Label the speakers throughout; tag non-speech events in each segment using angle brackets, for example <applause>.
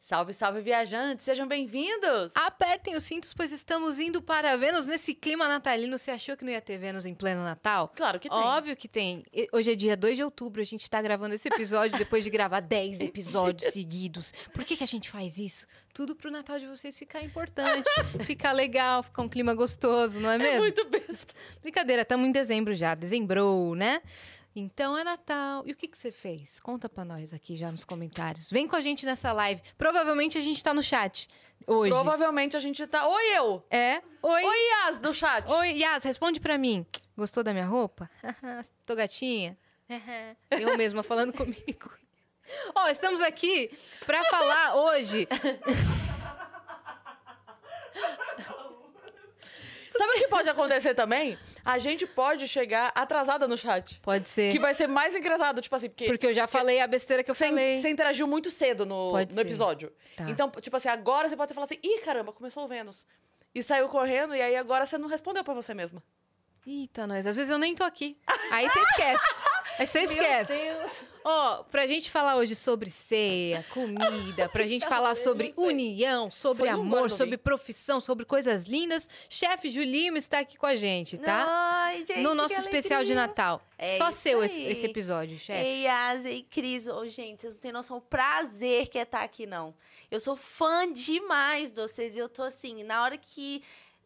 Speaker 1: Salve, salve, viajantes! Sejam
Speaker 2: Ah,
Speaker 1: bem-vindos!
Speaker 2: Apertem os cintos, pois estamos indo para Vênus nesse clima natalino. Você achou que não ia ter Vênus em pleno Natal?
Speaker 1: Claro que tem.
Speaker 2: Óbvio que tem. E- Hoje é dia 2 de outubro, a gente tá gravando esse episódio depois de gravar
Speaker 1: <laughs>
Speaker 2: 10 episódios seguidos. Por que, que a gente faz isso? Tudo pro Natal de vocês ficar importante, <laughs> ficar legal, ficar um clima gostoso, não é mesmo?
Speaker 1: Muito besta.
Speaker 2: Brincadeira, estamos em dezembro já, dezembrou, né? Então é Natal. E o que, que você fez? Conta pra nós aqui já nos comentários. Vem com a gente nessa live. Provavelmente a gente tá no chat
Speaker 1: <laughs>
Speaker 2: hoje.
Speaker 1: Provavelmente a gente tá. Oi, eu!
Speaker 2: É. Oi.
Speaker 1: Oi, Yas do chat!
Speaker 2: Oi, Yas, responde pra mim. Gostou da minha roupa? <laughs> Tô gatinha? Eu mesma falando comigo. Ó, estamos aqui pra falar hoje.
Speaker 1: Sabe o que pode acontecer também? A gente pode chegar atrasada no chat.
Speaker 2: Pode ser.
Speaker 1: Que vai ser mais engraçado, tipo assim, porque
Speaker 2: É. Porque eu já falei a besteira que eu
Speaker 1: você,
Speaker 2: falei.
Speaker 1: você interagiu muito cedo no,
Speaker 2: Pode
Speaker 1: no
Speaker 2: ser.
Speaker 1: episódio.
Speaker 2: Tá.
Speaker 1: Então, tipo assim, agora você pode falar assim: ih, caramba, começou o Vênus. E saiu correndo, e aí agora você não respondeu pra você mesma.
Speaker 2: Eita, nós. Às vezes eu nem tô aqui. Aí você esquece. Aí você esquece. Ó, pra gente falar hoje sobre ceia, comida, pra gente falar sobre união, sobre
Speaker 1: Foi um
Speaker 2: amor,
Speaker 1: gordo,
Speaker 2: sobre
Speaker 1: vi.
Speaker 2: profissão, sobre coisas lindas. Chefe Julima está aqui com a gente, tá?
Speaker 3: Ai, gente,
Speaker 2: no nosso
Speaker 3: que
Speaker 2: especial de
Speaker 3: alegria.
Speaker 2: Natal.
Speaker 3: É
Speaker 2: Só
Speaker 3: isso
Speaker 2: seu esse,
Speaker 3: aí.
Speaker 2: esse episódio, chefe.
Speaker 3: Ei, Asa e Cris, ô, gente, vocês não têm noção o prazer que é estar aqui, não. Eu sou fã demais de vocês e eu tô assim, na hora que.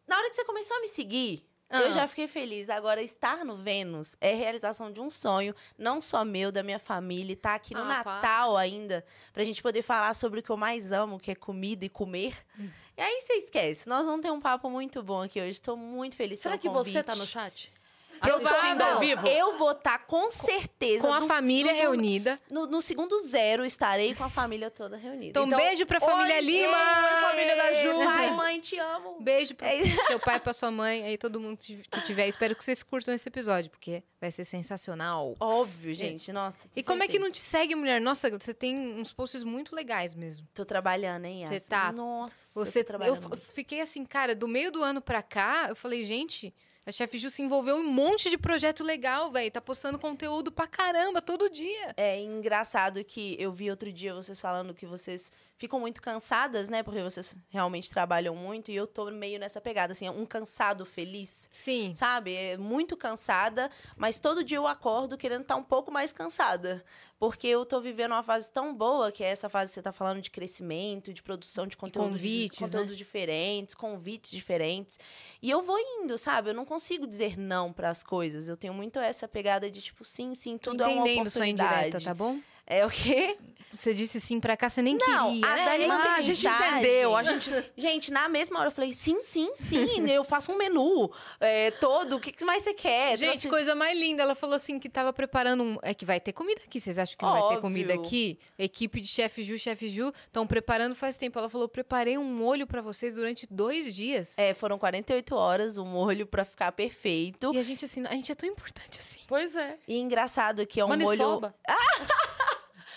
Speaker 3: Na hora que você começou a me seguir,
Speaker 2: Ah.
Speaker 3: eu já fiquei feliz. Agora, estar no Vênus é realização de um sonho, não só meu, da minha família, e tá aqui no
Speaker 2: Ah, para.
Speaker 3: Natal ainda, pra gente poder falar sobre o que eu mais amo, que é comida e comer.
Speaker 2: Hum.
Speaker 3: E aí você esquece, nós vamos ter um papo muito bom aqui hoje. Tô muito feliz
Speaker 1: Será
Speaker 2: é
Speaker 3: pelo
Speaker 1: que você
Speaker 3: convite.
Speaker 1: tá no chat?
Speaker 2: Provável.
Speaker 1: Assistindo ao vivo?
Speaker 3: Eu vou estar com certeza.
Speaker 2: Com a
Speaker 3: no-
Speaker 2: família
Speaker 3: no-
Speaker 2: reunida.
Speaker 3: No, no segundo zero estarei com a família toda reunida. Então,
Speaker 2: Então, um beijo pra família
Speaker 1: oi,
Speaker 2: Lima!
Speaker 1: Ju, oi, família da Ju!
Speaker 3: Ai, mãe, te amo.
Speaker 2: Beijo pro
Speaker 3: É
Speaker 2: seu pai, pra sua mãe, aí todo mundo que tiver. Espero que vocês curtam esse episódio, porque vai ser sensacional.
Speaker 3: Óbvio, gente. Nossa.
Speaker 2: E como é que não
Speaker 3: certeza.
Speaker 2: te segue, mulher? Nossa, você tem uns posts muito legais mesmo.
Speaker 3: Tô trabalhando, hein, Yas?
Speaker 2: Você tá-
Speaker 3: Nossa.
Speaker 2: Você,
Speaker 3: eu tô trabalhando.
Speaker 2: eu
Speaker 3: muito.
Speaker 2: f- fiquei assim, cara, do meio do ano pra cá, eu falei, gente, a chefe Ju se envolveu em um monte de projeto legal, velho. Tá postando conteúdo pra caramba todo dia.
Speaker 3: É engraçado que eu vi outro dia vocês falando que vocês ficam muito cansadas, né? Porque vocês realmente trabalham muito. E eu tô meio nessa pegada, assim, um cansado feliz.
Speaker 2: Sim.
Speaker 3: Sabe? É muito cansada, mas todo dia eu acordo querendo estar um pouco mais cansada. Porque eu tô vivendo uma fase tão boa, que é essa fase que você tá falando de crescimento, de produção de conteúdo.
Speaker 2: convites, né?
Speaker 3: de conteúdos diferentes, convites diferentes. E eu vou indo, sabe? Eu não consigo dizer não para as coisas. Eu tenho muito essa pegada de tipo, sim, sim, tudo é uma
Speaker 2: Entendendo sua indireta,
Speaker 3: oportunidade.
Speaker 2: tá bom?
Speaker 3: É o quê?
Speaker 2: Você disse sim pra cá, você nem
Speaker 3: Não,
Speaker 2: queria.
Speaker 3: a
Speaker 2: né?
Speaker 3: Dani
Speaker 2: Ah,
Speaker 3: mandou
Speaker 1: a gente
Speaker 3: mensagem.
Speaker 1: entendeu, a gente
Speaker 3: <laughs> Gente, na mesma hora eu falei, sim, sim, sim, eu faço um menu é, todo, o que que mais você quer?
Speaker 2: gente,
Speaker 3: Trouxe- um-
Speaker 2: coisa mais linda. Ela falou assim que tava preparando um. É que vai ter comida aqui. Vocês acham que não vai ter
Speaker 3: Óbvio.
Speaker 2: comida aqui? Equipe de chefe Ju, chefe Ju, estão preparando faz tempo. Ela falou: preparei um molho pra vocês durante dois dias.
Speaker 3: É, foram 48 horas o molho pra ficar perfeito.
Speaker 2: E a gente assim, a gente é tão importante assim.
Speaker 1: Pois é.
Speaker 3: E engraçado que é um molho
Speaker 1: Maniçoba?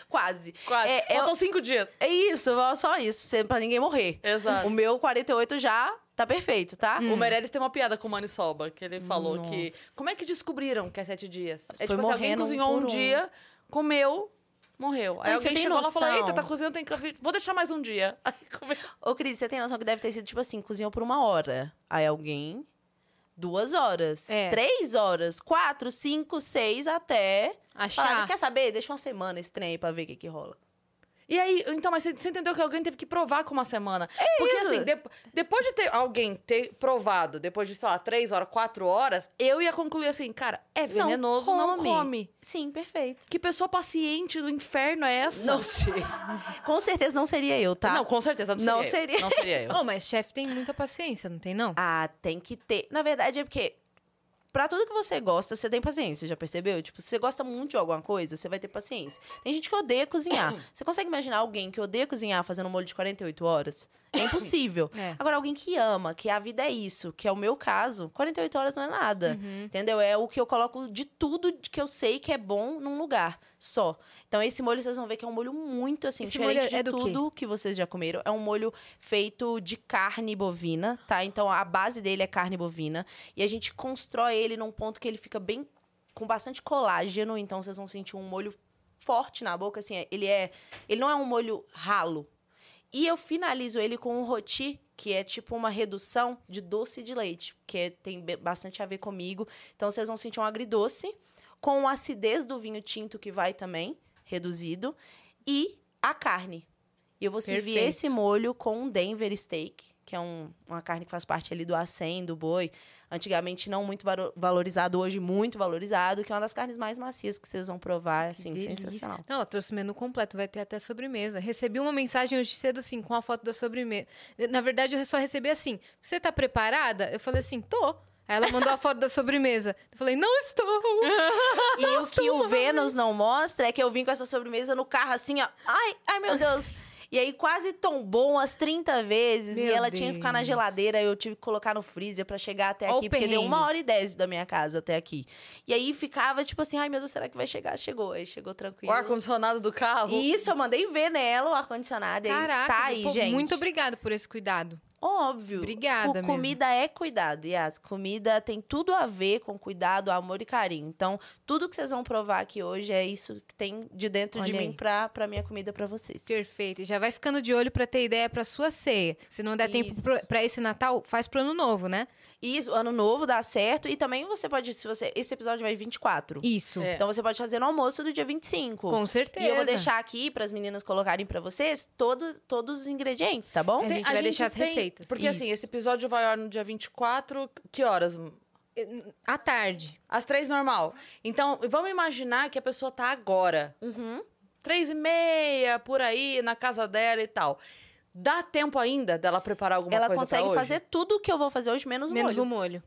Speaker 3: quase.
Speaker 1: Quase.
Speaker 3: É, é-
Speaker 1: Faltam cinco dias.
Speaker 3: É isso, só isso, pra você- pra ninguém morrer.
Speaker 1: Exato. Uhum.
Speaker 3: O meu 48 já tá perfeito, tá?
Speaker 1: ah, O Meirelles tem uma piada com o Maniçoba, que ele falou que.
Speaker 3: Nossa.
Speaker 1: Como é que descobriram que é sete dias? É
Speaker 3: Foi
Speaker 1: tipo assim, alguém
Speaker 3: morrendo um
Speaker 1: cozinhou um,
Speaker 3: por um.
Speaker 1: dia, comeu, morreu. Aí
Speaker 3: Não, e você
Speaker 1: alguém
Speaker 3: tem
Speaker 1: chegou lá e falou:
Speaker 3: noção?
Speaker 1: Eita, tá cozinhando, tem que. Vou deixar mais um dia. <laughs> Aí comeu.
Speaker 3: Ô, Cris, você tem noção que deve ter sido, tipo assim, cozinhou por uma hora. Aí alguém, duas horas,
Speaker 2: É.
Speaker 3: três horas, quatro, cinco, seis, até...
Speaker 2: Achar.
Speaker 3: Falaram, quer saber? Deixa uma semana esse trem aí pra ver o que que rola.
Speaker 1: E aí, então, mas você, você entendeu que alguém teve que provar com uma semana. Porque
Speaker 3: É isso.
Speaker 1: assim, de- depois de ter alguém ter provado, depois de, sei lá, três horas, quatro horas, eu ia concluir assim, cara, é
Speaker 3: Não
Speaker 1: venenoso, não come.
Speaker 3: come. Sim, perfeito.
Speaker 1: Que pessoa paciente do inferno é essa?
Speaker 3: Não sei. Com certeza não seria eu, tá?
Speaker 1: Não, com certeza não,
Speaker 3: Não
Speaker 1: seria. eu.
Speaker 3: seria.
Speaker 1: Não seria eu.
Speaker 2: <laughs> Oh, mas chefe tem muita paciência, não tem, não?
Speaker 3: Ah, tem que ter. Na verdade, é porque pra tudo que você gosta, você tem paciência, já percebeu? Tipo, se você gosta muito de alguma coisa, você vai ter paciência. Tem gente que odeia cozinhar. Você consegue imaginar alguém que odeia cozinhar fazendo um molho de 48 horas?
Speaker 2: <clears throat>
Speaker 3: É impossível.
Speaker 2: É.
Speaker 3: Agora, alguém que ama, que a vida é isso, que é o meu caso, 48 horas não é
Speaker 2: Uhum.
Speaker 3: nada. Entendeu? É o que eu coloco de tudo que eu sei que é bom num lugar só. Então, esse molho vocês vão ver que é um molho muito assim,
Speaker 2: Esse
Speaker 3: diferente
Speaker 2: molho
Speaker 3: de
Speaker 2: é do quê?
Speaker 3: tudo que vocês já comeram. É um molho feito de carne bovina, tá? Então a base dele é carne bovina. E a gente constrói ele num ponto que ele fica bem. com bastante colágeno. Então vocês vão sentir um molho forte na boca. Assim, ele é. Ele não é um molho ralo. E eu finalizo ele com um roti, que é tipo uma redução de doce de leite, que é- tem be- bastante a ver comigo. Então vocês vão sentir um agridoce, com a acidez do vinho tinto que vai também, reduzido, e a carne. E eu vou servir
Speaker 2: Perfeito.
Speaker 3: esse molho com um Denver steak, que é um- uma carne que faz parte ali do acém, do boi. Antigamente não muito varo- valorizado, hoje muito valorizado, que é uma das carnes mais macias que vocês vão provar, assim,
Speaker 2: delícia.
Speaker 3: sensacional.
Speaker 2: Não, ela trouxe o menu completo, vai ter até sobremesa. Recebi uma mensagem hoje cedo, assim, com a foto da sobremesa. Na verdade, eu só recebi assim: você tá preparada? Eu falei assim, tô. Aí ela mandou a foto da sobremesa. Eu falei, não estou.
Speaker 3: E o que o Vênus não mostra é que eu vim com essa sobremesa no carro assim, ó. Ai, ai, meu Deus. E aí quase tombou umas 30 vezes. e
Speaker 2: Meu
Speaker 3: ela tinha que ficar na
Speaker 2: Deus.
Speaker 3: geladeira. Eu tive que colocar no freezer pra chegar até
Speaker 2: Ó o
Speaker 3: aqui. Porque deu
Speaker 2: perrengue.
Speaker 3: uma hora e dez da minha casa até aqui. E aí ficava tipo assim, ai meu Deus, será que vai chegar? Chegou. Aí chegou
Speaker 1: O
Speaker 3: tranquilo.
Speaker 1: ar-condicionado do carro.
Speaker 3: E isso, eu mandei ver nela o ar-condicionado. e aí
Speaker 2: Caraca,
Speaker 3: tá aí,
Speaker 2: pô,
Speaker 3: gente.
Speaker 2: muito obrigado por esse cuidado.
Speaker 3: Óbvio.
Speaker 2: Obrigada
Speaker 3: Co-
Speaker 2: mesmo.
Speaker 3: Comida é cuidado, Yas. Comida tem tudo a ver com cuidado, amor e carinho. Então, tudo que vocês vão provar aqui hoje é isso que tem de dentro de
Speaker 2: Olha
Speaker 3: mim
Speaker 2: aí.
Speaker 3: pra, pra minha comida pra vocês.
Speaker 2: Perfeito. E já vai ficando de olho pra ter ideia pra sua ceia. Se não der tempo
Speaker 3: Isso.
Speaker 2: pro- pra esse Natal, faz pro ano novo, né?
Speaker 3: E Isso, ano novo dá certo. E também você pode, se você. Esse episódio vai 24.
Speaker 2: Isso.
Speaker 1: É.
Speaker 3: Então você pode fazer no almoço do dia 25.
Speaker 2: Com certeza.
Speaker 3: E eu vou deixar aqui pras meninas colocarem pra vocês todos, todos os ingredientes, tá bom?
Speaker 2: É. A gente vai deixar as
Speaker 1: tem-
Speaker 2: receitas.
Speaker 1: Porque
Speaker 2: Isso.
Speaker 1: assim, esse episódio vai ao ar no dia 24, que horas?
Speaker 2: À tarde.
Speaker 1: Às três normal. Então, vamos imaginar que a pessoa tá agora.
Speaker 3: Uhum.
Speaker 1: Três e meia, por aí, na casa dela e tal. Dá tempo ainda dela preparar alguma
Speaker 3: Ela
Speaker 1: coisa pra
Speaker 3: consegue
Speaker 1: hoje?
Speaker 3: fazer tudo o que eu vou fazer hoje, menos o
Speaker 2: menos
Speaker 3: molho. Um
Speaker 2: o molho.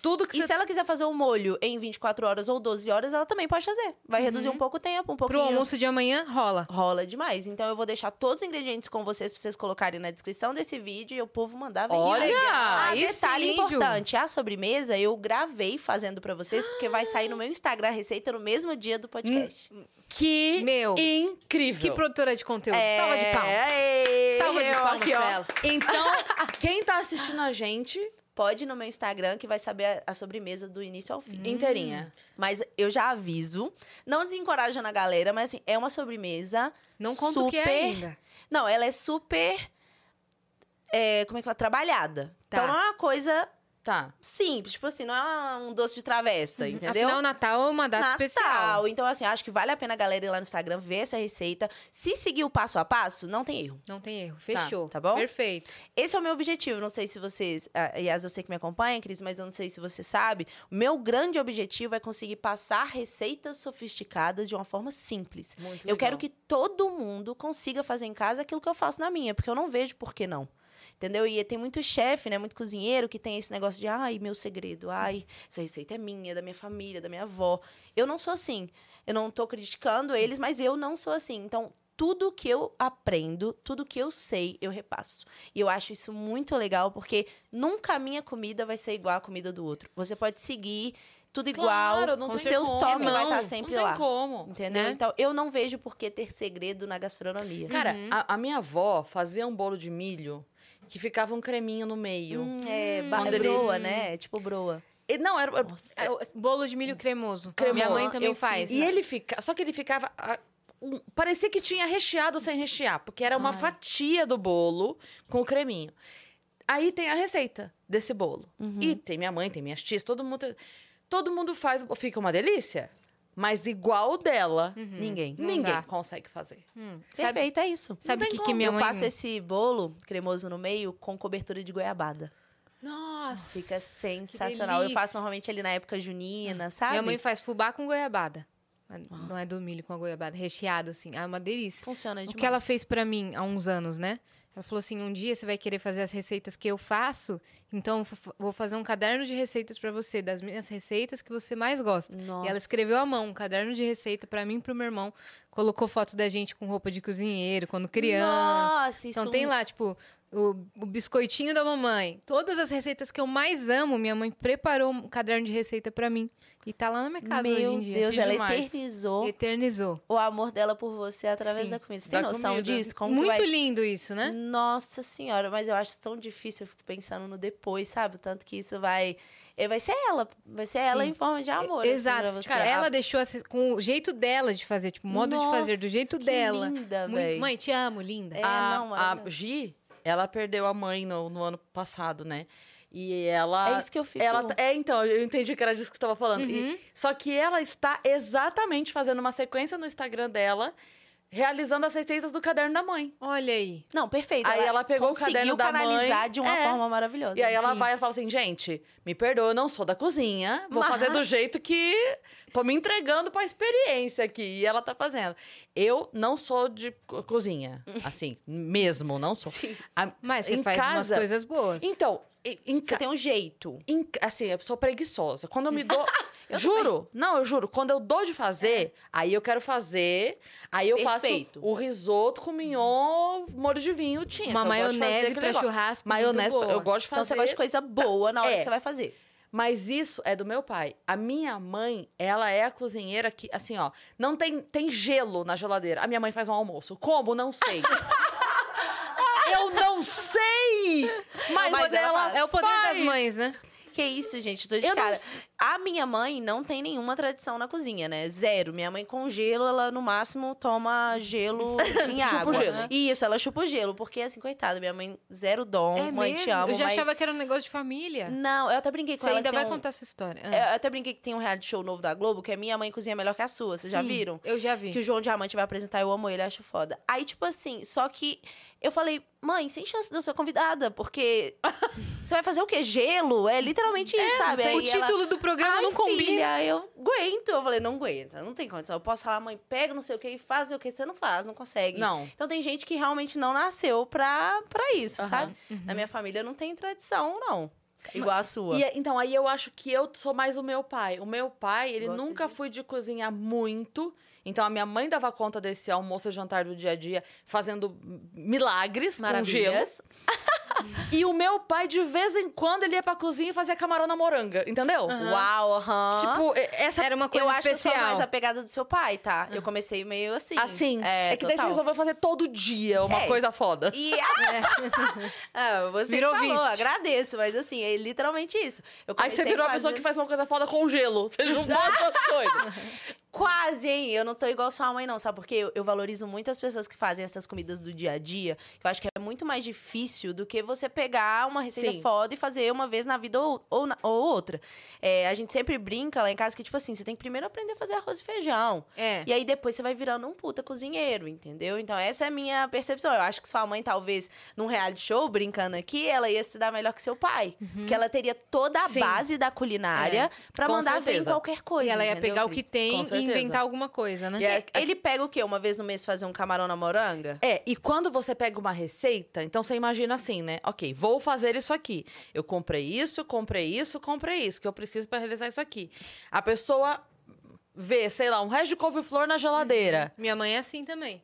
Speaker 1: tudo que
Speaker 3: E
Speaker 1: você...
Speaker 3: se ela quiser fazer o molho em 24 horas ou 12 horas, ela também pode fazer. Vai reduzir um pouco o tempo, um
Speaker 2: Uhum. Pro
Speaker 3: pouquinho.
Speaker 2: almoço de amanhã, rola.
Speaker 3: Rola demais. Então eu vou deixar todos os ingredientes com vocês pra vocês colocarem na descrição desse vídeo e o povo mandar ver.
Speaker 1: Olha!
Speaker 3: Ah,
Speaker 2: aí
Speaker 3: detalhe
Speaker 2: sim, Ju.
Speaker 3: importante, a sobremesa eu gravei fazendo pra vocês, porque vai sair no
Speaker 2: Ah.
Speaker 3: meu Instagram a receita no mesmo dia do podcast.
Speaker 2: Hum,
Speaker 1: é Que
Speaker 2: Meu. Que
Speaker 1: incrível!
Speaker 2: produtora de conteúdo. Salva de palmas.
Speaker 3: Aê,
Speaker 2: Salva de
Speaker 3: É, eu
Speaker 2: palmas
Speaker 3: aqui, ó.
Speaker 2: pra ela.
Speaker 1: Então, quem tá assistindo a gente,
Speaker 3: Pode ir no meu Instagram que vai saber a, a sobremesa do início ao
Speaker 2: Hum.
Speaker 3: fim.
Speaker 1: inteirinha.
Speaker 3: Mas eu já aviso, não desencorajando a galera, mas assim, é uma sobremesa
Speaker 2: Não conta o que é
Speaker 3: Super.
Speaker 2: ainda.
Speaker 3: Não, ela é super. é, como é que fala? Trabalhada.
Speaker 2: Tá.
Speaker 3: Então não é uma coisa
Speaker 1: Tá.
Speaker 3: simples, tipo assim, não é um doce de travessa, entendeu?
Speaker 2: Uhum. Afinal, Natal é uma data
Speaker 3: Natal.
Speaker 2: especial.
Speaker 3: Então, assim, acho que vale a pena a galera ir lá no Instagram ver essa receita. Se seguir o passo a passo, não tem erro.
Speaker 2: Não tem erro. Fechou.
Speaker 3: tá bom?
Speaker 2: Perfeito.
Speaker 3: Esse é o meu objetivo. Não sei se vocês. ah, Aliás, eu sei que me acompanha, Cris, mas eu não sei se você sabe. O meu grande objetivo é conseguir passar receitas sofisticadas de uma forma simples.
Speaker 2: Hum,
Speaker 1: Muito
Speaker 3: Eu quero
Speaker 1: legal.
Speaker 3: que todo mundo consiga fazer em casa aquilo que eu faço na minha, porque eu não vejo por que não. Entendeu? E tem muito chefe, né? Muito cozinheiro que tem esse negócio de, ai, meu segredo, ai, essa receita é minha, da minha família, da minha avó. Eu não sou assim. Eu não tô criticando eles, mas eu não sou assim. Então, tudo que eu aprendo, tudo que eu sei, eu repasso. E eu acho isso muito legal, porque nunca a minha comida vai ser igual à comida do outro. Você pode seguir tudo
Speaker 1: Claro,
Speaker 3: igual,
Speaker 1: não
Speaker 3: o
Speaker 1: tem
Speaker 3: seu
Speaker 1: como.
Speaker 3: toque vai
Speaker 2: Não,
Speaker 3: estar
Speaker 1: Não
Speaker 3: sempre
Speaker 1: tem
Speaker 3: lá.
Speaker 1: como.
Speaker 3: Entendeu?
Speaker 2: né?
Speaker 3: Então, eu não vejo por que ter segredo na gastronomia.
Speaker 1: Cara,
Speaker 2: Uhum.
Speaker 1: a, a minha avó fazia um bolo de milho que ficava um creminho no meio.
Speaker 3: Hum, é, ba-
Speaker 1: Quando
Speaker 3: é
Speaker 1: ele-
Speaker 2: Hum.
Speaker 3: broa, né? É tipo broa.
Speaker 1: E não, era... era-
Speaker 2: É, o- Bolo de milho cremoso.
Speaker 1: Cremoso.
Speaker 2: Minha mãe também
Speaker 3: Eu fiz.
Speaker 2: faz.
Speaker 1: E ele fica, só que ele ficava ah, um- parecia que tinha recheado sem rechear, porque era uma
Speaker 2: Ai.
Speaker 1: fatia do bolo com o creminho. Aí tem a receita desse
Speaker 2: Uhum.
Speaker 1: bolo. E tem minha mãe, tem minhas tias, todo mundo todo mundo faz, fica uma delícia. Mas igual o dela,
Speaker 3: Ninguém.
Speaker 2: Uhum. Não
Speaker 1: ninguém
Speaker 2: dá.
Speaker 1: consegue fazer.
Speaker 2: Sabe,
Speaker 3: Perfeito, é isso.
Speaker 2: sabe o
Speaker 1: tem
Speaker 2: que, que
Speaker 1: como,
Speaker 2: minha
Speaker 3: eu
Speaker 2: mãe...
Speaker 3: faço esse bolo cremoso no meio com cobertura de goiabada.
Speaker 2: Nossa!
Speaker 3: Fica sensacional. Eu
Speaker 2: delícia.
Speaker 3: faço normalmente ali na época junina, sabe? Ah.
Speaker 2: Minha mãe faz fubá com goiabada. Mas Não é do milho com a goiabada, recheado assim. Ah, é uma delícia.
Speaker 3: funciona
Speaker 2: O
Speaker 3: demais.
Speaker 2: que ela fez pra mim há uns anos, né? Ela falou assim: um dia você vai querer fazer as receitas que eu faço, então eu fa- vou fazer um caderno de receitas pra você, das minhas receitas que você mais gosta.
Speaker 3: Nossa.
Speaker 2: E ela escreveu à mão um caderno de receita pra mim e pro meu irmão. Colocou foto da gente com roupa de cozinheiro, quando criança.
Speaker 3: Nossa, isso
Speaker 2: Então tem lá, tipo, o, o biscoitinho da mamãe. Todas as receitas que eu mais amo, minha mãe preparou um caderno de receita pra mim. E tá lá na minha casa hoje
Speaker 3: Meu
Speaker 2: em dia.
Speaker 3: Deus,
Speaker 1: Que
Speaker 3: ela
Speaker 1: demais.
Speaker 3: eternizou
Speaker 2: Eternizou.
Speaker 3: o amor dela por você através
Speaker 2: Sim,
Speaker 3: da comida. Você tem
Speaker 1: da
Speaker 3: noção
Speaker 1: comida.
Speaker 3: disso? Como que
Speaker 2: Muito
Speaker 3: vai-
Speaker 2: lindo isso, né?
Speaker 3: Nossa senhora, mas eu acho tão difícil, eu fico pensando no depois, sabe? O Tanto que isso vai. eh, Vai ser ela. Vai ser ela
Speaker 2: Sim.
Speaker 3: em forma de amor. assim,
Speaker 2: Exato.
Speaker 3: pra você.
Speaker 2: Cara,
Speaker 3: A-
Speaker 2: ela deixou assim, com o jeito dela de fazer,
Speaker 1: um
Speaker 2: tipo, o modo de fazer, do
Speaker 3: Nossa,
Speaker 2: jeito
Speaker 3: que
Speaker 2: dela.
Speaker 3: Linda,
Speaker 2: Muito-
Speaker 3: velho.
Speaker 2: mãe, te amo, linda.
Speaker 3: É,
Speaker 1: a,
Speaker 3: não,
Speaker 1: a
Speaker 3: maravilhoso.
Speaker 1: Gi, ela perdeu a mãe no, no ano passado, né? E ela.
Speaker 3: É isso que Uhum. eu fico.
Speaker 1: Ela, tá- é, então, eu entendi que era disso que você tava falando. E-
Speaker 2: Uhum.
Speaker 1: só que ela está exatamente fazendo uma sequência no Instagram dela, realizando as receitas do caderno da mãe.
Speaker 2: Olha aí.
Speaker 3: Não, perfeito.
Speaker 1: Aí ela pegou o
Speaker 3: conseguiu
Speaker 1: caderno da mãe,
Speaker 3: canalizar de uma
Speaker 1: é.
Speaker 3: forma maravilhosa.
Speaker 1: E aí ela
Speaker 2: Sim.
Speaker 1: vai e fala assim, gente, me perdoa, eu não sou da cozinha, vou
Speaker 3: Mas-
Speaker 1: fazer do jeito que tô me entregando pra experiência aqui. E ela tá fazendo. Eu não sou de co-
Speaker 3: <laughs>
Speaker 1: cozinha, assim, mesmo, não sou.
Speaker 3: Sim.
Speaker 1: A-
Speaker 2: Mas você
Speaker 1: em
Speaker 2: faz
Speaker 1: casa-
Speaker 2: umas coisas boas.
Speaker 1: Então, em, em
Speaker 3: Você
Speaker 1: ca-
Speaker 3: tem um jeito.
Speaker 1: em ca- assim, eu sou preguiçosa. Quando eu me dou... juro, não, eu juro. Quando eu dou de fazer, aí eu quero fazer, aí eu
Speaker 3: Perfeito.
Speaker 1: faço o risoto com mignon, molho de vinho, tinha.
Speaker 2: Uma
Speaker 1: que eu gosto de fazer
Speaker 2: maionese
Speaker 1: aquele
Speaker 2: pra
Speaker 1: negócio.
Speaker 2: churrasco. muito
Speaker 1: Maionese,
Speaker 2: boa.
Speaker 1: eu gosto de
Speaker 3: Então
Speaker 1: fazer.
Speaker 3: você gosta de coisa boa na hora
Speaker 1: É.
Speaker 3: que você vai fazer.
Speaker 1: Mas isso é do meu pai. A minha mãe, ela é a cozinheira que, assim, ó, não tem, tem gelo na geladeira. A minha mãe faz um almoço. Como? Não sei. Eu não sei! Mas,
Speaker 3: Mas ela
Speaker 1: ela,
Speaker 3: faz.
Speaker 2: É o poder
Speaker 1: faz.
Speaker 2: das mães, né?
Speaker 3: Que isso, gente, tô de
Speaker 1: Eu não
Speaker 3: cara.
Speaker 1: s-
Speaker 3: A minha mãe não tem nenhuma tradição na cozinha, né? Zero. Minha mãe com gelo, ela no máximo
Speaker 2: <laughs>
Speaker 3: toma gelo em
Speaker 1: Chupa o
Speaker 3: água.
Speaker 1: gelo.
Speaker 3: Isso, ela chupa o gelo, porque assim, coitada, minha mãe zero dom,
Speaker 2: é
Speaker 3: mãe
Speaker 2: mesmo?
Speaker 3: te amo,
Speaker 2: Eu já
Speaker 3: mas
Speaker 2: achava que era um negócio de família.
Speaker 3: Não, eu até brinquei com
Speaker 2: Você
Speaker 3: ela
Speaker 2: ainda
Speaker 3: que
Speaker 2: vai
Speaker 3: tem um-
Speaker 2: contar sua história. Ah.
Speaker 3: Eu até brinquei que tem um reality show novo da Globo, que é Minha Mãe Cozinha Melhor que a Sua, vocês já
Speaker 2: Sim,
Speaker 3: viram?
Speaker 2: Eu já vi.
Speaker 3: Que o João Diamante vai apresentar, eu amo ele, acho foda. Aí, tipo assim, só que eu falei, mãe, sem chance de eu ser convidada, porque
Speaker 2: <laughs>
Speaker 3: você vai fazer o quê? Gelo? É literalmente isso, sabe?
Speaker 2: o
Speaker 3: Aí ela-
Speaker 2: título do programa
Speaker 3: Ai,
Speaker 2: não combina.
Speaker 3: filha, eu aguento. Eu falei, não aguenta, não tem condição. Eu posso falar, mãe, pega não sei o que e faz o que você não faz, não consegue.
Speaker 1: Não.
Speaker 3: Então tem gente que realmente não nasceu pra, pra isso,
Speaker 1: Aham. Uhum.
Speaker 3: sabe? Na minha família não tem tradição, não. Igual a sua.
Speaker 1: E, é- então, aí eu acho que eu sou mais o meu pai. O meu pai, ele
Speaker 3: Gosta
Speaker 1: nunca
Speaker 3: de-
Speaker 1: foi de cozinhar muito. Então, a minha mãe dava conta desse almoço e jantar do dia a dia, fazendo milagres com gelo.
Speaker 3: Maravilhas.
Speaker 1: E o meu pai, de vez em quando, ele ia pra cozinha e fazia camarão na moranga, entendeu?
Speaker 3: Uau, aham.
Speaker 1: Tipo, e- essa.
Speaker 2: Era uma coisa
Speaker 3: eu acho
Speaker 2: especial.
Speaker 3: que eu sou mais a pegada do seu pai, tá? Eu comecei meio assim.
Speaker 1: Ah. Assim. É, que daí você
Speaker 3: total.
Speaker 1: resolveu fazer todo dia uma
Speaker 3: É.
Speaker 1: coisa foda. <laughs>
Speaker 3: E
Speaker 1: É.
Speaker 3: <laughs> ah, você que
Speaker 2: Virou
Speaker 3: falou,
Speaker 2: vício.
Speaker 3: agradeço, mas assim, é literalmente isso. Eu
Speaker 1: Aí você
Speaker 3: comecei
Speaker 1: virou a pessoa
Speaker 3: fazendo-
Speaker 1: que faz uma coisa foda com gelo. Você
Speaker 3: <laughs>
Speaker 1: juntou as coisas.
Speaker 3: Quase, hein? Eu não tô igual sua mãe, não, sabe? Porque eu, eu valorizo muito as pessoas que fazem essas comidas do dia a dia. Que eu acho que é muito mais difícil do que você pegar uma receita
Speaker 1: Sim.
Speaker 3: foda e fazer uma vez na vida ou, ou, na- ou outra. É, a gente sempre brinca lá em casa que, tipo assim, você tem que primeiro aprender a fazer arroz e feijão.
Speaker 2: É.
Speaker 3: E aí depois você vai virando um puta cozinheiro, entendeu? Então essa é a minha percepção. Eu acho que sua mãe, talvez, num reality show, brincando aqui, ela ia se dar melhor que seu pai. Porque ela teria toda a
Speaker 1: Sim.
Speaker 3: base da culinária pra
Speaker 1: com
Speaker 3: mandar ver em
Speaker 1: certeza.
Speaker 3: qualquer coisa.
Speaker 2: E ela ia
Speaker 3: entendeu,
Speaker 2: pegar o
Speaker 3: Cris?
Speaker 2: que tem
Speaker 1: Com
Speaker 2: e
Speaker 1: certeza.
Speaker 2: inventar alguma coisa, né?
Speaker 1: E é-
Speaker 3: Ele pega o quê? Uma vez no mês fazer um camarão na moranga?
Speaker 1: É, e quando você pega uma receita, então você imagina assim, né? Ok, vou fazer isso aqui. Eu comprei isso, comprei isso, comprei isso, que eu preciso pra realizar isso aqui. A pessoa vê, sei lá, um resto de couve-flor na geladeira.
Speaker 2: Minha mãe é assim também.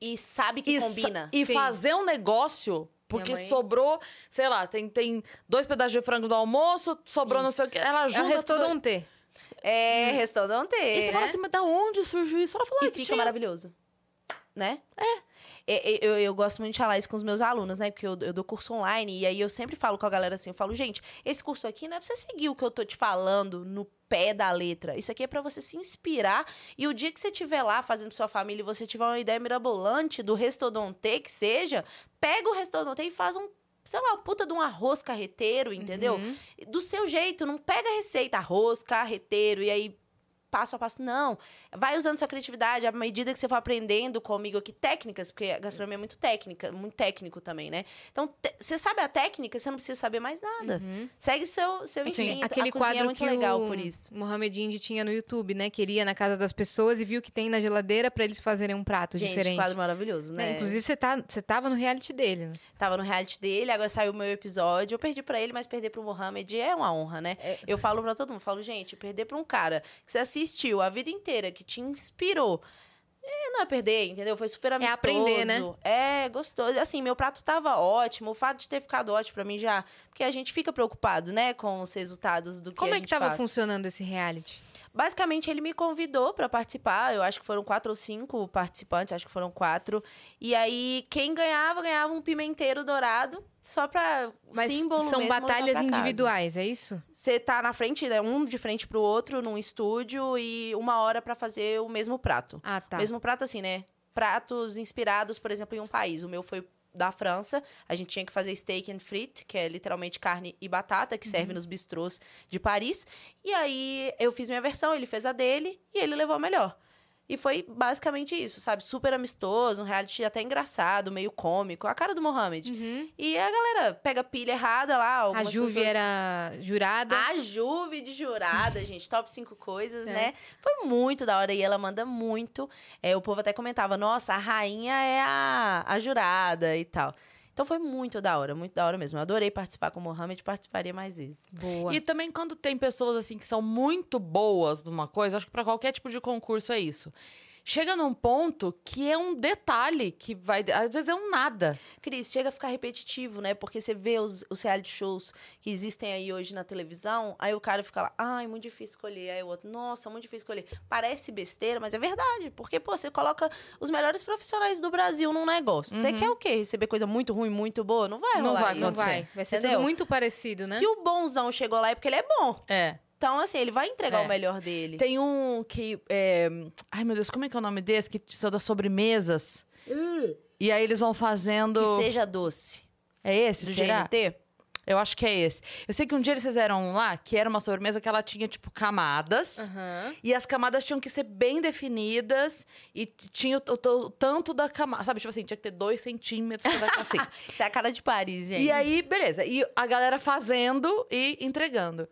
Speaker 3: E sabe que
Speaker 1: sa-
Speaker 3: Uhum. combina.
Speaker 1: E
Speaker 2: Sim.
Speaker 1: fazer um negócio. Porque
Speaker 2: Minha mãe-
Speaker 1: sobrou, sei lá, tem, tem dois pedaços de frango do almoço, sobrou não sei o
Speaker 2: Isso.
Speaker 1: que. Ela
Speaker 2: É
Speaker 1: junta.
Speaker 2: o restaurante.
Speaker 1: tudo...
Speaker 3: É, restaurante.
Speaker 1: E você fala
Speaker 3: né?
Speaker 1: assim, mas da onde surgiu isso? Ela falou,
Speaker 3: E
Speaker 1: ah, que
Speaker 3: fica
Speaker 1: tinha...
Speaker 3: maravilhoso. Né? É. Eu, eu gosto muito de falar isso com os meus alunos, né? Porque eu, eu dou curso online e aí eu sempre falo com a galera assim: eu falo, gente, esse curso aqui não é pra você seguir o que eu tô te falando no pé da letra. Isso aqui é pra você se inspirar e o dia que você estiver lá fazendo sua família e você tiver uma ideia mirabolante do restodonte que seja, pega o restodonte e faz um. Sei lá, um puta de um arroz carreteiro, entendeu?
Speaker 2: Uhum.
Speaker 3: do seu jeito, não pega a receita, arroz, carreteiro, e aí passo a passo. Não. Vai usando sua criatividade à medida que você for aprendendo comigo aqui técnicas, porque a gastronomia é muito técnica, muito técnico também, né? Então, te- você sabe a técnica, você não precisa saber mais nada. Segue seu, seu
Speaker 2: Sim,
Speaker 3: instinto.
Speaker 2: Uhum. Assim, aquele
Speaker 3: a cozinha
Speaker 2: quadro
Speaker 3: é muito
Speaker 2: que
Speaker 3: legal
Speaker 2: o
Speaker 3: por isso.
Speaker 2: Mohamed Indy tinha no YouTube, né? Queria na casa das pessoas e viu o que tem na geladeira pra eles fazerem um prato
Speaker 3: Gente,
Speaker 2: diferente.
Speaker 3: quadro maravilhoso,
Speaker 2: Né,
Speaker 3: né?
Speaker 2: Inclusive, você, tá, você tava no reality dele. né?
Speaker 3: Tava no reality dele, agora saiu o meu episódio. Eu perdi pra ele, mas perder pro Mohamed é uma honra, né? Eu falo pra todo mundo, falo, gente, perder pra um cara que você assistiu a vida inteira, que te inspirou. É, não é perder, entendeu? Foi super amistoso.
Speaker 2: aprender, né?
Speaker 3: É, gostoso. Assim, meu prato tava ótimo. O fato de ter ficado ótimo pra mim já... Porque a gente fica preocupado, né? Com os resultados do que
Speaker 2: Como
Speaker 3: a
Speaker 2: é que
Speaker 3: gente
Speaker 2: tava
Speaker 3: faz.
Speaker 2: funcionando esse reality?
Speaker 3: Basicamente, ele me convidou pra participar. Eu acho que foram quatro ou cinco participantes, acho que foram quatro. E aí, quem ganhava, ganhava um pimenteiro dourado, só pra
Speaker 2: Mas
Speaker 3: símbolo
Speaker 2: são
Speaker 3: mesmo, levar
Speaker 2: batalhas
Speaker 3: pra casa.
Speaker 2: individuais, é isso?
Speaker 3: Você tá na frente, né, um de frente pro outro, num estúdio, e uma hora pra fazer o mesmo prato.
Speaker 2: Ah, tá.
Speaker 3: Mesmo prato assim, né? Pratos inspirados, por exemplo, em um país. O meu foi da França. A gente tinha que fazer steak and frit, que é literalmente carne e batata, que
Speaker 2: Uhum.
Speaker 3: serve nos bistrôs de Paris. E aí eu fiz minha versão, ele fez a dele e ele levou a melhor. E foi basicamente isso, sabe? Super amistoso, um reality até engraçado, meio cômico. A cara do Mohamed.
Speaker 2: Uhum.
Speaker 3: E a galera pega pilha errada
Speaker 2: A
Speaker 3: lá. algumas
Speaker 2: Juve
Speaker 3: pessoas- Ah,
Speaker 2: era jurada.
Speaker 3: a Juve de jurada, <laughs> gente. Top 5 coisas,
Speaker 2: É.
Speaker 3: né? Foi muito da hora e ela manda muito. É, o povo até comentava, nossa, a rainha é a, a jurada e tal. Então foi muito da hora, muito da hora mesmo. Eu adorei participar com o Mohamed, participaria mais vezes.
Speaker 2: Boa.
Speaker 1: E também quando tem pessoas assim que são muito boas numa coisa, acho que pra qualquer tipo de concurso é isso. Chega num ponto que é um detalhe que vai. Às vezes é um nada.
Speaker 3: Cris, chega a ficar repetitivo, né? Porque você vê os, os reality shows que existem aí hoje na televisão, aí o cara fica lá, ai, muito difícil escolher. Aí o outro, nossa, muito difícil escolher. Parece besteira, mas é verdade. Porque, pô, você coloca os melhores profissionais do Brasil num negócio. Você quer o quê? Receber coisa muito ruim, muito boa? Não vai
Speaker 1: Uhum. Não
Speaker 3: rolar
Speaker 1: vai
Speaker 3: isso.
Speaker 2: Não vai. Vai ser
Speaker 3: Entendeu?
Speaker 2: tudo muito parecido, né?
Speaker 3: Se o bonzão chegou lá é porque ele é bom.
Speaker 1: É.
Speaker 3: Então, assim, ele vai entregar
Speaker 1: É.
Speaker 3: o melhor dele.
Speaker 1: Tem um que. é, Ai, meu Deus, como é que é o nome desse? Que são das sobremesas. E aí eles vão fazendo.
Speaker 3: Hum. Que seja doce.
Speaker 1: É esse,
Speaker 3: Do
Speaker 1: será?
Speaker 3: GNT.
Speaker 1: Eu acho que é esse. Eu sei que um dia eles fizeram um lá, que era uma sobremesa que ela tinha, tipo, camadas.
Speaker 2: Aham.
Speaker 1: E as camadas tinham que ser bem definidas. E t- tinha o, t- o t- o tanto da camada. Sabe, tipo assim, tinha que ter dois centímetros cada assim.
Speaker 3: Isso é a cara de Paris, gente.
Speaker 1: E aí, beleza. E a galera fazendo e entregando.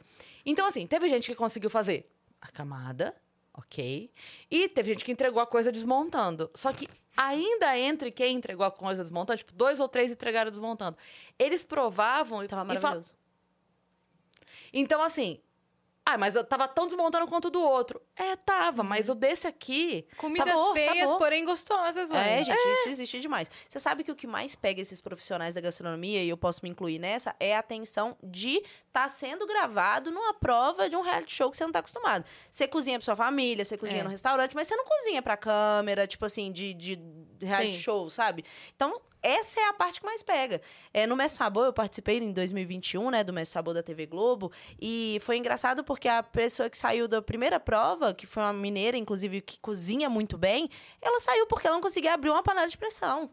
Speaker 1: Então, assim, teve gente que conseguiu fazer a camada, ok. E teve gente que entregou a coisa desmontando. Só que ainda entre quem entregou a coisa desmontando, tipo, dois ou três entregaram desmontando. Eles provavam e,
Speaker 3: Tava
Speaker 1: e fal-
Speaker 3: maravilhoso.
Speaker 1: então, assim. Ah, mas eu tava tão desmontando quanto o do outro. É, tava, mas o desse aqui.
Speaker 2: Uhum. Comidas
Speaker 1: sabor,
Speaker 2: feias,
Speaker 1: sabor.
Speaker 2: porém gostosas, ué.
Speaker 3: É, gente, isso existe demais. Você sabe que o que mais pega esses profissionais da gastronomia, e eu posso me incluir nessa, é a atenção de estar tá sendo gravado numa prova de um reality show que você não tá acostumado. Você cozinha pra sua família, você cozinha
Speaker 2: É.
Speaker 3: no restaurante, mas você não cozinha pra câmera, tipo assim, de, de reality
Speaker 1: Sim.
Speaker 3: show, sabe? Então. Essa é a parte que mais pega. É, no Mestre Sabor, eu participei em 2021, né, do Mestre Sabor da TV Globo, e foi engraçado porque a pessoa que saiu da primeira prova, que foi uma mineira, inclusive, que cozinha muito bem, ela saiu porque ela não conseguia abrir uma panela de pressão.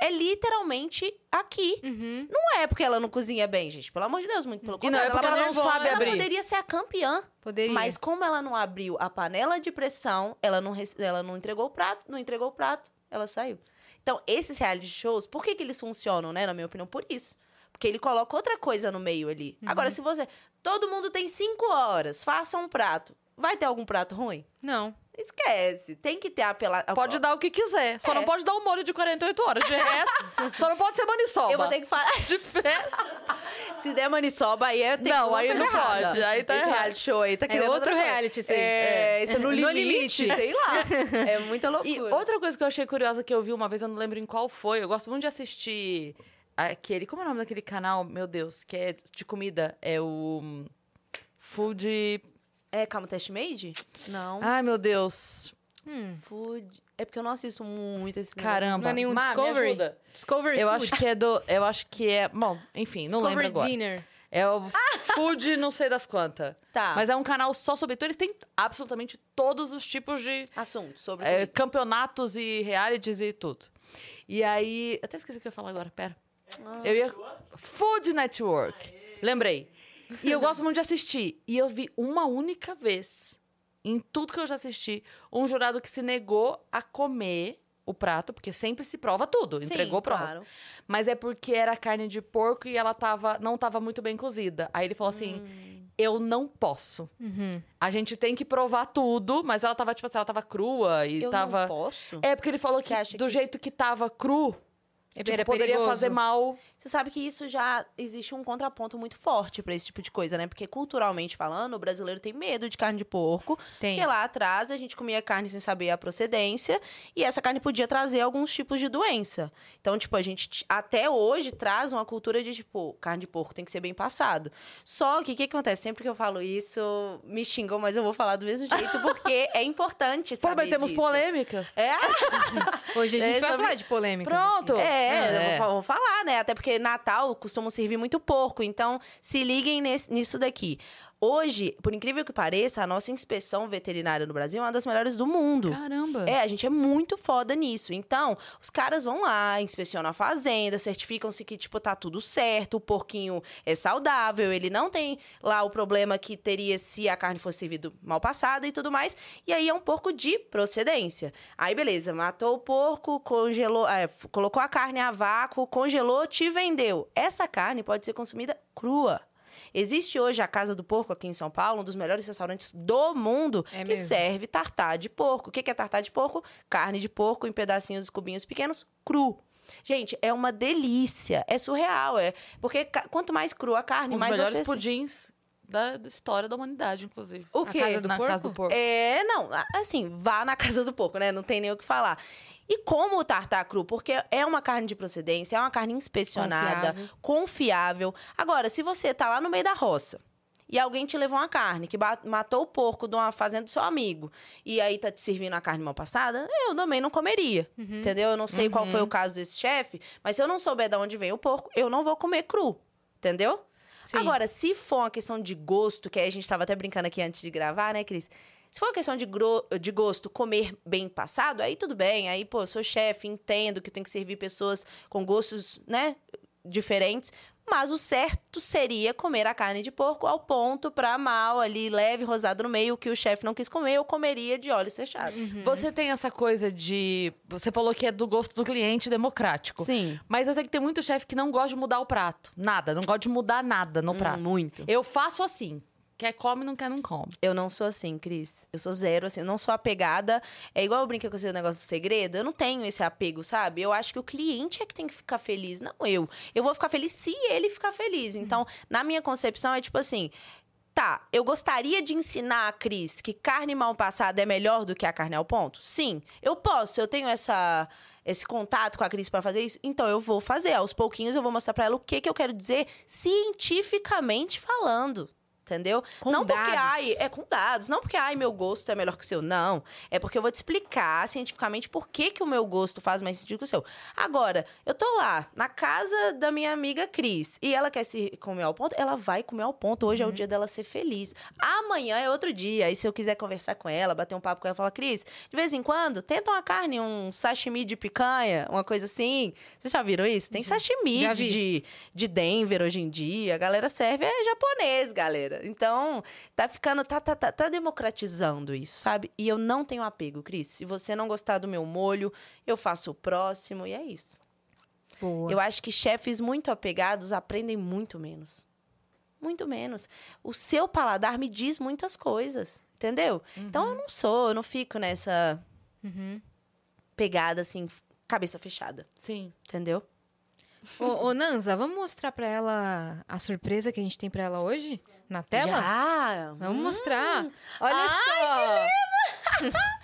Speaker 3: É literalmente aqui.
Speaker 2: Uhum.
Speaker 3: Não é porque ela não cozinha bem, gente. Pelo amor de Deus, muito pelo
Speaker 1: E não,
Speaker 3: contrário.
Speaker 1: é porque
Speaker 3: ela,
Speaker 1: ela não
Speaker 2: nervosa.
Speaker 1: sabe
Speaker 3: ela
Speaker 1: abrir.
Speaker 3: poderia ser a campeã.
Speaker 2: Poderia.
Speaker 3: Mas como ela não abriu a panela de pressão, ela não, rece- ela não entregou o prato, não entregou o prato, ela saiu. Então, esses reality shows, por que, que eles funcionam, né? Na minha opinião, por isso. Porque ele coloca outra coisa no meio ali.
Speaker 1: Uhum.
Speaker 3: Agora, se você. Todo mundo tem cinco horas, faça um prato. Vai ter algum prato ruim?
Speaker 2: Não.
Speaker 3: Esquece. Tem que ter apela...
Speaker 1: Pode dar o que quiser. Só
Speaker 3: É.
Speaker 1: não pode dar um molho de 48 horas. De
Speaker 2: <laughs>
Speaker 1: resto, só não pode ser maniçoba.
Speaker 3: Eu vou ter que falar.
Speaker 1: De fé.
Speaker 3: <laughs> Se der maniçoba, aí é tem
Speaker 1: Não,
Speaker 3: alguma
Speaker 1: aí
Speaker 3: coisa
Speaker 1: não
Speaker 3: errada.
Speaker 1: pode, aí tá
Speaker 3: Esse
Speaker 1: errado.
Speaker 3: reality show aí tá querendo
Speaker 2: outro
Speaker 3: outra coisa.
Speaker 2: reality esse aí.
Speaker 3: É, esse é <laughs> no,
Speaker 2: No
Speaker 3: limite,
Speaker 2: Limite.
Speaker 3: sei <laughs> lá. É muita loucura.
Speaker 1: E outra coisa que eu achei curiosa que eu vi uma vez, eu não lembro em qual foi. Eu gosto muito de assistir aquele. Como é o nome daquele canal? Meu Deus, que é de comida. É o. Food.
Speaker 3: É Calma Test Made?
Speaker 2: Hum?
Speaker 3: Não.
Speaker 1: Ai, meu Deus.
Speaker 3: Food. É porque eu não assisto muito esse negócio.
Speaker 1: Caramba.
Speaker 2: Não é nenhum
Speaker 1: Má, me
Speaker 2: Discovery?
Speaker 1: ajuda.
Speaker 2: Discovery
Speaker 1: Eu
Speaker 2: Food.
Speaker 1: acho que é do. Eu acho que é. Bom, enfim, não
Speaker 2: Discovery
Speaker 1: lembro agora.
Speaker 2: Dinner.
Speaker 1: É o Food, <laughs> não sei das quantas.
Speaker 3: Tá.
Speaker 1: Mas é um canal só sobre. Então, eles têm absolutamente todos os tipos de
Speaker 3: Assunto sobre.
Speaker 1: é,
Speaker 3: comida.
Speaker 1: campeonatos e realities e tudo. E aí. Eu até esqueci o que eu ia falar agora, pera. eu ia. Food Network. Lembrei. E eu gosto muito de assistir. E eu vi uma única vez em tudo que eu já assisti, um jurado que se negou a comer o prato, porque sempre se prova tudo, entregou prova.
Speaker 3: claro.
Speaker 1: Mas é porque era carne de porco e ela tava, não tava muito bem cozida. Aí ele falou assim: eu não posso.
Speaker 2: Uhum.
Speaker 1: A gente tem que provar tudo, mas ela tava, tipo assim, ela tava crua e
Speaker 3: Eu
Speaker 1: tava.
Speaker 3: não posso?
Speaker 1: É porque ele falou
Speaker 3: Você
Speaker 1: que
Speaker 3: acha
Speaker 1: do
Speaker 3: que
Speaker 1: jeito que tava cru,
Speaker 2: É,
Speaker 1: tipo,
Speaker 2: era
Speaker 1: poderia
Speaker 2: perigoso.
Speaker 1: fazer mal.
Speaker 3: Você sabe que isso já existe um contraponto muito forte pra esse tipo de coisa, né? Porque culturalmente falando, o brasileiro tem medo de carne de porco,
Speaker 2: Tem.
Speaker 3: porque lá atrás a gente comia carne sem saber a procedência e essa carne podia trazer alguns tipos de doença. Então, tipo, a gente t- até hoje traz uma cultura de tipo, carne de porco tem que ser bem passado. Só que o que acontece? Sempre que eu falo isso, me xingam, mas eu vou falar do mesmo
Speaker 1: <laughs>
Speaker 3: jeito porque é importante
Speaker 1: Pô,
Speaker 3: saber
Speaker 1: mas temos
Speaker 3: disso.
Speaker 1: polêmicas.
Speaker 3: É,
Speaker 2: Hoje a gente
Speaker 3: É,
Speaker 2: vai
Speaker 3: sobre-
Speaker 2: falar de polêmicas.
Speaker 1: Pronto.
Speaker 2: aqui.
Speaker 3: É,
Speaker 1: É.
Speaker 3: eu vou, fa- vou falar, né? Até porque Natal costuma servir muito porco. Então, se liguem nesse- nisso daqui. Hoje, por incrível que pareça, a nossa inspeção veterinária no Brasil é uma das melhores do mundo.
Speaker 1: Caramba.
Speaker 3: É, a gente é muito foda nisso. Então, os caras vão lá, inspecionam a fazenda, certificam-se que, tipo, tá tudo certo, o porquinho é saudável, ele não tem lá o problema que teria se a carne fosse servida mal passada e tudo mais. E aí é um porco de procedência. Aí, beleza, matou o porco, congelou, é, f- colocou a carne a vácuo, congelou, te vendeu. Essa carne pode ser consumida crua. Existe hoje a Casa do Porco aqui em São Paulo, um dos melhores restaurantes do mundo,
Speaker 2: É
Speaker 3: que
Speaker 2: mesmo?
Speaker 3: serve tartar de porco. O que que é tartar de porco? Carne de porco em pedacinhos, cubinhos pequenos, cru. Gente, é uma delícia, é surreal, é porque ca- quanto mais crua a carne,
Speaker 1: Um dos
Speaker 3: mais
Speaker 1: melhores
Speaker 3: você
Speaker 1: pudins da, da história da humanidade, inclusive.
Speaker 3: o
Speaker 2: A
Speaker 3: quê?
Speaker 2: Casa do
Speaker 1: Na
Speaker 2: Porco?
Speaker 1: casa do porco.
Speaker 3: É, não, a- assim, vá na <laughs> casa do porco, né? Não tem nem o que falar. E como o tartar cru? Porque é uma carne de procedência, é uma carne inspecionada,
Speaker 2: Confiável.
Speaker 3: confiável. Agora, se você tá lá no meio da roça e alguém te levou uma carne que ba- matou o porco de uma fazenda do seu amigo e aí tá te servindo a carne mal passada, eu também não comeria, entendeu? Eu não sei qual foi o caso desse chefe, mas se eu não souber de onde vem o porco, eu não vou comer cru, entendeu?
Speaker 2: Sim.
Speaker 3: Agora, se for uma questão de gosto, que aí a gente tava até brincando aqui antes de gravar, né, Cris? Se for uma questão de, gro- de gosto, comer bem passado, aí tudo bem. Aí, pô, eu sou chefe, entendo que tem que servir pessoas com gostos, né, diferentes. Mas o certo seria comer a carne de porco ao ponto pra mal, ali, leve, rosado no meio, o que o chefe não quis comer, eu comeria de olhos fechados.
Speaker 1: Hum. Você tem essa coisa de. Você falou que é do gosto do cliente democrático.
Speaker 3: Sim.
Speaker 1: Mas eu sei que tem muito chefe que não gosta de mudar o prato. Nada. Não gosta de mudar nada
Speaker 3: Hum.
Speaker 1: no prato.
Speaker 3: muito.
Speaker 1: Eu faço assim. Quer come, não quer, não come.
Speaker 3: Eu não sou assim, Cris. Eu sou zero, assim. Eu não sou apegada. É igual eu brinquei com esse negócio do segredo. Eu não tenho esse apego, sabe? Eu acho que o cliente é que tem que ficar feliz, não eu. Eu vou ficar feliz se ele ficar feliz. Então, na minha concepção, é tipo assim. Tá, eu gostaria de ensinar a Cris que carne mal passada é melhor do que a carne ao ponto? Sim, eu posso, eu tenho essa, esse contato com a Cris pra fazer isso, então eu vou fazer. Aos pouquinhos eu vou mostrar pra ela o que, que eu quero dizer cientificamente falando. Entendeu?
Speaker 2: Com
Speaker 3: não porque,
Speaker 2: dados.
Speaker 3: ai, é com dados. Não porque, ai, meu gosto é melhor que o seu. Não. É porque eu vou te explicar cientificamente por que, que o meu gosto faz mais sentido que o seu. Agora, eu tô lá, na casa da minha amiga Cris, e ela quer se comer ao ponto, ela vai comer ao ponto. Hoje é o
Speaker 2: Uhum.
Speaker 3: dia dela ser feliz. Amanhã é outro dia. E se eu quiser conversar com ela, bater um papo com ela, falar, Cris, de vez em quando, tenta uma carne, um sashimi de picanha, uma coisa assim. Vocês já viram isso? Tem sashimi
Speaker 2: Já vi.
Speaker 3: de, de, de Denver hoje em dia. A galera serve é japonês, galera. Então, tá ficando, tá, tá, tá, tá democratizando isso, sabe? E eu não tenho apego, Cris. Se você não gostar do meu molho, eu faço o próximo e é isso.
Speaker 2: Boa.
Speaker 3: Eu acho que chefes muito apegados aprendem muito menos. Muito menos. O seu paladar me diz muitas coisas, entendeu? Então eu não sou, eu não fico nessa
Speaker 2: Uhum.
Speaker 3: pegada assim, cabeça fechada,
Speaker 1: Sim.
Speaker 3: entendeu?
Speaker 2: Ô, ô, Nanza, vamos mostrar pra ela a surpresa que a gente tem pra ela hoje? Na tela?
Speaker 3: Já.
Speaker 2: Vamos
Speaker 3: Hum. Ah,
Speaker 2: mostrar. Olha só.
Speaker 3: <laughs>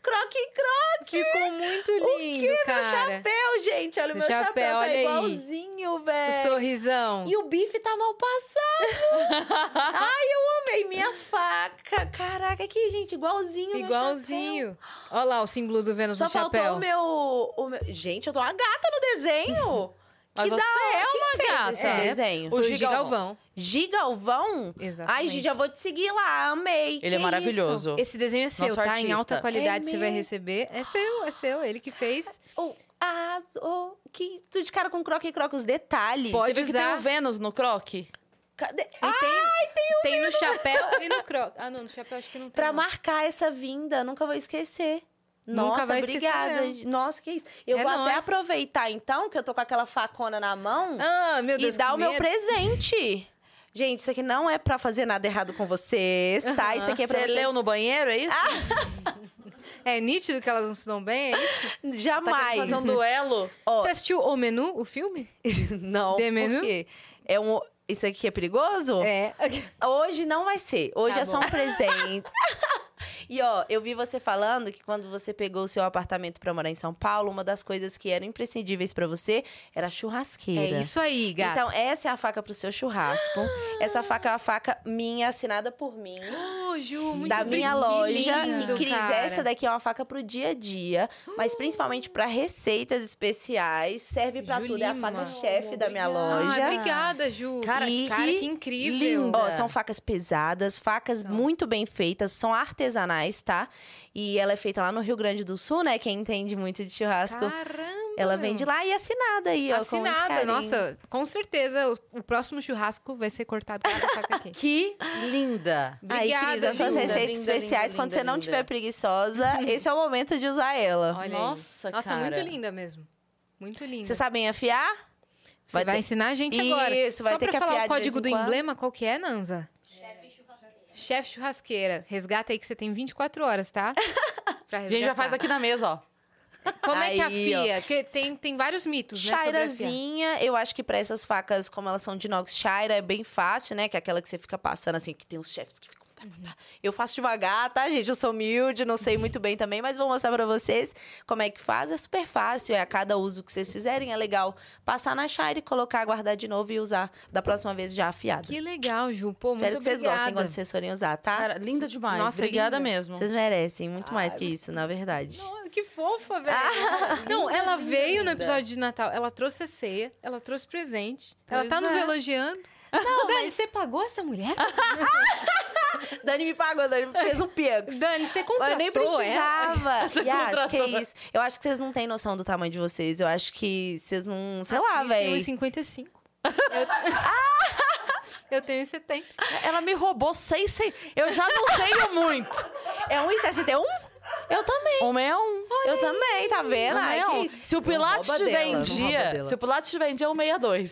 Speaker 3: Croque, croque!
Speaker 2: Ficou muito lindo, cara.
Speaker 3: chapéu, gente. Olha o
Speaker 2: O
Speaker 3: meu
Speaker 2: chapéu,
Speaker 3: chapéu, tá
Speaker 2: olha aí.
Speaker 3: igualzinho,
Speaker 2: O
Speaker 3: velho.
Speaker 2: sorrisão.
Speaker 3: E o bife tá mal passado.
Speaker 2: <laughs>
Speaker 3: Ai, eu amei minha faca. Caraca, aqui, gente, igualzinho. meu
Speaker 2: Igualzinho. Olha lá o símbolo do
Speaker 3: chapéu.
Speaker 2: Vênus
Speaker 3: Só
Speaker 2: no chapéu.
Speaker 3: faltou o meu, o meu- Gente, eu tô uma gata
Speaker 2: <laughs>
Speaker 3: no desenho.
Speaker 1: Mas
Speaker 3: que
Speaker 1: você
Speaker 3: da hora.
Speaker 1: é
Speaker 3: Quem
Speaker 1: uma
Speaker 3: fez
Speaker 1: gata.
Speaker 3: Esse
Speaker 2: É.
Speaker 3: desenho.
Speaker 2: Foi o
Speaker 1: O Gigalvão.
Speaker 2: Gigalvão.
Speaker 3: Gigalvão?
Speaker 2: Exatamente.
Speaker 3: Ai, gente, eu vou te seguir lá. Amei.
Speaker 1: Ele é
Speaker 3: que
Speaker 1: maravilhoso.
Speaker 2: Esse desenho é seu,
Speaker 1: Nosso
Speaker 2: tá? Em
Speaker 1: artista.
Speaker 2: alta qualidade,
Speaker 3: É
Speaker 2: você vai
Speaker 3: meu.
Speaker 2: receber. É seu, é seu. Ele que fez.
Speaker 3: isso. Oh, as, oh, que tu de cara com croque e croque os detalhes.
Speaker 1: Você
Speaker 2: Pode
Speaker 1: viu que tem
Speaker 2: usar.
Speaker 1: o Vênus no croque?
Speaker 3: um- Cadê?
Speaker 2: E tem...
Speaker 3: Ai, tem
Speaker 2: Tem um no chapéu e no croc. Ah, não, no chapéu acho que não tem.
Speaker 3: Pra
Speaker 2: não.
Speaker 3: marcar essa vinda, nunca vou esquecer.
Speaker 2: Nunca
Speaker 3: Nossa,
Speaker 2: vai esquecer
Speaker 3: obrigada. Nossa, que isso. Eu
Speaker 2: É
Speaker 3: vou até
Speaker 2: nóis.
Speaker 3: aproveitar, então, que eu tô com aquela facona na mão
Speaker 2: Ah, meu Deus.
Speaker 3: e dar
Speaker 2: que
Speaker 3: o meu
Speaker 2: medo.
Speaker 3: presente. Gente, isso aqui não é pra fazer nada errado com vocês, tá? Isso aqui é pra
Speaker 1: Você
Speaker 3: vocês.
Speaker 1: leu no banheiro, é isso?
Speaker 2: É nítido que elas não se dão bem, é isso?
Speaker 3: Jamais.
Speaker 1: Fazer
Speaker 3: <laughs>
Speaker 1: um duelo?
Speaker 3: Ó.
Speaker 2: Você assistiu O Menu, o filme?
Speaker 3: não,
Speaker 2: De menu?
Speaker 3: porque é um. Isso aqui é perigoso?
Speaker 2: É.
Speaker 3: Hoje não vai ser. Hoje
Speaker 2: Tá
Speaker 3: é só um
Speaker 2: bom. <laughs>
Speaker 3: presente. E ó, eu vi você falando que quando você pegou o seu apartamento pra morar em São Paulo, uma das coisas que eram imprescindíveis pra você era a churrasqueira.
Speaker 2: É isso aí, gata.
Speaker 3: Então, essa é a faca pro seu churrasco. Essa faca é uma faca minha, assinada por mim.
Speaker 2: Ô, Ju, muito
Speaker 3: da minha loja.
Speaker 2: obrigada.
Speaker 3: e Cris,
Speaker 2: cara. Hum.
Speaker 3: essa daqui é uma faca pro dia a dia, mas principalmente pra receitas especiais. Serve pra tudo. É a
Speaker 2: Julima.
Speaker 3: faca chefe da minha
Speaker 2: Ah,
Speaker 3: loja.
Speaker 2: obrigada, Ju.
Speaker 3: Cara, E-
Speaker 2: cara,
Speaker 3: que
Speaker 2: que incrível.
Speaker 3: Linda. Ó, são facas pesadas, facas muito bem feitas, são artesanais, tá? E ela é feita lá no Rio Grande do Sul, né? Quem entende muito de churrasco,
Speaker 2: Caramba.
Speaker 3: ela vem de lá e é assinada aí, ó. com muito
Speaker 2: Assinada,
Speaker 3: carinho.
Speaker 2: nossa, com certeza o, o próximo churrasco vai ser cortado com essa faca aqui.
Speaker 1: Que linda!
Speaker 3: Aí, Cris,
Speaker 2: Obrigada,
Speaker 3: as suas
Speaker 2: linda,
Speaker 3: receitas
Speaker 1: linda,
Speaker 3: especiais,
Speaker 1: linda,
Speaker 3: quando você
Speaker 1: linda,
Speaker 3: não
Speaker 1: linda.
Speaker 3: tiver preguiçosa, esse é o momento de usar ela.
Speaker 2: <laughs> <laughs> Olha aí.
Speaker 1: Nossa,
Speaker 2: Nossa,
Speaker 1: cara.
Speaker 2: muito linda mesmo. Muito linda.
Speaker 3: Vocês sabem afiar?
Speaker 2: Você
Speaker 3: vai
Speaker 2: vai,
Speaker 3: ter-
Speaker 2: ensinar a gente agora.
Speaker 3: Isso, vai
Speaker 2: Só
Speaker 3: ter
Speaker 2: pra
Speaker 3: que
Speaker 2: falar
Speaker 3: afiar
Speaker 2: o
Speaker 3: de vez
Speaker 2: código
Speaker 3: em
Speaker 2: do
Speaker 3: quando.
Speaker 2: emblema, qual que é, Nanza? Chefe churrasqueira. Resgata aí que você tem 24 horas,
Speaker 3: <laughs>
Speaker 2: tá? Pra
Speaker 1: A gente já
Speaker 2: resgatar.
Speaker 1: faz aqui na mesa, ó.
Speaker 2: Como é que
Speaker 3: Aí, ó.
Speaker 2: afia? Porque tem, tem vários mitos, né? sobre afiar.
Speaker 3: Chairazinha, eu acho que pra essas facas, como elas são de inox, chaira é bem fácil, né? Que é aquela que você fica passando assim, que tem uns chefes que ficam. pá, pá,
Speaker 2: Uhum.
Speaker 3: pá. Eu faço devagar, tá, gente? Eu sou humilde, não sei muito bem também, mas vou mostrar pra vocês como é que faz. É super fácil, é a cada uso que vocês fizerem, é legal passar na chaira e colocar, guardar de novo e usar da próxima vez já afiado.
Speaker 2: Que legal, Ju. Pô,
Speaker 3: Espero
Speaker 2: muito
Speaker 3: que vocês
Speaker 2: obrigada.
Speaker 3: gostem quando vocês forem usar, tá?
Speaker 1: Cara, linda demais.
Speaker 2: Nossa,
Speaker 1: Obrigada
Speaker 2: linda.
Speaker 1: mesmo.
Speaker 3: Vocês merecem muito mais que isso, na verdade.
Speaker 2: Nossa, que fofa, velho.
Speaker 3: Ah.
Speaker 2: não, ela veio no episódio de Natal, ela trouxe a ceia, ela trouxe presente, ela
Speaker 3: Pois
Speaker 2: tá nos
Speaker 3: é.
Speaker 2: elogiando. Não, Dani, você pagou essa
Speaker 3: <laughs>
Speaker 2: mulher?
Speaker 3: Dani me pagou, Dani fez
Speaker 2: <laughs>
Speaker 3: um pix.
Speaker 2: Dani, você
Speaker 3: Mas
Speaker 2: contratou
Speaker 3: eu nem
Speaker 2: ela? <laughs>
Speaker 3: precisava. Yas, que
Speaker 1: contratou.
Speaker 3: isso. Eu acho que vocês não têm noção do tamanho de vocês. Eu acho que vocês não. Sei lá,
Speaker 2: Eu tenho
Speaker 3: véi.
Speaker 2: 1,55.
Speaker 3: <laughs>
Speaker 2: Eu... eu tenho 70.
Speaker 1: Ela me roubou seis, seis. Eu já não tenho muito.
Speaker 3: É 1,61? Eu também.
Speaker 1: Homem é um.
Speaker 3: Eu também, tá vendo?
Speaker 1: Homem
Speaker 3: Ai,
Speaker 1: é um.
Speaker 3: que-
Speaker 1: Se o
Speaker 3: Não
Speaker 1: Pilates
Speaker 3: rouba
Speaker 1: tiver
Speaker 3: dela,
Speaker 1: em
Speaker 3: não rouba
Speaker 1: dia,
Speaker 3: dela.
Speaker 1: se o Pilates tiver em dia, é um 62.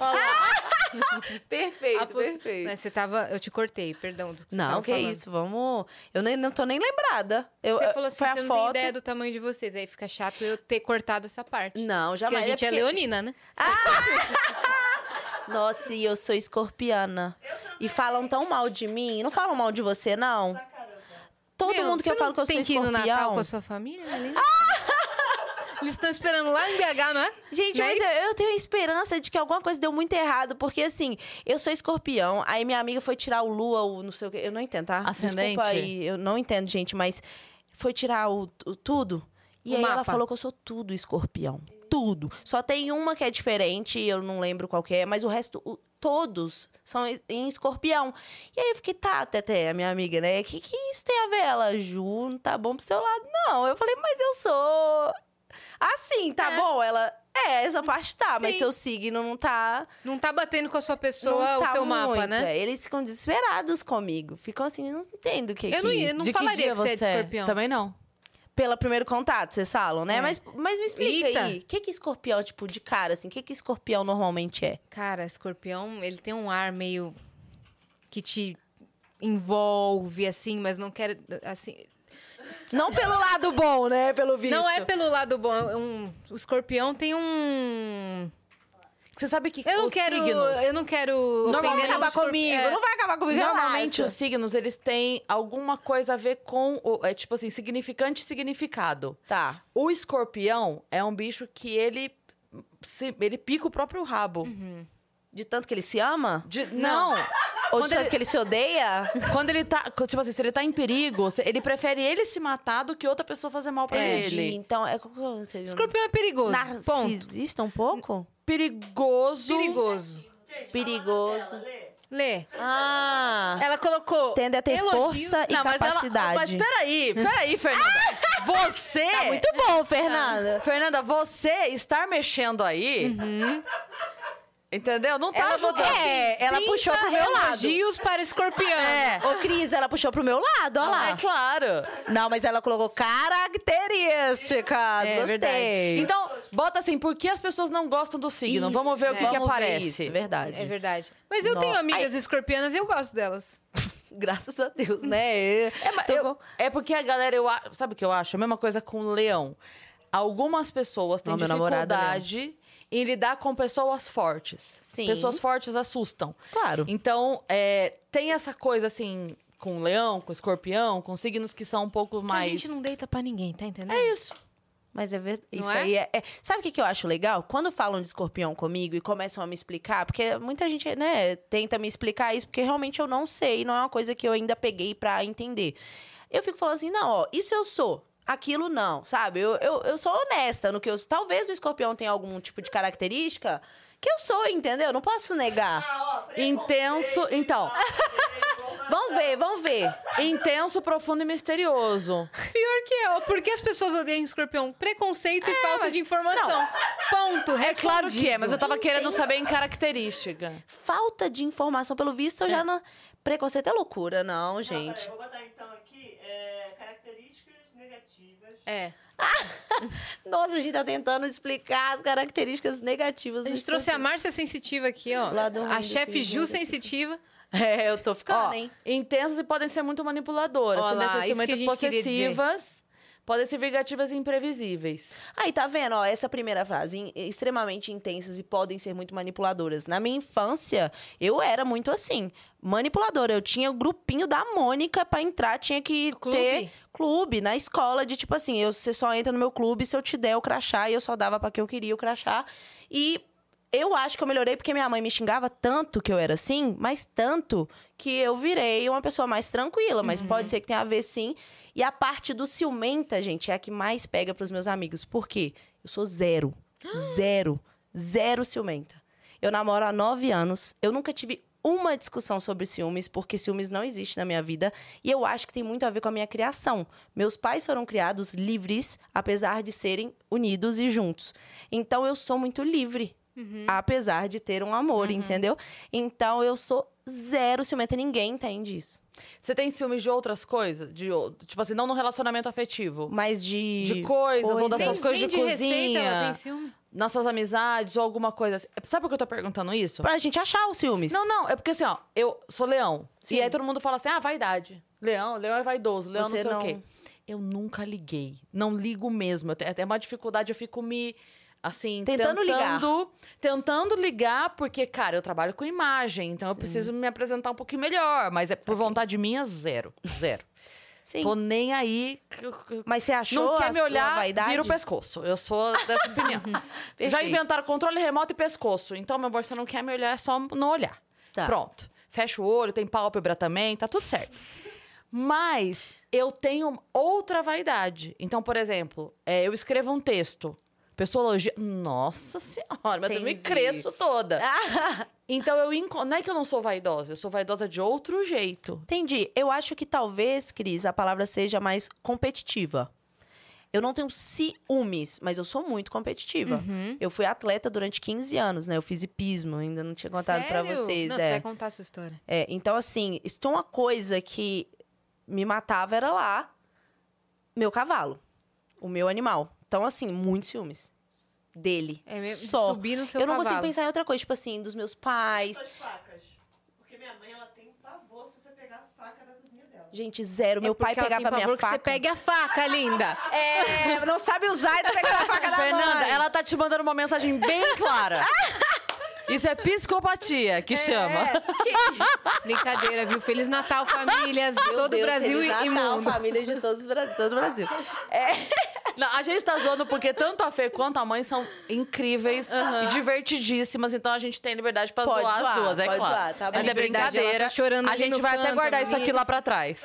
Speaker 3: Perfeito,
Speaker 2: Aposto- Mas você tava. Eu te cortei, perdão. Do que você
Speaker 3: Não,
Speaker 2: tava
Speaker 3: que
Speaker 2: falando.
Speaker 3: isso, vamos. Eu nem, não tô nem lembrada. Eu,
Speaker 2: Você
Speaker 3: eu-
Speaker 2: falou assim:
Speaker 3: foi a
Speaker 2: você não
Speaker 3: foto.
Speaker 2: tem ideia do tamanho de vocês. Aí fica chato eu ter cortado essa parte.
Speaker 3: Não,
Speaker 2: Porque
Speaker 3: jamais.
Speaker 2: a gente é,
Speaker 3: porque-
Speaker 2: leonina, né?
Speaker 3: Nossa, e eu sou escorpiana. E falam tão mal de mim. Não falam mal de você, não. Todo
Speaker 2: Meu,
Speaker 3: mundo que
Speaker 2: você
Speaker 3: eu falo
Speaker 2: não
Speaker 3: que eu sou
Speaker 2: tem que ir
Speaker 3: escorpião.
Speaker 2: no Natal com a sua família, Melina? <laughs> Eles estão esperando lá em BH, não é?
Speaker 3: Gente,
Speaker 2: Não é
Speaker 3: mas
Speaker 2: isso?
Speaker 3: eu, eu tenho a esperança de que alguma coisa deu muito errado, porque assim, eu sou escorpião, aí minha amiga foi tirar o lua, o não sei o que, eu não entendo, tá?
Speaker 1: Ascendente?
Speaker 3: Desculpa aí, eu não entendo, gente, mas foi tirar o, o tudo, e
Speaker 2: O
Speaker 3: aí ela
Speaker 2: mapa.
Speaker 3: falou que eu sou tudo escorpião, tudo. Só tem uma que é diferente, eu não lembro qual que é, mas o resto, o- todos são em- em escorpião. E aí eu fiquei, tá, Tete, a minha amiga, né, que que isso tem a ver? Ela, Ju, não tá bom pro seu lado, não. Eu falei, mas eu sou... Assim, tá
Speaker 2: É.
Speaker 3: bom? Ela. É, essa parte tá, mas
Speaker 2: Sim.
Speaker 3: seu signo não tá.
Speaker 2: Não tá batendo com a sua
Speaker 3: Não
Speaker 2: pessoa
Speaker 3: tá
Speaker 2: o seu mapa,
Speaker 3: muito.
Speaker 2: né?
Speaker 3: É, Eles ficam desesperados comigo. Ficam assim, não entendo o que
Speaker 2: Eu
Speaker 3: que...
Speaker 2: não, ia- não
Speaker 1: De que
Speaker 2: falaria
Speaker 1: dia
Speaker 2: que, você é de escorpião.
Speaker 1: Também não.
Speaker 3: Pelo primeiro contato, vocês falam, né?
Speaker 2: É.
Speaker 3: Mas, mas me explica
Speaker 2: Eita.
Speaker 3: aí. O que que escorpião, tipo, de cara, assim? O que que escorpião normalmente é?
Speaker 2: Cara, escorpião, ele tem um ar meio que te envolve, assim, mas não quer. Assim,
Speaker 3: Não pelo lado bom, né? Pelo visto.
Speaker 2: não é pelo lado bom. é um- o escorpião tem um.
Speaker 1: Você sabe que
Speaker 2: Eu não
Speaker 1: os
Speaker 2: quero.
Speaker 1: signos...
Speaker 2: Eu não quero.
Speaker 3: Não vai
Speaker 2: ofender nenhum
Speaker 3: acabar
Speaker 2: escorpi-
Speaker 3: comigo.
Speaker 2: é,
Speaker 3: Não vai acabar comigo.
Speaker 1: Normalmente os
Speaker 3: relaxa.
Speaker 1: signos, eles têm alguma coisa a ver com... o- É tipo assim, significante e significado.
Speaker 3: Tá.
Speaker 1: O escorpião é um bicho que ele... se- ele pica o próprio rabo.
Speaker 3: Uhum. De tanto que ele se ama?
Speaker 1: De- não.
Speaker 3: Ou
Speaker 1: Quando
Speaker 3: de tanto
Speaker 1: ele-
Speaker 3: que ele se odeia?
Speaker 1: Quando ele tá. Tipo assim, se ele tá em perigo, se- ele prefere ele se matar do que outra pessoa fazer mal pra
Speaker 2: <laughs> É,
Speaker 1: ele.
Speaker 3: Entendi. Então, é... qual que é o- seria o-
Speaker 2: Escorpião é perigoso. Ponto.
Speaker 3: Narcisista um pouco?
Speaker 1: Perigoso.
Speaker 2: Perigoso.
Speaker 3: Perigoso.
Speaker 2: Lê.
Speaker 3: Ah.
Speaker 2: Ela colocou.
Speaker 3: Tende a ter
Speaker 2: elogio-
Speaker 3: força e
Speaker 1: Não, mas ela-
Speaker 3: capacidade.
Speaker 1: Mas peraí, peraí,
Speaker 3: <laughs>
Speaker 1: Fernanda. Você.
Speaker 3: Tá muito <laughs> bom, Fernanda.
Speaker 1: Fernanda, você estar mexendo aí. Entendeu? Não tá
Speaker 3: Uhum. Ela
Speaker 1: ajudando.
Speaker 3: botou assim, ela
Speaker 2: 30
Speaker 3: puxou pro meu lado.
Speaker 2: elogios para escorpião.
Speaker 3: É. Ô, Cris, ela puxou pro meu lado, olha lá.
Speaker 1: É claro.
Speaker 3: Não, mas ela colocou características.
Speaker 2: É,
Speaker 3: Gostei.
Speaker 2: verdade.
Speaker 1: Então, bota assim, por que as pessoas não gostam do signo?
Speaker 3: Isso,
Speaker 1: Vamos ver o que,
Speaker 3: é.
Speaker 1: que
Speaker 3: Vamos ver
Speaker 1: aparece.
Speaker 3: isso, verdade.
Speaker 2: É verdade. Mas eu
Speaker 3: No-
Speaker 2: tenho amigas escorpianas e eu gosto delas.
Speaker 3: Graças a Deus, né?
Speaker 1: É, mas
Speaker 3: Tô
Speaker 1: eu-
Speaker 3: com-
Speaker 1: é porque a galera, eu, a- sabe o que eu acho? A mesma coisa com o leão. Algumas pessoas têm
Speaker 3: Não, meu namorado é
Speaker 1: dificuldade em lidar com pessoas fortes.
Speaker 3: Sim.
Speaker 1: Pessoas fortes assustam.
Speaker 3: Claro.
Speaker 1: Então, é, tem essa coisa assim com o leão, com o escorpião, com signos que são um pouco mais.
Speaker 2: A gente não deita pra ninguém, tá entendendo?
Speaker 1: É isso.
Speaker 3: Mas é verdade.
Speaker 2: Não
Speaker 3: Isso
Speaker 2: é?
Speaker 3: aí é, é- Sabe o que, que eu acho legal? Quando falam de escorpião comigo e começam a me explicar, porque muita gente, né, tenta me explicar isso, porque realmente eu não sei, não é uma coisa que eu ainda peguei pra entender. Eu fico falando assim, não, ó, isso eu sou. Aquilo não, sabe? Eu, eu, eu sou honesta no que eu sou. Talvez o escorpião tenha algum tipo de característica que eu sou, entendeu? Não posso negar.
Speaker 1: Ah, Intenso. Então,
Speaker 3: Vamos ver, vamos ver.
Speaker 1: intenso, profundo e misterioso.
Speaker 2: Pior que eu. Por que as pessoas odeiam escorpião? Preconceito
Speaker 3: É,
Speaker 2: e falta de informação. Ponto.
Speaker 1: É claro que é, mas eu tava querendo
Speaker 3: Intenso.
Speaker 1: saber em característica.
Speaker 3: Falta de informação, pelo visto, eu já não. Preconceito é loucura, não,
Speaker 4: Não,
Speaker 3: gente.
Speaker 4: peraí, eu vou botar então aqui é, características negativas.
Speaker 2: É.
Speaker 3: Nossa, a gente tá tentando explicar as características negativas
Speaker 2: A gente trouxe a Márcia Sensitiva aqui, ó.
Speaker 3: Lado ruim
Speaker 2: a
Speaker 3: desse
Speaker 2: chefe
Speaker 3: jogo
Speaker 2: Ju
Speaker 3: aqui.
Speaker 2: Sensitiva.
Speaker 3: É, eu tô ficando,
Speaker 1: Ó,
Speaker 3: hein?
Speaker 1: intensas e podem ser muito manipuladoras.
Speaker 2: Ó
Speaker 1: são
Speaker 2: lá,
Speaker 1: necessariamente
Speaker 2: isso que a gente queria dizer.
Speaker 1: possessivas, podem ser vingativas e imprevisíveis.
Speaker 3: Aí, tá vendo? Ó, essa primeira frase, "in- extremamente intensas e podem ser muito manipuladoras. Na minha infância, eu era muito assim, manipuladora. Eu tinha o grupinho da Mônica pra entrar, tinha que
Speaker 2: Clube?
Speaker 3: ter clube na escola, de tipo assim, eu, você só entra no meu clube se eu te der o crachá, e eu só dava pra quem eu queria o crachá. E eu acho que eu melhorei porque minha mãe me xingava tanto que eu era assim, mas tanto que eu virei uma pessoa mais tranquila, mas pode ser que tenha a ver sim. E a parte do ciumenta, gente, é a que mais pega pros meus amigos. Por quê? Eu sou zero. Zero. Zero ciumenta. Eu namoro há nove anos. Eu nunca tive uma discussão sobre ciúmes, porque ciúmes não existe na minha vida. E eu acho que tem muito a ver com a minha criação. Meus pais foram criados livres, apesar de serem unidos e juntos. Então eu sou muito livre, apesar de ter um amor, entendeu? Então eu sou zero ciumenta. Ninguém entende isso.
Speaker 1: Você tem ciúmes de outras coisas? De, ou- tipo assim, não no relacionamento afetivo.
Speaker 3: Mas de.
Speaker 1: De coisas, ou das suas
Speaker 3: coisas.
Speaker 1: coisas
Speaker 2: Sem, sem
Speaker 1: de,
Speaker 2: de receita, ela tem
Speaker 1: cozinha,
Speaker 2: ciúme.
Speaker 1: nas suas amizades ou alguma coisa assim. Sabe por que eu tô perguntando isso?
Speaker 3: Pra gente achar os ciúmes.
Speaker 1: Não, não, é porque assim, ó, eu sou leão.
Speaker 3: Sim.
Speaker 1: E aí todo mundo fala assim, ah, vaidade. Leão, leão é vaidoso, leão
Speaker 3: Você
Speaker 1: não
Speaker 3: não-
Speaker 1: sei o quê. Eu nunca liguei. Não ligo mesmo. Eu tenho até uma dificuldade, eu fico me. Assim,
Speaker 3: Tentando ligar.
Speaker 1: tentando- Tentando ligar, porque, cara, eu trabalho com imagem, então eu preciso me apresentar um pouquinho melhor. Mas é por vontade minha, zero.
Speaker 3: <laughs>
Speaker 1: Zero.
Speaker 3: Sim.
Speaker 1: Tô nem aí.
Speaker 3: Mas você achou
Speaker 1: não
Speaker 3: a
Speaker 1: quer me
Speaker 3: sua
Speaker 1: olhar,
Speaker 3: vaidade?
Speaker 1: vira o pescoço. Eu sou dessa opinião. Já
Speaker 3: <laughs> Perfeito.
Speaker 1: inventaram controle remoto e pescoço. Então, meu amor, você não quer me olhar, é só não olhar.
Speaker 3: Tá.
Speaker 1: Pronto. Fecha o olho, tem pálpebra também, tá tudo certo. Mas eu tenho outra vaidade. Então, por exemplo, é, eu escrevo um texto. Pessoa elogia. Nossa senhora, mas eu me
Speaker 3: Entendi.
Speaker 1: cresço
Speaker 3: <laughs>
Speaker 1: toda. Então, eu enco- não é que eu não sou vaidosa, eu sou vaidosa de outro jeito.
Speaker 3: Entendi. Eu acho que talvez, Cris, a palavra seja mais competitiva. Eu não tenho ciúmes, mas eu sou muito competitiva.
Speaker 2: Uhum.
Speaker 3: Eu fui atleta durante 15 anos, né? Eu fiz hipismo, ainda não tinha contado pra
Speaker 2: Sério?
Speaker 3: vocês.
Speaker 2: Não,
Speaker 3: é.
Speaker 2: você vai contar a sua história.
Speaker 3: É, então, assim, se tem uma coisa que me matava era lá meu cavalo, o meu animal. Então, assim, muitos ciúmes dele.
Speaker 2: É mesmo? de
Speaker 3: Só.
Speaker 2: Subir no seu
Speaker 3: Eu não
Speaker 2: cavalo.
Speaker 3: consigo pensar em outra coisa, tipo assim, dos meus pais.
Speaker 4: Suas facas. Porque minha mãe ela tem pavor se você pegar a faca da cozinha dela.
Speaker 3: Gente, zero.
Speaker 2: É
Speaker 3: meu pai
Speaker 2: porque ela tem
Speaker 3: pegava minha
Speaker 2: pavor
Speaker 3: faca.
Speaker 2: que você pegue a faca, linda.
Speaker 3: É, não sabe usar e tá pegando a faca da
Speaker 1: Fernanda,
Speaker 3: mãe.
Speaker 1: ela tá te mandando uma mensagem bem clara.
Speaker 2: <laughs>
Speaker 1: Isso é psicopatia
Speaker 2: É.
Speaker 1: que chama.
Speaker 2: Brincadeira, viu? Feliz Natal, famílias de
Speaker 3: <laughs> Meu
Speaker 2: todo o
Speaker 3: Deus,
Speaker 2: Brasil
Speaker 3: Feliz
Speaker 2: e, e
Speaker 3: Natal,
Speaker 2: mundo. É
Speaker 3: família de todos, os Bra- todo o Brasil.
Speaker 1: Não, a gente tá zoando porque tanto a Fê quanto a mãe são incríveis e divertidíssimas, então a gente tem liberdade pra
Speaker 3: Pode
Speaker 1: zoar,
Speaker 3: zoar,
Speaker 1: as duas, é
Speaker 3: pode
Speaker 1: claro.
Speaker 3: zoar, tá bom.
Speaker 1: Mas é
Speaker 2: Liberdade, ela tá
Speaker 1: brincadeira.
Speaker 2: chorando
Speaker 1: a
Speaker 2: ali
Speaker 1: gente
Speaker 2: no
Speaker 1: vai até
Speaker 2: canto,
Speaker 1: guardar isso
Speaker 2: amiga.
Speaker 1: aqui lá pra trás.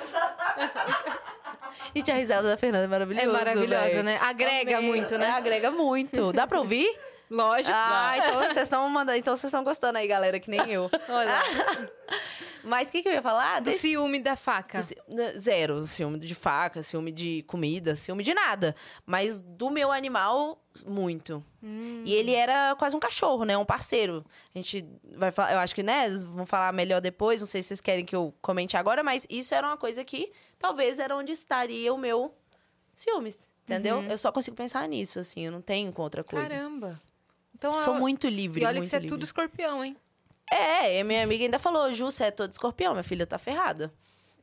Speaker 3: Gente, a risada da Fernanda é maravilhosa.
Speaker 2: É maravilhosa,
Speaker 3: véi.
Speaker 2: né? Agrega
Speaker 3: Amei.
Speaker 2: muito, né?
Speaker 3: É, agrega muito. Dá
Speaker 2: <laughs>
Speaker 3: pra ouvir?
Speaker 2: Lógico.
Speaker 3: Ah, então vocês estão mandando, então vocês estão gostando aí, galera, que nem eu.
Speaker 2: Olha.
Speaker 3: <laughs> Mas o que, que eu ia falar?
Speaker 2: Do
Speaker 3: Desse-
Speaker 2: ciúme da faca.
Speaker 3: do ci- né, Zero. Ciúme de faca, ciúme de comida, ciúme de nada. Mas do meu animal, muito.
Speaker 2: Hum.
Speaker 3: E ele era quase um cachorro, né? Um parceiro. A gente vai falar, eu acho que, né? Vamos falar melhor depois. Não sei se vocês querem que eu comente agora, mas isso era uma coisa que talvez era onde estaria o meu ciúmes. Entendeu? Eu só consigo pensar nisso, assim. Eu não tenho com outra coisa.
Speaker 2: Uhum. Caramba. Então,
Speaker 3: Sou
Speaker 2: eu-
Speaker 3: muito livre.
Speaker 2: E olha que
Speaker 3: muito
Speaker 2: você é
Speaker 3: livre.
Speaker 2: tudo escorpião, hein?
Speaker 3: É, e minha amiga ainda falou, Ju, você é todo escorpião, minha filha tá ferrada.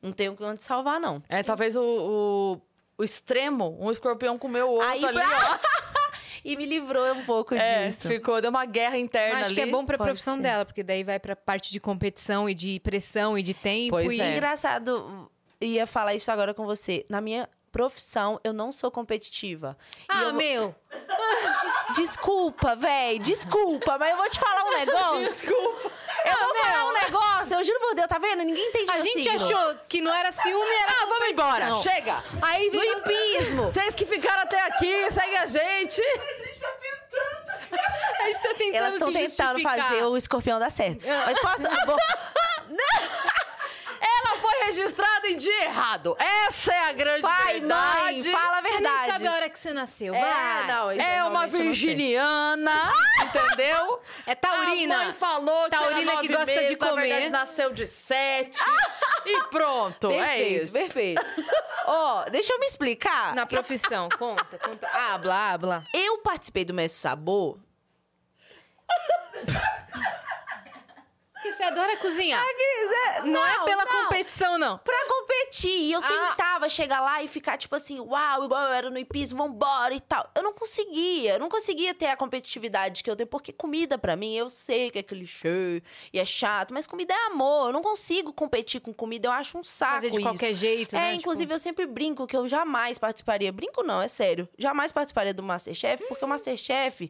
Speaker 3: Não tenho onde salvar, não.
Speaker 1: É, talvez o, o, o extremo, um escorpião comeu o outro
Speaker 3: Aí,
Speaker 1: ali,
Speaker 3: pra-
Speaker 1: ó.
Speaker 3: E me livrou um pouco
Speaker 1: É,
Speaker 3: disso.
Speaker 1: ficou, deu uma guerra interna
Speaker 2: Mas acho
Speaker 1: ali.
Speaker 2: que é bom pra
Speaker 3: pode
Speaker 2: profissão
Speaker 3: ser.
Speaker 2: dela, porque daí vai pra parte de competição e de pressão e de tempo.
Speaker 1: Pois
Speaker 2: e...
Speaker 1: é.
Speaker 3: Engraçado, ia falar isso agora com você. Na minha profissão, eu não sou competitiva. E
Speaker 2: Ah,
Speaker 3: eu vou-
Speaker 2: meu!
Speaker 3: Desculpa, véi, desculpa, mas eu vou te falar um negócio.
Speaker 1: Desculpa.
Speaker 3: Eu vou falar um negócio, eu juro por Deus, tá vendo? Ninguém entende
Speaker 2: A
Speaker 3: meu
Speaker 2: gente
Speaker 3: signo.
Speaker 2: achou que não era ciúme, era
Speaker 1: Ah, vamos embora,
Speaker 2: competição.
Speaker 1: chega.
Speaker 2: Aí
Speaker 3: No
Speaker 2: virou-
Speaker 3: hipismo.
Speaker 1: Vocês que ficaram até aqui, segue a gente.
Speaker 4: A gente tá tentando.
Speaker 2: <laughs> a gente tá tentando
Speaker 3: Elas estão
Speaker 2: te
Speaker 3: tentando
Speaker 2: justificar.
Speaker 3: fazer o escorpião dar
Speaker 2: <laughs>
Speaker 3: certo. Mas posso... ah, vou-
Speaker 1: Ela foi registrada em dia errado. Essa é a grande
Speaker 3: Pai, mãe,
Speaker 1: verdade.
Speaker 3: fala a
Speaker 2: Você
Speaker 3: verdade.
Speaker 2: nem sabe a hora que você nasceu,
Speaker 3: É,
Speaker 2: vai.
Speaker 3: não, isso eu
Speaker 1: É uma
Speaker 3: realmente não sei. <laughs>
Speaker 1: virginiana, entendeu?
Speaker 2: É taurina.
Speaker 1: A mãe falou que
Speaker 2: Taurina
Speaker 1: era
Speaker 2: que
Speaker 1: nove
Speaker 2: gosta de
Speaker 1: meses, na
Speaker 2: comer.
Speaker 1: verdade nasceu de
Speaker 3: <laughs>
Speaker 1: sete. e pronto, é
Speaker 3: Perfeito,
Speaker 1: isso.
Speaker 3: perfeito. Ó, deixa eu me
Speaker 2: <laughs>
Speaker 3: explicar.
Speaker 2: Na profissão, conta, conta. Ah, blá, blá.
Speaker 3: Eu participei do Mestre Sabor.
Speaker 2: Porque você adora cozinhar.
Speaker 3: Ah, Não,
Speaker 2: Não, é pela
Speaker 3: não.
Speaker 2: competição, não.
Speaker 3: Pra competir. E eu
Speaker 2: Ah.
Speaker 3: tentava chegar lá e ficar, tipo assim, uau, igual eu era no hipismo, vambora e tal. Eu não conseguia. Eu não conseguia ter a competitividade que eu tenho. Porque comida, pra mim, eu sei que é clichê e é chato. Mas comida é amor. Eu não consigo competir com comida. Eu acho um saco
Speaker 2: Fazer de
Speaker 3: isso.
Speaker 2: qualquer jeito,
Speaker 3: É,
Speaker 2: né? Tipo,
Speaker 3: inclusive eu sempre brinco que eu jamais participaria. Brinco não, é sério. Jamais participaria do Masterchef, porque o Masterchef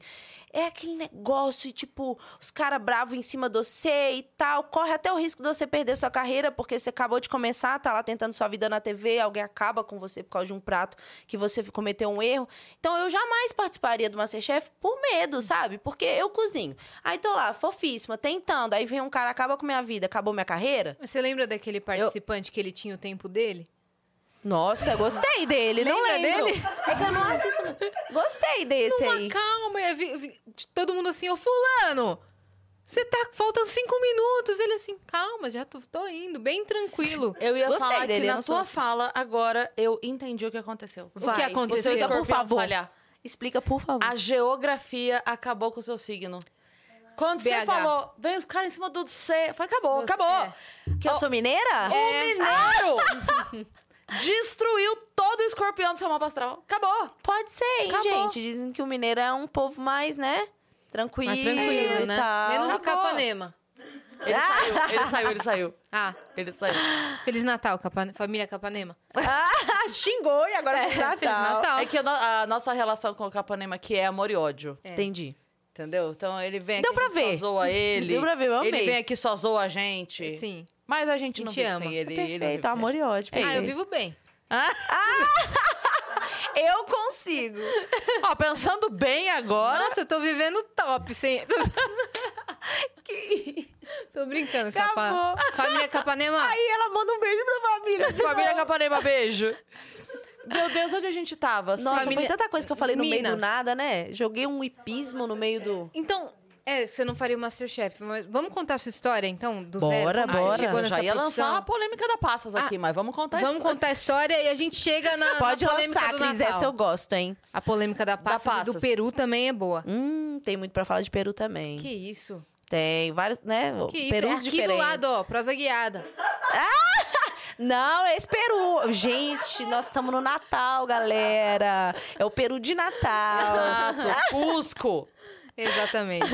Speaker 3: é aquele negócio e, tipo, os caras bravos em cima de você e tal. Corre até o risco de você perder sua carreira, porque você acabou de começar, tá lá tentando sua vida na TV, alguém acaba com você por causa de um prato que você cometeu um erro. Então eu jamais participaria do Masterchef por medo, sabe? Porque eu cozinho. Aí tô lá, fofíssima, tentando. Aí vem um cara, acaba com minha vida, acabou minha carreira.
Speaker 2: Você lembra daquele participante que ele tinha o tempo dele?
Speaker 3: Nossa, eu gostei dele, não
Speaker 2: Lembra
Speaker 3: lembro.
Speaker 2: dele?
Speaker 3: É que eu não assisto. muito. Gostei desse
Speaker 2: Uma
Speaker 3: aí.
Speaker 2: calma, eu vi- eu vi- todo mundo assim, ô fulano, você tá faltando cinco minutos. Ele assim, calma, já tô, tô indo, bem tranquilo.
Speaker 1: Eu ia
Speaker 3: Gostei
Speaker 1: falar
Speaker 3: dele,
Speaker 1: que
Speaker 3: eu
Speaker 1: na
Speaker 3: não sou
Speaker 1: tua
Speaker 3: assim.
Speaker 1: fala, agora eu entendi o que aconteceu.
Speaker 2: que
Speaker 1: Vai,
Speaker 2: aconteceu?
Speaker 1: seu
Speaker 3: Explica, por
Speaker 1: escorpião
Speaker 3: favor.
Speaker 1: falhar.
Speaker 3: Explica, por favor.
Speaker 1: A geografia acabou com o seu signo. Quando você
Speaker 2: BH.
Speaker 1: falou, vem os caras em cima do C. Foi, acabou,
Speaker 2: Você-
Speaker 1: acabou.
Speaker 2: é.
Speaker 3: que eu sou mineira? É,
Speaker 1: O mineiro <laughs> destruiu todo o escorpião do seu mapa astral. Acabou.
Speaker 3: Pode ser, hein,
Speaker 1: Acabou.
Speaker 3: gente? Dizem que o mineiro é um povo mais, né? Tranquilo.
Speaker 2: Mas tranquilo,
Speaker 3: e
Speaker 2: né?
Speaker 3: tal.
Speaker 2: Menos o
Speaker 1: Acabou.
Speaker 2: Capanema.
Speaker 1: Ele saiu, ele saiu, ele saiu.
Speaker 2: Ah,
Speaker 1: Ele saiu.
Speaker 2: Feliz Natal, Capa- família Capanema.
Speaker 3: <laughs> Ah, xingou e agora é, Natal.
Speaker 2: Feliz Natal.
Speaker 1: É que a, no- a nossa relação com o Capanema aqui é amor e ódio.
Speaker 3: Entendi.
Speaker 1: Entendeu? Então ele vem
Speaker 3: Deu
Speaker 1: aqui, a
Speaker 3: pra
Speaker 1: gente
Speaker 3: ver.
Speaker 1: só zoa ele.
Speaker 3: Deu pra ver, eu
Speaker 1: Ele
Speaker 3: amei.
Speaker 1: vem aqui, só zoa a gente.
Speaker 2: Sim.
Speaker 1: Mas a gente
Speaker 2: E
Speaker 1: não
Speaker 2: te
Speaker 1: vive
Speaker 2: ama.
Speaker 1: sem ele. ele não
Speaker 3: Perfeito, então,
Speaker 1: vive sem
Speaker 3: amor
Speaker 1: a
Speaker 3: e ódio.
Speaker 1: É
Speaker 2: ah, eu
Speaker 3: perfeito.
Speaker 2: vivo bem.
Speaker 3: Eu consigo.
Speaker 1: gente. <laughs> Ó, pensando bem agora...
Speaker 2: Nossa, eu tô vivendo top. <laughs> Sem... Tô brincando, Capa...
Speaker 3: Acabou.
Speaker 2: Família Capanema.
Speaker 3: Aí ela manda um beijo pra família.
Speaker 1: Família Capanema, beijo. Meu Deus, onde a gente tava?
Speaker 3: Nossa,
Speaker 1: Sim.
Speaker 2: Família-
Speaker 3: foi tanta coisa que eu falei no meio
Speaker 2: Minas.
Speaker 3: do nada, né? Joguei um hipismo no meio do...
Speaker 2: Então, é, você não faria o Masterchef, mas vamos contar a sua história, então, do
Speaker 3: Bora,
Speaker 2: zero. como você
Speaker 3: bora.
Speaker 2: chegou nessa
Speaker 1: já ia lançar
Speaker 2: profissão?
Speaker 1: uma polêmica da Passas aqui, mas vamos contar
Speaker 2: Vamos
Speaker 1: isso.
Speaker 2: contar a história e a gente chega na, na
Speaker 3: Pode
Speaker 2: Ah, polêmica
Speaker 3: lançar,
Speaker 2: do
Speaker 3: Cris,
Speaker 2: Natal.
Speaker 3: essa é eu gosto, hein?
Speaker 2: A polêmica da pasta e do
Speaker 1: passas.
Speaker 2: Peru também é boa.
Speaker 3: Hum, tem muito pra falar de Peru também.
Speaker 2: Que isso?
Speaker 3: Tem vários, né?
Speaker 2: Que isso?
Speaker 3: Perus
Speaker 2: é aqui
Speaker 3: diferentes.
Speaker 2: do lado, ó, prosa guiada.
Speaker 3: Não, é esse Peru. Gente, nós estamos no Natal, galera. É o Peru de
Speaker 2: <laughs>
Speaker 3: Natal.
Speaker 1: Exato, <laughs> Cusco.
Speaker 2: Exatamente.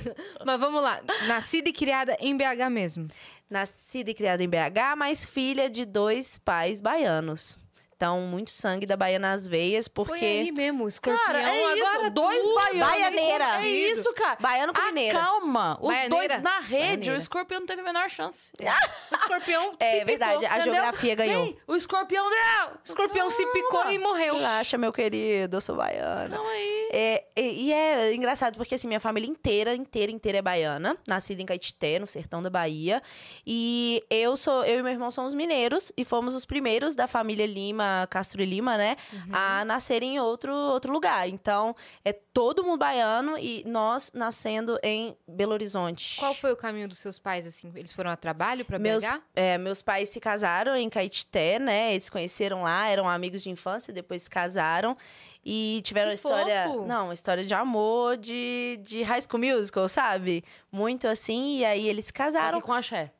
Speaker 2: <laughs> Mas vamos lá. Nascida e criada em BH mesmo.
Speaker 3: Nascida e criada em BH, mas filha de dois pais baianos. Então, muito sangue da Bahia nas veias,
Speaker 2: Foi aí
Speaker 3: porque.
Speaker 2: mesmo, escorpião.
Speaker 1: Cara, é isso,
Speaker 2: agora
Speaker 1: dois
Speaker 2: tudo.
Speaker 1: baianos.
Speaker 3: Baianeira.
Speaker 1: É isso, cara.
Speaker 3: Baiano com mineira.
Speaker 1: Calma, os
Speaker 2: Baianeira?
Speaker 1: dois na rede,
Speaker 3: Baianeira.
Speaker 1: o escorpião não teve a menor
Speaker 3: <laughs>
Speaker 1: chance.
Speaker 2: O escorpião
Speaker 3: É
Speaker 2: se
Speaker 3: verdade,
Speaker 2: picou.
Speaker 3: a
Speaker 1: Entendeu?
Speaker 3: geografia ganhou.
Speaker 1: Vem, o escorpião não!
Speaker 2: O escorpião se picou e morreu.
Speaker 3: Relaxa, meu querido, eu sou baiana.
Speaker 1: Calma aí.
Speaker 3: É, e, e é engraçado, porque assim, minha família inteira, inteira, inteira é baiana. Nascida em Caetité, no sertão da Bahia. E eu sou, eu e meu irmão somos mineiros e fomos os primeiros da família Lima, Castro e Lima, né? A nascerem em outro, outro lugar. Então, é todo mundo baiano e nós nascendo em Belo Horizonte.
Speaker 2: Qual foi o caminho dos seus pais, assim? Eles foram a trabalho pra BH?
Speaker 3: Meus- É, meus pais se casaram em Caetité, né? Eles se conheceram lá, eram amigos de infância, depois se casaram. E tiveram
Speaker 2: Que
Speaker 3: uma história.
Speaker 2: fofo!
Speaker 3: Não, uma história de amor, de, de high school musical, sabe? Muito assim. E aí eles se
Speaker 1: Só
Speaker 3: casaram.
Speaker 1: que com axé.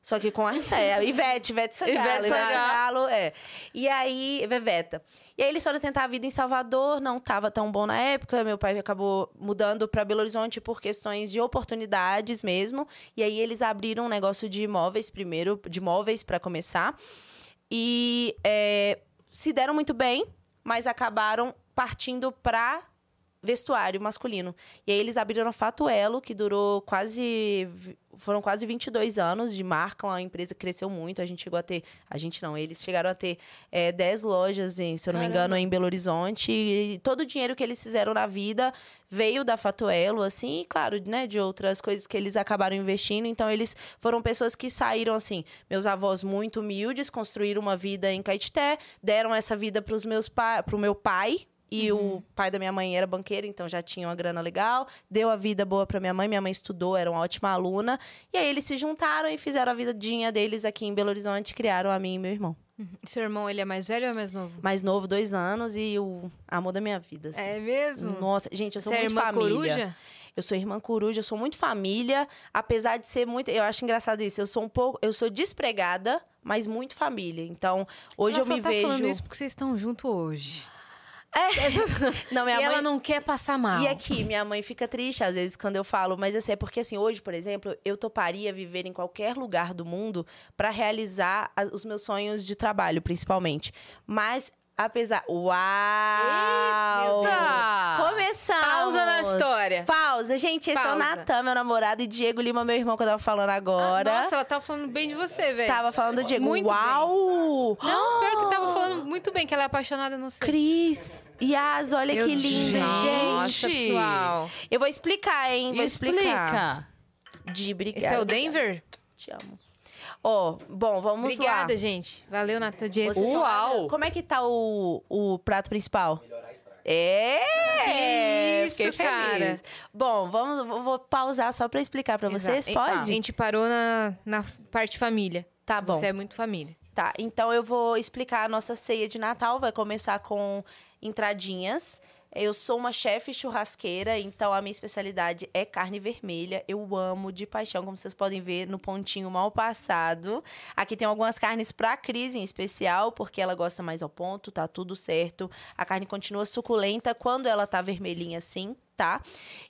Speaker 3: Só que com
Speaker 1: <laughs>
Speaker 3: a Sé, Ivete, Ivete Sangalo,
Speaker 1: Ivete
Speaker 3: Ivete
Speaker 1: Sangalo.
Speaker 3: Sangalo, é. E aí, Veveta. E aí eles foram tentar a vida em Salvador, não tava tão bom na época, meu pai acabou mudando para Belo Horizonte por questões de oportunidades mesmo. E aí eles abriram um negócio de imóveis primeiro, de imóveis para começar. E é, se deram muito bem, mas acabaram partindo pra vestuário masculino. E aí eles abriram a Fatuelo, que durou quase. Foram quase 22 anos de marca, a empresa cresceu muito. A gente chegou a ter. A gente não, eles chegaram a ter eh, 10 lojas, em, se eu não me engano, em Belo Horizonte. E todo o dinheiro que eles fizeram na vida veio da Fatuelo, assim, e claro, né, de outras coisas que eles acabaram investindo. Então, eles foram pessoas que saíram, assim, meus avós muito humildes, construíram uma vida em Caetité, deram essa vida para meus pa pro meu pai, e
Speaker 2: Uhum.
Speaker 3: o pai da minha mãe era banqueiro, então já tinha uma grana legal. Deu a vida boa pra minha mãe. Minha mãe estudou, era uma ótima aluna. E aí eles se juntaram e fizeram a vidinha deles aqui em Belo Horizonte. Criaram a mim e meu irmão.
Speaker 2: Seu irmão, ele é mais velho ou é mais novo?
Speaker 3: Mais novo, dois anos e o amor da minha vida, assim.
Speaker 2: É mesmo?
Speaker 3: Nossa, gente, eu sou
Speaker 2: Você é
Speaker 3: muito
Speaker 2: irmã
Speaker 3: família.
Speaker 2: coruja?
Speaker 3: Eu sou irmã coruja, eu sou muito família, apesar de ser muito, eu acho engraçado isso. Eu sou um pouco, eu sou despregada, mas muito família. Então, hoje
Speaker 2: Ela
Speaker 3: eu
Speaker 2: só
Speaker 3: me
Speaker 2: tá
Speaker 3: vejo. É.
Speaker 2: falando isso porque vocês estão junto hoje.
Speaker 3: <laughs> Não, minha
Speaker 2: e
Speaker 3: mãe
Speaker 2: ela não quer passar mal.
Speaker 3: E é aqui, minha mãe fica triste às vezes quando eu falo, mas assim, é porque assim, hoje, por exemplo, eu toparia viver em qualquer lugar do mundo pra realizar a- os meus sonhos de trabalho, principalmente. Mas, apesar. Uau!
Speaker 2: Eita!
Speaker 3: Começamos!
Speaker 2: Pausa na história.
Speaker 3: Pausa! Gente, esse é o
Speaker 2: Pausa.
Speaker 3: Natan, meu namorado, e Diego Lima, meu irmão, que eu tava falando agora.
Speaker 2: Ah, Nossa, ela tava falando bem de você, velho.
Speaker 3: tava falando do Diego.
Speaker 2: Muito
Speaker 3: Uau!
Speaker 2: Não, pior que tava falando muito bem, que ela é apaixonada, não sei.
Speaker 3: Cris, Yas, olha
Speaker 2: Meu
Speaker 3: que lindo,
Speaker 2: Deus. Nossa,
Speaker 3: gente.
Speaker 2: pessoal.
Speaker 3: Eu vou explicar, hein? Vou explicar.
Speaker 1: Explica.
Speaker 3: De obrigada.
Speaker 2: Esse é o Denver?
Speaker 3: Te amo. Ó, bom, vamos
Speaker 2: Obrigada,
Speaker 3: lá.
Speaker 2: gente. Valeu, Nata Diego.
Speaker 3: Vocês são-
Speaker 1: Uau!
Speaker 3: Como é que tá o, o prato principal? É!
Speaker 2: Isso,
Speaker 3: fiquei feliz. Bom, vamos, vou, vou pausar só pra explicar pra vocês,
Speaker 2: Exato.
Speaker 3: pode?
Speaker 2: A gente parou na, na parte família.
Speaker 3: Tá bom.
Speaker 2: Você é muito família.
Speaker 3: Tá, então eu vou explicar a nossa ceia de Natal. Vai começar com entradinhas. Eu sou uma chefe churrasqueira, então a minha especialidade é carne vermelha. Eu amo de paixão, como vocês podem ver no pontinho mal passado. Aqui tem algumas carnes pra Cris em especial, porque ela gosta mais ao ponto, tá tudo certo. A carne continua suculenta quando ela tá vermelhinha assim, tá?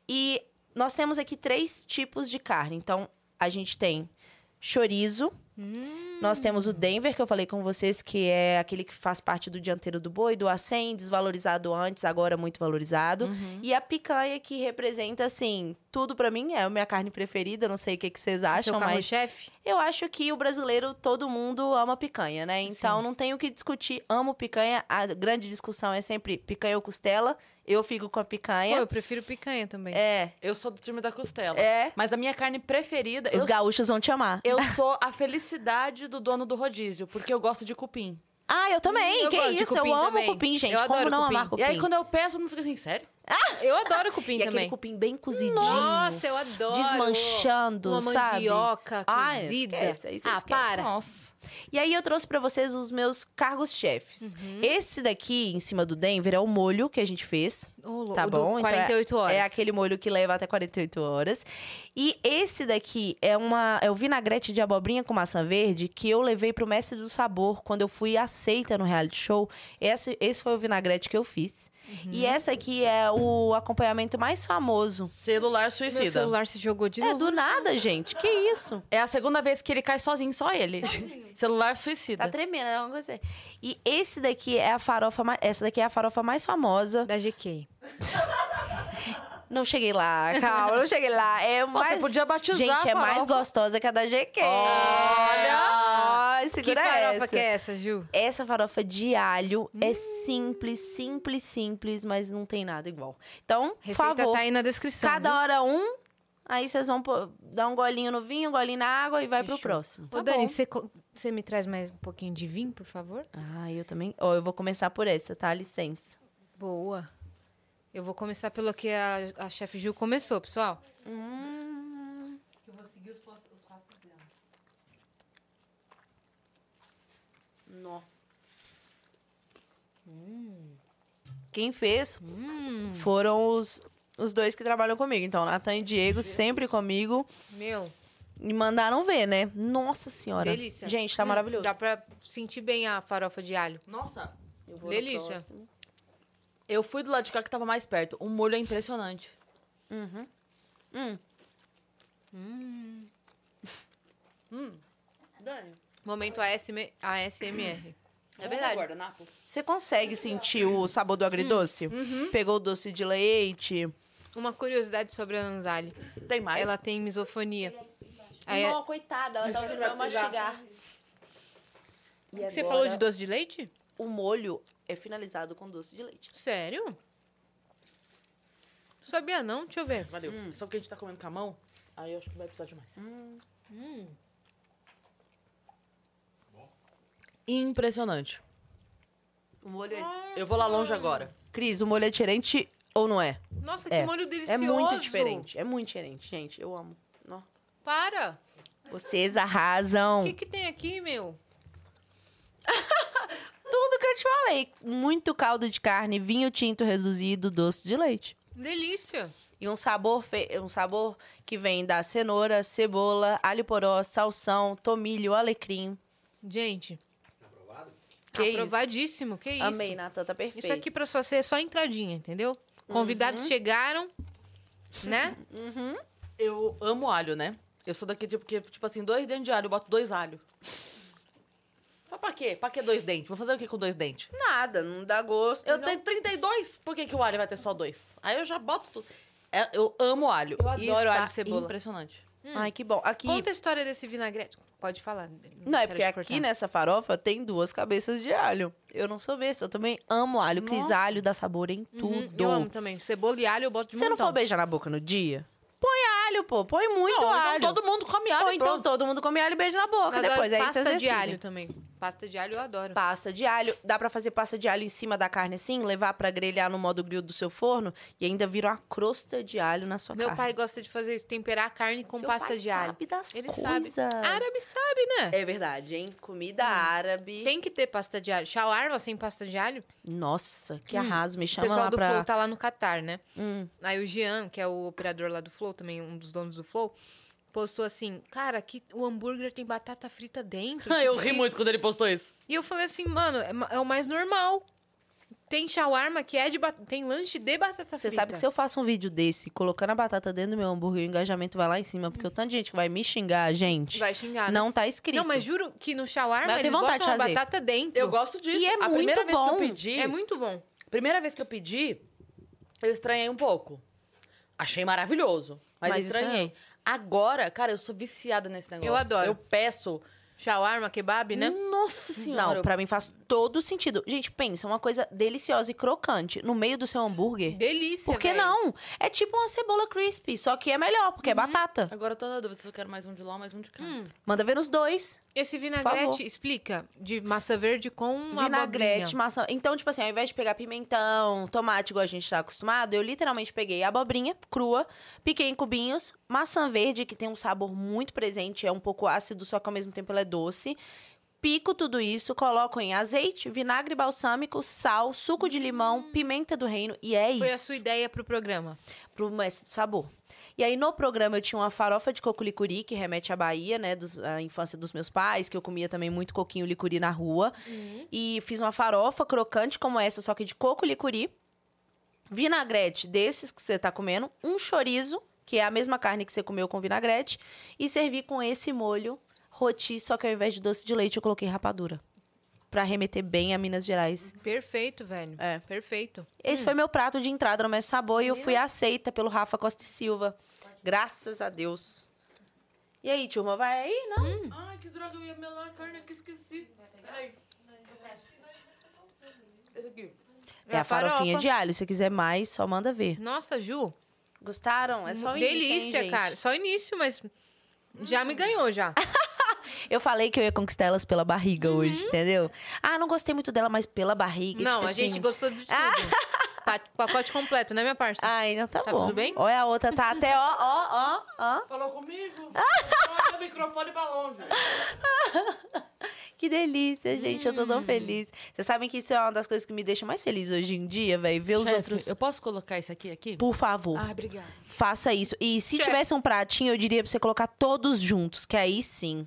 Speaker 3: E nós temos aqui três tipos de carne. Então a gente tem chorizo, nós temos o Denver, que eu falei com vocês, que é aquele que faz parte do dianteiro do boi, do acém, desvalorizado antes, agora muito valorizado. E a picanha, que representa, assim, tudo pra mim, é a minha carne preferida, não sei o que, que vocês
Speaker 2: Seu
Speaker 3: acham, mas
Speaker 2: é carro-chefe?
Speaker 3: eu acho que o brasileiro, todo mundo ama picanha, né? Então não tem o que discutir, amo picanha. A grande discussão é sempre picanha ou costela, eu fico com a
Speaker 2: Pô,
Speaker 3: picanha.
Speaker 2: eu prefiro picanha também.
Speaker 3: É,
Speaker 1: Eu sou do time da costela.
Speaker 3: é.
Speaker 1: Mas a minha carne preferida, eu,
Speaker 3: Os gaúchos vão te amar. <laughs>
Speaker 1: eu sou a felicidade do dono do rodízio, porque eu gosto de cupim.
Speaker 3: Ah, eu também.
Speaker 2: Hum, eu
Speaker 3: que
Speaker 2: gosto de
Speaker 3: isso? Eu
Speaker 2: cupim
Speaker 3: amo
Speaker 2: também.
Speaker 3: cupim, gente.
Speaker 2: Eu
Speaker 3: Como
Speaker 2: adoro
Speaker 3: não
Speaker 2: cupim.
Speaker 3: amar cupim?
Speaker 1: E aí, quando eu peço, eu não fico assim, sério?
Speaker 2: Eu adoro cupim
Speaker 3: E aquele
Speaker 2: também.
Speaker 3: cupim bem cozidinho.
Speaker 2: Nossa, eu adoro.
Speaker 3: Desmanchando,
Speaker 2: Uma
Speaker 3: sabe?
Speaker 2: mandioca
Speaker 3: Ah,
Speaker 2: cozida.
Speaker 3: esquece, aí você
Speaker 2: ah,
Speaker 3: esquece.
Speaker 2: para.
Speaker 1: Nossa.
Speaker 3: E aí eu trouxe pra vocês os meus cargos-chefes.
Speaker 2: Uhum.
Speaker 3: Esse daqui, em cima do Denver, é o molho que a gente fez.
Speaker 2: Ô, lou-
Speaker 3: Tá
Speaker 2: o do
Speaker 3: bom? Então é-
Speaker 2: 48 horas.
Speaker 3: É aquele molho que leva até 48 horas. E esse daqui é uma é o vinagrete de abobrinha com maçã verde que eu levei pro mestre do sabor quando eu fui aceita no reality show. Esse, esse foi o vinagrete que eu fiz. E essa aqui é o acompanhamento mais famoso.
Speaker 1: Celular
Speaker 2: Meu
Speaker 1: suicida.
Speaker 2: celular se jogou de
Speaker 3: É
Speaker 2: novo.
Speaker 3: do nada, gente. Que isso?
Speaker 1: É a segunda vez que ele cai sozinho, só ele. celular
Speaker 3: Tá
Speaker 1: suicida.
Speaker 3: tremendo, é uma coisa. E esse daqui é a farofa, ma- essa daqui é a farofa mais famosa.
Speaker 2: Da GK.
Speaker 3: Não cheguei lá, calma, não cheguei lá. É
Speaker 1: Pô,
Speaker 3: mais
Speaker 1: você podia tá batizar
Speaker 3: Gente,
Speaker 1: a
Speaker 3: é mais
Speaker 1: farofa.
Speaker 3: gostosa que a da GQ.
Speaker 1: Olha!
Speaker 3: Ó, Ai,
Speaker 2: Que
Speaker 3: segura
Speaker 2: farofa
Speaker 3: essa.
Speaker 2: que é essa, Ju?
Speaker 3: Essa farofa de alho é simples, simples, simples, mas não tem nada igual. Então, por
Speaker 2: Receita
Speaker 3: favor,
Speaker 2: tá aí na descrição.
Speaker 3: cada
Speaker 2: viu?
Speaker 3: hora um, aí vocês vão pô- dar um golinho no vinho, um golinho na água e vai pro
Speaker 2: Fechou.
Speaker 3: próximo.
Speaker 2: Ô, Dani, você co- você me traz mais um pouquinho de vinho, por favor?
Speaker 3: Ah, eu também. Ó, eu vou começar por essa, tá? Licença.
Speaker 2: Boa. Eu vou começar pelo que a, a chefe Ju começou, pessoal. Hum.
Speaker 5: Eu vou seguir os, pos- os passos dela.
Speaker 3: Nó. Quem fez
Speaker 2: Hum.
Speaker 3: foram os, os dois que trabalham comigo. Então, Natan e Diego, sempre comigo.
Speaker 2: Meu,
Speaker 3: Me mandaram ver, né? Nossa senhora.
Speaker 2: delícia.
Speaker 3: Gente, tá
Speaker 2: Hum,
Speaker 3: maravilhoso.
Speaker 2: Dá pra sentir bem a farofa de alho.
Speaker 1: Nossa,
Speaker 3: Eu vou no
Speaker 2: delícia.
Speaker 3: próximo.
Speaker 1: eu fui do lado de cá que tava mais perto. O molho é impressionante.
Speaker 3: Uhum.
Speaker 1: Hum.
Speaker 3: Hum.
Speaker 1: Hum. Dani,
Speaker 2: Momento ASM ASMR.
Speaker 3: É verdade. Você consegue sentir o sabor do
Speaker 1: Hum,
Speaker 3: agridoce?
Speaker 1: uhum.
Speaker 3: Pegou o doce de leite.
Speaker 2: Uma curiosidade sobre a Anzali.
Speaker 1: Tem mais?
Speaker 2: Ela tem misofonia. Aí, é-
Speaker 1: é
Speaker 3: Não, coitada,
Speaker 1: <laughs>
Speaker 3: ela tá ouvindo mastigar. E
Speaker 2: você
Speaker 3: agora,
Speaker 2: falou de doce de leite?
Speaker 3: O molho é finalizado com doce de leite.
Speaker 2: Sério? Não sabia não, deixa eu ver.
Speaker 1: Valeu.
Speaker 3: Hum.
Speaker 1: Só que a gente tá comendo com a mão, aí eu acho que vai precisar demais. Hum. Impressionante.
Speaker 3: O molho é...
Speaker 1: um
Speaker 2: Ah.
Speaker 1: Eu vou lá longe agora.
Speaker 3: Cris, o molho é diferente ou não é?
Speaker 2: Nossa, que
Speaker 3: É.
Speaker 2: molho
Speaker 3: É
Speaker 2: delicioso.
Speaker 3: muito diferente. É muito diferente, gente. Eu amo. Nó.
Speaker 2: Para!
Speaker 3: Vocês
Speaker 2: O
Speaker 3: arrasam.
Speaker 2: que, que tem aqui, meu?
Speaker 3: Tudo que eu te falei. Muito caldo de carne, vinho tinto reduzido, doce de leite.
Speaker 2: Delícia.
Speaker 3: E um sabor, fe- um sabor que vem da cenoura, cebola, alho poró, salsão, tomilho, alecrim.
Speaker 2: Gente,
Speaker 3: Que isso?
Speaker 2: aprovadíssimo, que isso.
Speaker 3: Amei, Natan, tá perfeito. Uhum.
Speaker 2: Isso é aqui pra só ser só entradinha, entendeu? Convidados chegaram, né?
Speaker 3: <laughs>
Speaker 1: Eu amo alho, né? Eu sou daquele tipo que, tipo assim, dois dentes de alho, eu boto dois alho. Mas pra quê? Pra que dois dentes? Vou fazer o que com dois dentes?
Speaker 3: Nada, não dá gosto.
Speaker 1: Eu tenho 32, por que, que o alho vai ter só dois? Aí eu já boto tudo. É, Eu amo alho. Eu
Speaker 2: adoro alho e cebola.
Speaker 1: impressionante.
Speaker 2: Hum.
Speaker 3: Ai, que bom. Aqui.
Speaker 2: Conta a história desse vinagrete. Pode falar.
Speaker 3: Não, é
Speaker 2: quero te
Speaker 3: porque aqui
Speaker 2: cortar.
Speaker 3: nessa farofa tem duas cabeças de alho. Eu não sou besta, eu também amo alho. Cris, alho dá sabor em
Speaker 2: Uhum,
Speaker 3: tudo.
Speaker 2: Eu amo também. Cebola e alho eu boto de
Speaker 3: Se você não for
Speaker 2: montão.
Speaker 3: beijar na boca no dia, põe alho, pô. Põe muito
Speaker 1: Não,
Speaker 3: alho.
Speaker 1: Então todo mundo come alho,
Speaker 3: Ou então
Speaker 1: pronto.
Speaker 3: todo mundo come alho e beija na boca.
Speaker 2: Eu adoro
Speaker 3: Depois aí
Speaker 2: pasta
Speaker 3: vocês
Speaker 2: de
Speaker 3: decidem.
Speaker 2: alho também. Pasta de alho eu adoro.
Speaker 3: Pasta de alho. Dá pra fazer pasta de alho em cima da carne assim, levar pra grelhar no modo grill do seu forno e ainda vira uma crosta de alho na sua
Speaker 2: Meu
Speaker 3: carne.
Speaker 2: pai gosta de fazer isso, temperar a carne com
Speaker 3: Seu
Speaker 2: pasta
Speaker 3: pai
Speaker 2: de alho.
Speaker 3: sabe das
Speaker 2: Ele
Speaker 3: coisas.
Speaker 2: sabe. Árabe sabe, né?
Speaker 3: É verdade, hein? Comida árabe.
Speaker 2: Tem que ter pasta de alho. Shawarma sem pasta de alho?
Speaker 3: Nossa, que arraso.
Speaker 2: Hum,
Speaker 3: Me
Speaker 2: O
Speaker 3: chama
Speaker 2: pessoal
Speaker 3: lá
Speaker 2: do Flow
Speaker 3: pra...
Speaker 2: tá lá no Catar, né?
Speaker 3: Hum.
Speaker 2: Aí o Jean, que é o operador lá do Flow, também um dos donos do Flow, postou assim: Cara, aqui o hambúrguer tem batata frita
Speaker 3: <laughs>
Speaker 1: <laughs>
Speaker 2: dentro.
Speaker 1: Eu
Speaker 2: tipo,
Speaker 1: ri
Speaker 2: que-
Speaker 1: muito quando ele postou isso.
Speaker 2: E eu falei assim, mano, é, ma- é o mais normal. Tem shawarma que é de batata. Tem lanche de batata
Speaker 3: Você
Speaker 2: frita.
Speaker 3: sabe que se eu faço um vídeo desse, colocando a batata dentro do meu hambúrguer, o engajamento vai lá em cima, porque o tanto de gente que vai me xingar, gente,
Speaker 2: Hum. Vai xingar. né?
Speaker 3: não tá escrito.
Speaker 2: Não, mas juro que no shawarma
Speaker 3: Mas eu
Speaker 2: eles
Speaker 3: tenho vontade
Speaker 2: botam
Speaker 3: de
Speaker 2: a
Speaker 3: fazer.
Speaker 2: batata dentro.
Speaker 1: Eu gosto disso.
Speaker 3: E é
Speaker 1: a
Speaker 3: muito
Speaker 1: primeira vez que eu
Speaker 3: bom.
Speaker 1: pedi,
Speaker 2: É muito bom.
Speaker 1: primeira vez que eu pedi, eu estranhei um pouco. Achei maravilhoso, mas,
Speaker 3: Mas
Speaker 1: estranhei. Agora, cara, eu sou viciada nesse negócio.
Speaker 2: adoro.
Speaker 1: Eu peço.
Speaker 2: Shawarma, kebab, né?
Speaker 3: Hum.
Speaker 1: Nossa senhora.
Speaker 3: Não, pra mim faz todo sentido. Gente, pensa, uma coisa deliciosa e crocante no meio do seu hambúrguer.
Speaker 2: Delícia,
Speaker 3: Por que
Speaker 2: velho.
Speaker 3: não? É tipo uma cebola crispy, só que é melhor, porque é
Speaker 2: Uhum.
Speaker 3: batata.
Speaker 1: Agora eu tô na dúvida se eu quero mais um de lá ou mais um de cá.
Speaker 3: Manda ver nos dois.
Speaker 2: Esse
Speaker 3: Favor.
Speaker 2: vinagrete, explica, de massa verde com
Speaker 3: Vinagrete,
Speaker 2: abobrinha.
Speaker 3: maçã. Então, tipo assim, ao invés de pegar pimentão, tomate, igual a gente tá acostumado, eu literalmente peguei a abobrinha crua, piquei em cubinhos, maçã verde, que tem um sabor muito presente, é um pouco ácido, só que ao mesmo tempo ela é doce. Pico tudo isso, coloco em azeite, vinagre balsâmico, sal, suco de limão, pimenta do reino e é
Speaker 2: Hum. Foi
Speaker 3: isso.
Speaker 2: a sua ideia pro programa.
Speaker 3: pro mestre do sabor. E aí, no programa, eu tinha uma farofa de coco licuri, que remete à Bahia, né? Dos, à infância dos meus pais, que eu comia também muito coquinho licuri na rua. E fiz uma farofa crocante como essa, só que de coco licuri. Vinagrete desses que você tá comendo. Um chorizo, que é a mesma carne que você comeu com vinagrete. E servi com esse molho roti, só que ao invés de doce de leite, eu coloquei rapadura. Pra remeter bem a Minas Gerais.
Speaker 2: Perfeito, velho.
Speaker 3: É.
Speaker 2: Perfeito.
Speaker 3: Esse foi meu prato de entrada no Mestre Sabor e eu fui aceita pelo Rafa Costa e Silva. Graças a Deus. E aí, turma, vai aí? né? Não?
Speaker 5: Ai, que droga, eu ia melar a carne aqui, esqueci. Peraí. Esse aqui.
Speaker 3: É a farofinha de alho. Se quiser mais, só manda ver.
Speaker 2: Nossa, Ju,
Speaker 3: Gostaram? É só o início, hein,
Speaker 2: Hum, delícia,
Speaker 3: gente? Hum. Tipo
Speaker 2: cara. Só início, mas já me ganhou
Speaker 3: <laughs>
Speaker 2: já.
Speaker 3: Eu falei que eu ia conquistar elas pela barriga
Speaker 2: Uhum.
Speaker 3: hoje, entendeu? Ah, não gostei muito dela, mas pela barriga.
Speaker 2: Não,
Speaker 3: tipo
Speaker 2: a gente
Speaker 3: assim.
Speaker 2: gostou de tudo.
Speaker 3: <laughs>
Speaker 2: Pa- Pacote completo, né, minha parça?
Speaker 3: Ah, então tá,
Speaker 2: Tá
Speaker 3: bom.
Speaker 2: tudo bem?
Speaker 3: Olha a outra, tá
Speaker 2: <laughs>
Speaker 3: até ó, ó, ó, ó.
Speaker 5: Falou
Speaker 1: <laughs>
Speaker 5: comigo? Olha o microfone pra longe.
Speaker 3: Que delícia, gente. Eu tô
Speaker 2: Hum.
Speaker 3: tão feliz. Vocês sabem que isso é uma das coisas que me deixa mais feliz hoje em dia, velho. Ver os
Speaker 1: Chefe,
Speaker 3: outros.
Speaker 1: Eu posso colocar isso aqui aqui?
Speaker 3: Por favor,
Speaker 1: Ah, obrigada.
Speaker 3: faça isso. E se
Speaker 2: Chefe.
Speaker 3: tivesse um pratinho, eu diria pra você colocar todos juntos, que aí sim.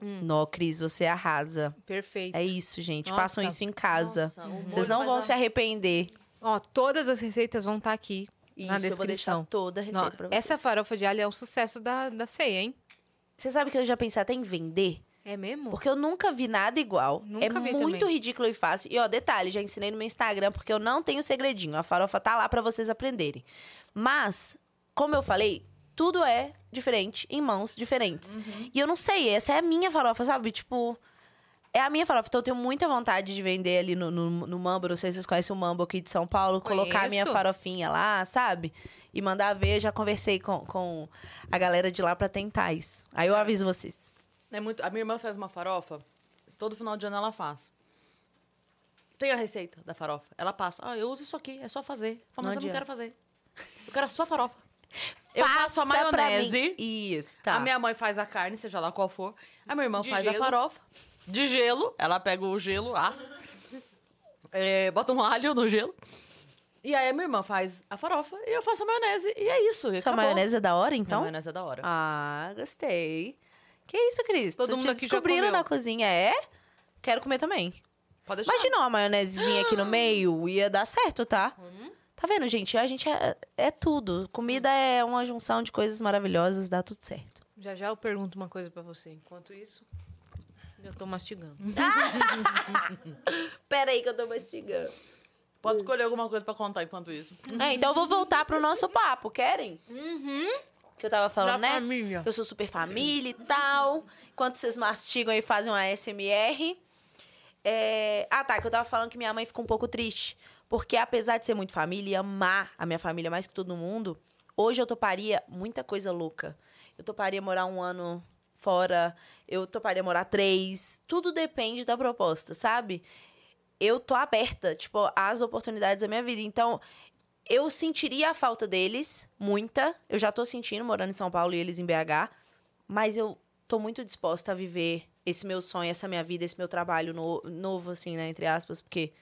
Speaker 3: Nó, Cris, você arrasa.
Speaker 2: Perfeito.
Speaker 3: É isso, gente.
Speaker 2: Hum. Nossa.
Speaker 3: Façam isso em casa.
Speaker 1: Nossa, o molho
Speaker 3: Vocês não
Speaker 1: faz
Speaker 3: vão
Speaker 1: uma-
Speaker 3: se arrepender.
Speaker 2: Ó, todas as receitas vão estar aqui.
Speaker 3: Isso,
Speaker 2: Na
Speaker 3: eu vou deixar
Speaker 2: descrição.
Speaker 3: toda a receita
Speaker 2: Nó-
Speaker 3: pra vocês.
Speaker 2: Essa farofa de alho é o sucesso da, da ceia, hein?
Speaker 3: Você sabe que eu já pensei até em vender?
Speaker 2: É mesmo?
Speaker 3: Porque eu nunca vi nada igual.
Speaker 2: Nunca
Speaker 3: é
Speaker 2: vi
Speaker 3: muito
Speaker 2: também.
Speaker 3: ridículo e fácil. E ó, detalhe, já ensinei no meu Instagram, porque eu não tenho segredinho. A farofa tá lá pra vocês aprenderem. Mas, como eu falei, tudo é diferente em mãos diferentes.
Speaker 2: Uhum.
Speaker 3: E eu não sei, essa é a minha farofa, sabe? Tipo, é a minha farofa. Então eu tenho muita vontade de vender ali no, no, no Mambo. Não sei se vocês conhecem o Mambo aqui de São Paulo. Colocar a minha
Speaker 2: Conheço.
Speaker 3: farofinha lá, sabe? E mandar ver. Já conversei com, com a galera de lá pra tentar isso. Aí
Speaker 2: Tá.
Speaker 3: eu aviso vocês.
Speaker 1: É muito... A minha irmã faz uma farofa. Todo final de ano ela faz. Tem a receita da farofa. Ela passa. Ah, eu uso isso aqui. É só fazer. Fala, mas
Speaker 3: Não
Speaker 1: eu não
Speaker 3: adianta.
Speaker 1: quero fazer. Eu quero só farofa. Eu faço a
Speaker 3: Faça pra mim.
Speaker 1: maionese.
Speaker 3: Isso, tá.
Speaker 1: A minha mãe faz a carne, seja lá qual for. A minha irmã
Speaker 2: De
Speaker 1: faz a
Speaker 2: gelo.
Speaker 1: farofa. De gelo. Ela pega o gelo, assa. É, bota um alho no gelo. E aí a minha irmã faz a farofa e eu faço a maionese. E é isso. e
Speaker 3: Sua
Speaker 1: acabou.
Speaker 3: maionese é da hora,
Speaker 1: Minha
Speaker 3: então?
Speaker 1: maionese é da hora.
Speaker 3: Ah, gostei. Que isso, Cris?
Speaker 2: Todo
Speaker 3: Tô te
Speaker 2: mundo aqui já
Speaker 3: descobrindo
Speaker 2: comeu.
Speaker 3: na cozinha, é? Quero comer também.
Speaker 1: Pode deixar.
Speaker 3: Imagina uma maionesezinha aqui no meio, ia dar certo, tá? Tá vendo, gente? A gente é, é tudo. Comida é uma junção de coisas maravilhosas, dá tudo certo.
Speaker 2: Já já eu pergunto uma coisa pra você. Enquanto isso, eu tô mastigando.
Speaker 3: Uhum. Peraí que eu tô mastigando. Ah.
Speaker 1: Pode escolher alguma coisa pra contar enquanto isso.
Speaker 3: É, então eu vou voltar pro nosso papo, querem? Que eu tava falando,
Speaker 2: Da
Speaker 3: né?
Speaker 2: família.
Speaker 3: Que eu sou super família e tal. Enquanto vocês mastigam e fazem uma SMR. É... Ah, tá. Que eu tava falando que minha mãe ficou um pouco triste. Porque apesar de ser muito família e amar a minha família mais que todo mundo, hoje eu toparia muita coisa louca. Eu toparia morar um ano fora, eu toparia morar três. Tudo depende da proposta, sabe? Eu tô aberta, tipo, às oportunidades da minha vida. Então, eu sentiria a falta deles, muita. Eu já tô sentindo, morando em São Paulo e eles em BH. Mas eu tô muito disposta a viver esse meu sonho, essa minha vida, esse meu trabalho no- novo, assim, né? Entre aspas, porque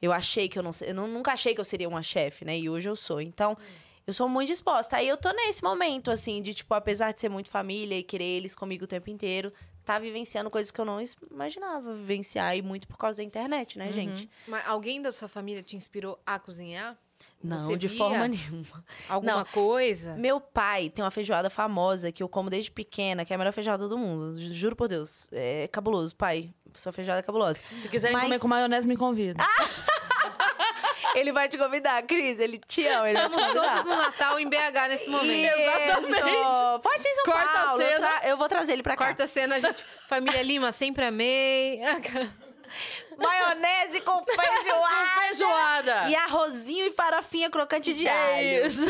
Speaker 3: eu achei que eu não sei. Eu nu- nunca achei que eu seria uma chefe, né? E hoje eu sou. Então, eu sou muito disposta. Aí eu tô nesse momento, assim, de, tipo, apesar de ser muito família e querer eles comigo o tempo inteiro, tá vivenciando coisas que eu não es- imaginava vivenciar. E muito por causa da internet, né, gente?
Speaker 2: Mas alguém da sua família te inspirou a cozinhar?
Speaker 3: Não,
Speaker 2: Você
Speaker 3: de
Speaker 2: via
Speaker 3: forma nenhuma.
Speaker 2: Alguma coisa?
Speaker 3: Meu pai tem uma feijoada famosa que eu como desde pequena, que é a melhor feijoada do mundo. Ju- Juro por Deus. É cabuloso, pai. Sua feijoada é
Speaker 1: <laughs>
Speaker 3: cabulosa.
Speaker 1: Se quiserem
Speaker 3: Mas-
Speaker 1: comer com maionese, me convida.
Speaker 3: ele vai te convidar, Cris. Ele te ama, ele vai te
Speaker 2: Estamos todos
Speaker 3: convidar.
Speaker 2: no Natal em BH nesse momento.
Speaker 3: Isso.
Speaker 1: Exatamente.
Speaker 3: Pode ser em São
Speaker 1: Corta a
Speaker 3: Paulo. Eu,
Speaker 1: cena.
Speaker 3: tra- eu vou trazer ele pra cá.
Speaker 2: Quarta cena, a gente. Família Lima, sempre amei.
Speaker 3: <laughs>
Speaker 2: <laughs>
Speaker 3: Maionese
Speaker 1: <laughs>
Speaker 3: com feijoada.
Speaker 1: Feijoada!
Speaker 3: E arrozinho e farofinha crocante de alho.
Speaker 1: É isso.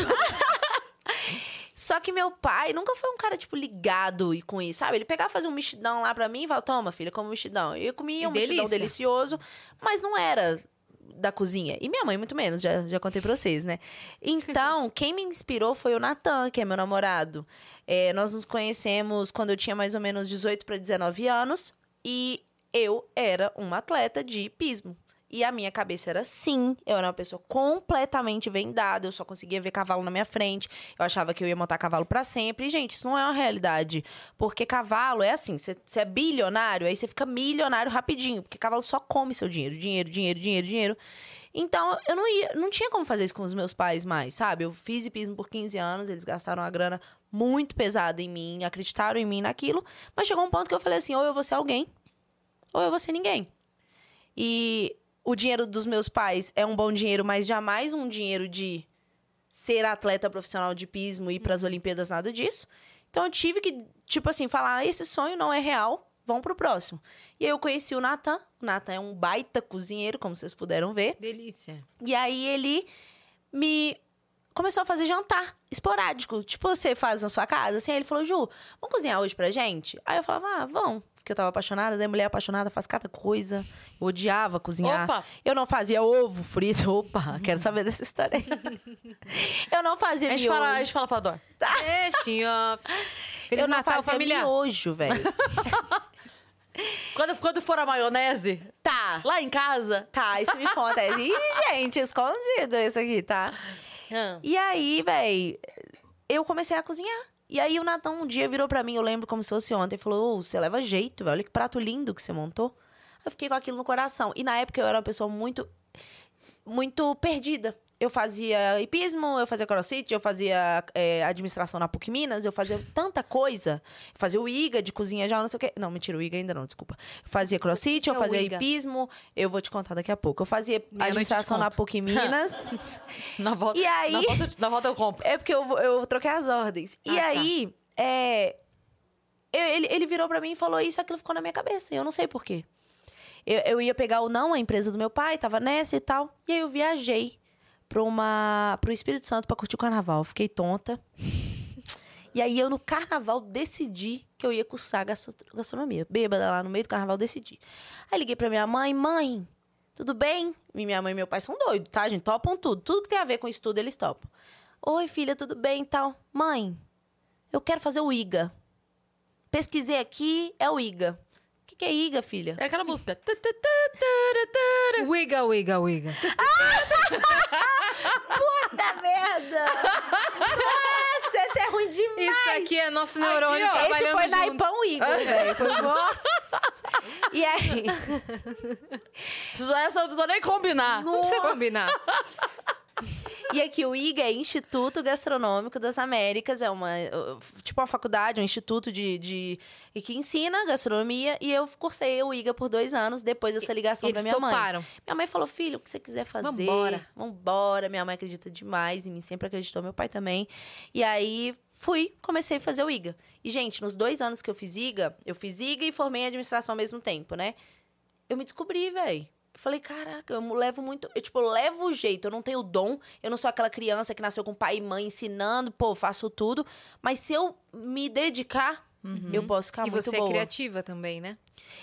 Speaker 3: Só que meu pai nunca foi um cara, tipo, ligado e com isso, sabe? Ele pegava, fazia um mexidão lá pra mim e falava, toma, filha, come um mexidão. E eu comia um mexidão
Speaker 2: delícia.
Speaker 3: delicioso, mas não era da cozinha. E minha mãe, muito menos, já, já contei pra vocês, né? Então, quem me inspirou foi o Natan, que é meu namorado. É, nós nos conhecemos quando eu tinha mais ou menos 18 para 19 anos. E eu era uma atleta de pismo. E a minha cabeça era sim, eu era uma pessoa completamente vendada, eu só conseguia ver cavalo na minha frente, eu achava que eu ia montar cavalo pra sempre. E, gente, isso não é uma realidade. Porque cavalo é assim, você você é bilionário, aí você fica milionário rapidinho, porque cavalo só come seu dinheiro, dinheiro, dinheiro, dinheiro, dinheiro. Então, eu não ia, não tinha como fazer isso com os meus pais mais, sabe? Eu fiz hipismo por 15 anos, eles gastaram uma grana muito pesada em mim, acreditaram em mim naquilo, mas chegou um ponto que eu falei assim, ou eu vou ser alguém, ou eu vou ser ninguém. E o dinheiro dos meus pais é um bom dinheiro, mas jamais um dinheiro de ser atleta profissional de pismo e ir para as Olimpíadas, nada disso. Então eu tive que, tipo assim, falar: "Ah, esse sonho não é real, vamos pro próximo. E aí eu conheci o Natan. O Natan é um baita cozinheiro, como vocês puderam ver.
Speaker 2: Delícia.
Speaker 3: E aí ele me começou a fazer jantar esporádico. Tipo, você faz na sua casa, assim. Aí ele falou, Ju, vamos cozinhar hoje pra gente? Aí eu falava, ah, vamos. Porque eu tava apaixonada, daí mulher apaixonada faz cada coisa. Eu odiava cozinhar.
Speaker 1: Opa!
Speaker 3: Eu não fazia ovo frito. <laughs> Opa, quero saber dessa história
Speaker 1: <laughs>
Speaker 3: aí. eu não fazia
Speaker 1: A gente
Speaker 3: miojo.
Speaker 1: fala, a gente fala pra Dor.
Speaker 2: Deixem, ó. Feliz
Speaker 3: eu não
Speaker 2: Natal,
Speaker 3: fazia
Speaker 2: família.
Speaker 3: miojo, velho.
Speaker 1: Quando, quando for a maionese,
Speaker 3: tá,
Speaker 1: lá em casa,
Speaker 3: tá, isso me conta. Ih, gente, escondido isso aqui, tá?
Speaker 2: Ah,
Speaker 3: E aí, véi, eu comecei a cozinhar. E aí o Natan um dia virou pra mim, eu lembro como se fosse ontem, e falou: "Ô, você leva jeito, velho. Olha que prato lindo que você montou". Eu fiquei com aquilo no coração. E na época eu era uma pessoa muito muito perdida. Eu fazia hipismo, eu fazia crossfit, eu fazia é, administração na PUC Minas, eu fazia tanta coisa. Eu fazia o IGA de cozinha já, não sei o quê. Não, mentira, o IGA ainda não, desculpa. Eu fazia crossfit, eu
Speaker 2: é o
Speaker 3: fazia
Speaker 2: IGA?
Speaker 3: hipismo, eu vou te contar daqui a pouco. Eu fazia
Speaker 2: Meia-noite eu te
Speaker 3: administração na
Speaker 2: conto. <laughs>
Speaker 3: PUC Minas.
Speaker 1: na volta.
Speaker 3: E aí-
Speaker 1: Na volta, eu- na volta eu compro.
Speaker 3: É porque eu, vou- eu troquei as ordens.
Speaker 2: Ah,
Speaker 3: e
Speaker 2: tá.
Speaker 3: aí, é, eu- ele, ele virou pra mim e falou isso, aquilo ficou na minha cabeça. e Eu não sei porquê. Eu, eu ia pegar o não, a empresa do meu pai, tava nessa e tal. E aí eu viajei pra uma, pro Espírito Santo pra curtir o carnaval. Eu Fiquei tonta. E aí eu, no carnaval, decidi que eu ia cursar gastro- gastronomia. Bêbada lá no meio do carnaval, decidi. Aí liguei pra minha mãe, mãe, tudo bem? E minha mãe e meu pai são doidos, tá, gente? Topam tudo. Tudo que tem a ver com estudo, eles topam. Oi, filha, tudo bem e tal? Mãe, eu quero fazer o IGA. Pesquisei aqui, é o IGA. O que, que é IGA, filha?
Speaker 1: É aquela música. Tu, tu, tu, tu, tu.
Speaker 2: Wiga, wiga, wiga.
Speaker 3: Puta merda! Nossa, isso é ruim demais!
Speaker 2: Isso aqui é nosso neurônio
Speaker 1: ó,
Speaker 3: Esse
Speaker 2: trabalhando
Speaker 3: foi
Speaker 2: junto.
Speaker 3: naipão Igor, velho. Foi- Nossa! E aí?
Speaker 1: Precisa- Essa eu não precisa nem combinar.
Speaker 2: Não precisa combinar.
Speaker 3: E aqui o IGA é Instituto Gastronômico das Américas, é uma uh, tipo uma faculdade, um instituto de, de e que ensina gastronomia. E eu cursei o IGA por dois anos depois dessa ligação
Speaker 2: Eles
Speaker 3: da minha mãe.
Speaker 2: toparam.
Speaker 3: Minha mãe falou, filho, o que você quiser fazer.
Speaker 2: Vambora.
Speaker 3: Vambora. Minha mãe acredita demais em mim, sempre acreditou, meu pai também. E aí fui, comecei a fazer o IGA. E, gente, nos dois anos que eu fiz IGA, eu fiz IGA e formei em administração ao mesmo tempo, né? Eu me descobri, velho. Eu falei, caraca, eu levo muito. Eu, tipo, eu levo o jeito, eu não tenho dom, eu não sou aquela criança que nasceu com pai e mãe ensinando, pô, faço tudo. Mas se eu me dedicar, eu posso ficar
Speaker 2: e
Speaker 3: Tá muito
Speaker 2: você
Speaker 3: boa.
Speaker 2: é criativa também, né?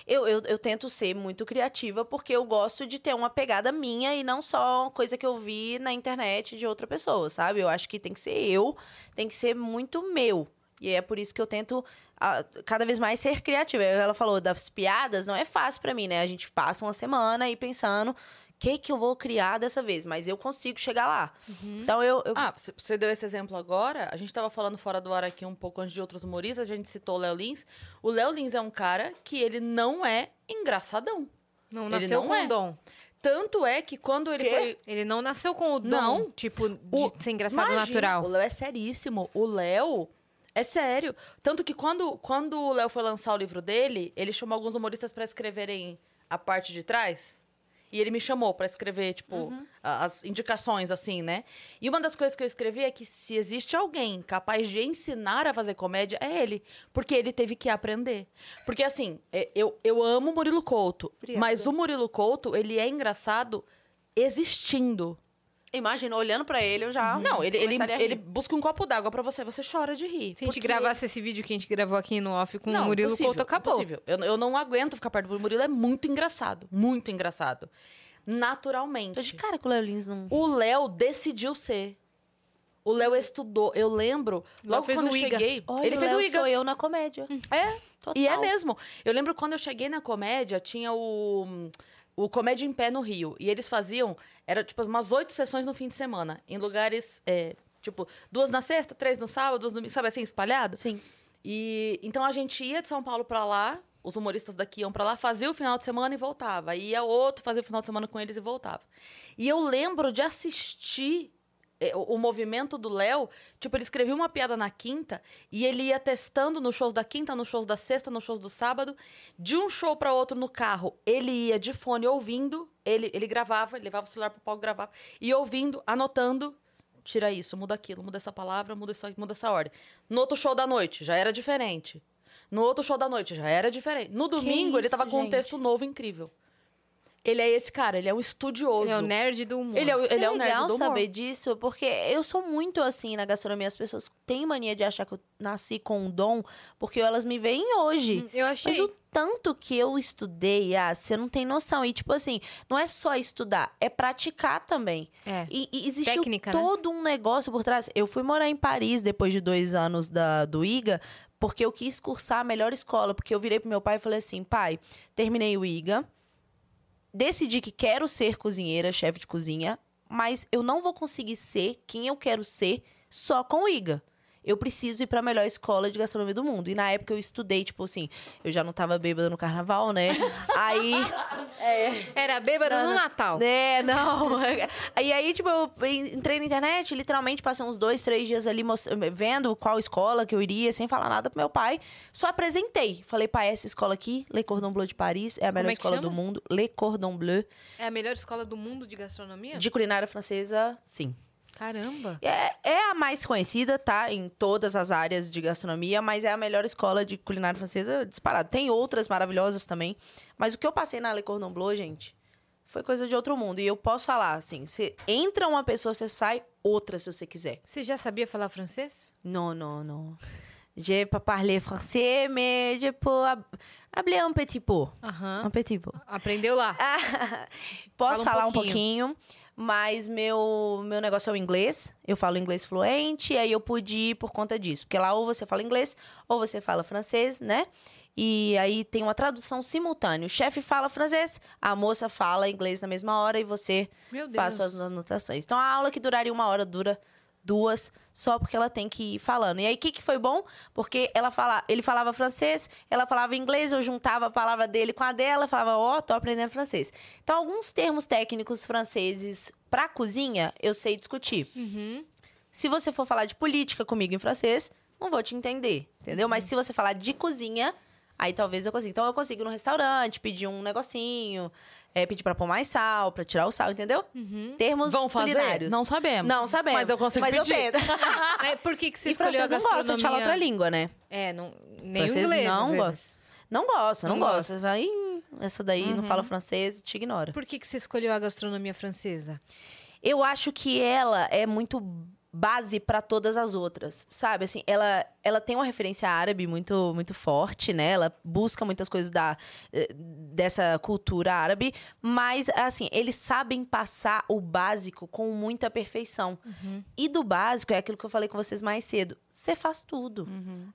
Speaker 3: Eu, eu, eu tento ser muito criativa porque eu gosto de ter uma pegada minha e não só coisa que eu vi na internet de outra pessoa, sabe? Eu acho que tem que ser eu, tem que ser muito meu. E é por isso que eu tento ah, cada vez mais ser criativa. Ela falou das piadas, não é fácil pra mim, né? A gente passa uma semana aí pensando o que que eu vou criar dessa vez, mas eu consigo chegar lá. Então eu, eu-
Speaker 1: Ah, você- você deu esse exemplo agora. A gente tava falando fora do ar aqui um pouco antes de outros humoristas. A gente citou o Léo Lins. O Léo Lins é um cara que ele não é engraçadão.
Speaker 2: Não
Speaker 1: Ele
Speaker 2: nasceu
Speaker 1: não
Speaker 2: com
Speaker 1: é.
Speaker 2: o dom.
Speaker 1: Tanto é que quando ele
Speaker 3: Quê?
Speaker 1: foi.
Speaker 2: Ele não nasceu com o dom,
Speaker 1: Não.
Speaker 2: tipo, de
Speaker 1: O-
Speaker 2: ser engraçado
Speaker 1: Imagina,
Speaker 2: natural.
Speaker 1: O Léo é seríssimo. O Léo é sério. Tanto que quando, quando o Léo foi lançar o livro dele, ele chamou alguns humoristas pra escreverem a parte de trás. E ele me chamou pra escrever, tipo,
Speaker 2: Uhum.
Speaker 1: a- as indicações, assim, né? E uma das coisas que eu escrevi é que se existe alguém capaz de ensinar a fazer comédia, é ele. Porque ele teve que aprender. Porque, assim, é- eu, eu amo o Murilo Couto.
Speaker 3: Obrigada.
Speaker 1: Mas o Murilo Couto, ele é engraçado existindo.
Speaker 3: imagina, olhando pra ele, eu já.
Speaker 1: Não, ele, ele,
Speaker 3: Uhum. começaria a rir.
Speaker 1: ele busca um copo d'água pra você, você chora de rir.
Speaker 2: Se a gente
Speaker 1: porque-
Speaker 2: gravasse esse vídeo que a gente gravou aqui no off com
Speaker 1: Não,
Speaker 2: o Murilo
Speaker 1: impossível,
Speaker 2: Couto, acabou.
Speaker 1: impossível. Eu, eu não aguento ficar perto do Murilo, é muito engraçado. Muito engraçado.
Speaker 3: Tô de
Speaker 1: Naturalmente.
Speaker 3: cara com o Léo Lins não.
Speaker 1: O Léo decidiu ser. O Léo estudou. Eu lembro,
Speaker 2: Léo
Speaker 1: logo
Speaker 2: fez
Speaker 1: quando eu
Speaker 2: o Iga.
Speaker 1: cheguei...
Speaker 3: Olha,
Speaker 1: ele fez
Speaker 3: Léo
Speaker 1: o Iga.
Speaker 3: sou eu na comédia.
Speaker 1: É,
Speaker 3: Total.
Speaker 1: e é mesmo. Eu lembro quando eu cheguei na comédia, tinha o, o Comédia em Pé no Rio. E eles faziam, era tipo umas oito sessões no fim de semana, em lugares, é, tipo, duas na sexta, três no sábado, duas no domingo, sabe assim, espalhado?
Speaker 3: Sim.
Speaker 1: E então a gente ia de São Paulo pra lá, os humoristas daqui iam pra lá, fazia o final de semana e voltava. Aí ia outro, fazia o final de semana com eles e voltava. E eu lembro de assistir eh, o, o movimento do Léo, tipo, ele escrevia uma piada na quinta e ele ia testando nos shows da quinta, nos shows da sexta, nos shows do sábado, de um show pra outro no carro. Ele ia de fone ouvindo, ele, ele gravava, ele levava o celular pro palco, gravava, e ouvindo, anotando. tira isso, muda aquilo, muda essa palavra, muda, isso, muda essa ordem. No outro show da noite, já era diferente. No outro show da noite, já era diferente. No domingo, ele
Speaker 2: isso,
Speaker 1: tava com um
Speaker 2: gente?
Speaker 1: texto novo incrível. Ele é esse cara, ele é um estudioso.
Speaker 2: Ele é o nerd do humor.
Speaker 1: Ele é, o- ele é
Speaker 3: é
Speaker 1: um nerd
Speaker 3: legal
Speaker 1: do humor.
Speaker 3: saber disso, porque eu sou muito assim na gastronomia. As pessoas têm mania de achar que eu nasci com um dom, porque elas me veem hoje.
Speaker 2: Hum, Eu achei.
Speaker 3: Mas o tanto que eu estudei, ah, você não tem noção. E, tipo assim, não é só estudar, é praticar também.
Speaker 2: É.
Speaker 3: E, e existiu
Speaker 2: Técnica, né?
Speaker 3: todo um negócio por trás. Eu fui morar em Paris depois de dois anos da, do IGA, porque eu quis cursar a melhor escola. Porque eu virei pro meu pai e falei assim: pai, terminei o IGA, decidi que quero ser cozinheira, chefe de cozinha, mas eu não vou conseguir ser quem eu quero ser só com o IGA. Eu preciso ir pra melhor escola de gastronomia do mundo. E na época eu estudei, tipo assim, eu já não tava bêbada no
Speaker 2: <laughs>
Speaker 3: carnaval, né? Aí. É.
Speaker 2: Era bêbado no Natal.
Speaker 3: É, não. <laughs> e aí, tipo, eu entrei na internet, literalmente passei uns dois, três dias ali mos- vendo qual escola que eu iria, sem falar nada pro meu pai. Só apresentei. Falei, pai, essa escola aqui, Le Cordon Bleu de Paris, é a melhor
Speaker 2: é que
Speaker 3: escola
Speaker 2: chama?
Speaker 3: do mundo. Le Cordon Bleu.
Speaker 2: É a melhor escola do mundo de gastronomia?
Speaker 3: De culinária francesa, sim.
Speaker 2: Caramba.
Speaker 3: É, é a mais conhecida, tá? Em todas as áreas de gastronomia, mas é a melhor escola de culinária francesa disparada. Tem outras maravilhosas também. Mas o que eu passei na Le Cordon Bleu, gente, foi coisa de outro mundo. E eu posso falar, assim, você entra uma pessoa, você sai outra se você quiser.
Speaker 2: Você já sabia falar francês?
Speaker 3: Non, non, non. Je peux parler français, mais je peux hab- habler un petit peu.
Speaker 2: Aham.
Speaker 3: Un petit peu.
Speaker 2: Aprendeu lá.
Speaker 3: Ah, <laughs> Posso
Speaker 2: Fala um
Speaker 3: falar um pouquinho. mas meu, meu negócio é o inglês. Eu falo inglês fluente, aí eu pude ir por conta disso. Porque lá ou você fala inglês, ou você fala francês, né? E aí tem uma tradução simultânea. O chefe fala francês, a moça fala inglês na mesma hora e você
Speaker 2: Meu Deus.
Speaker 3: faz suas anotações. Então, a aula que duraria uma hora dura duas, só porque ela tem que ir falando. E aí, o que, que foi bom? Porque ela fala, ele falava francês, ela falava inglês, eu juntava a palavra dele com a dela, falava, ó, tô aprendendo francês. Então, alguns termos técnicos franceses pra cozinha, eu sei discutir.
Speaker 2: Uhum.
Speaker 3: Se você for falar de política comigo em francês, não vou te entender, entendeu? Mas
Speaker 1: Uhum.
Speaker 3: se você falar de cozinha, aí talvez eu consiga. Então eu consigo ir no restaurante, pedir um negocinho, eh, pedir pra pôr mais sal, pra tirar o sal, entendeu? Termos
Speaker 1: Uhum. Vão fazer?
Speaker 3: culinários.
Speaker 1: Não sabemos.
Speaker 3: Não sabemos.
Speaker 1: Mas eu consigo
Speaker 3: Mas
Speaker 1: pedir.
Speaker 3: Eu tento.
Speaker 2: Mas por que, que você
Speaker 3: e
Speaker 2: escolheu a
Speaker 3: francês não
Speaker 2: gastronomia?
Speaker 3: gosta de falar outra língua, né?
Speaker 2: É, não, nem o
Speaker 3: Francês
Speaker 2: inglês,
Speaker 3: não
Speaker 2: às
Speaker 3: gosta.
Speaker 2: vezes.
Speaker 3: Não gosta, não,
Speaker 2: Não
Speaker 3: gosta. Você vai, "Ih, essa daí não fala
Speaker 1: Uhum.
Speaker 3: francês, te ignora.
Speaker 2: Por que, que você escolheu a gastronomia francesa?
Speaker 3: eu acho que ela é muito base para todas as outras, sabe? Assim, ela, ela tem uma referência árabe muito muito forte, né? Ela busca muitas coisas da eh, dessa cultura árabe, mas assim, eles sabem passar o básico com muita perfeição. E do básico é aquilo que eu falei com vocês mais cedo. Você faz tudo.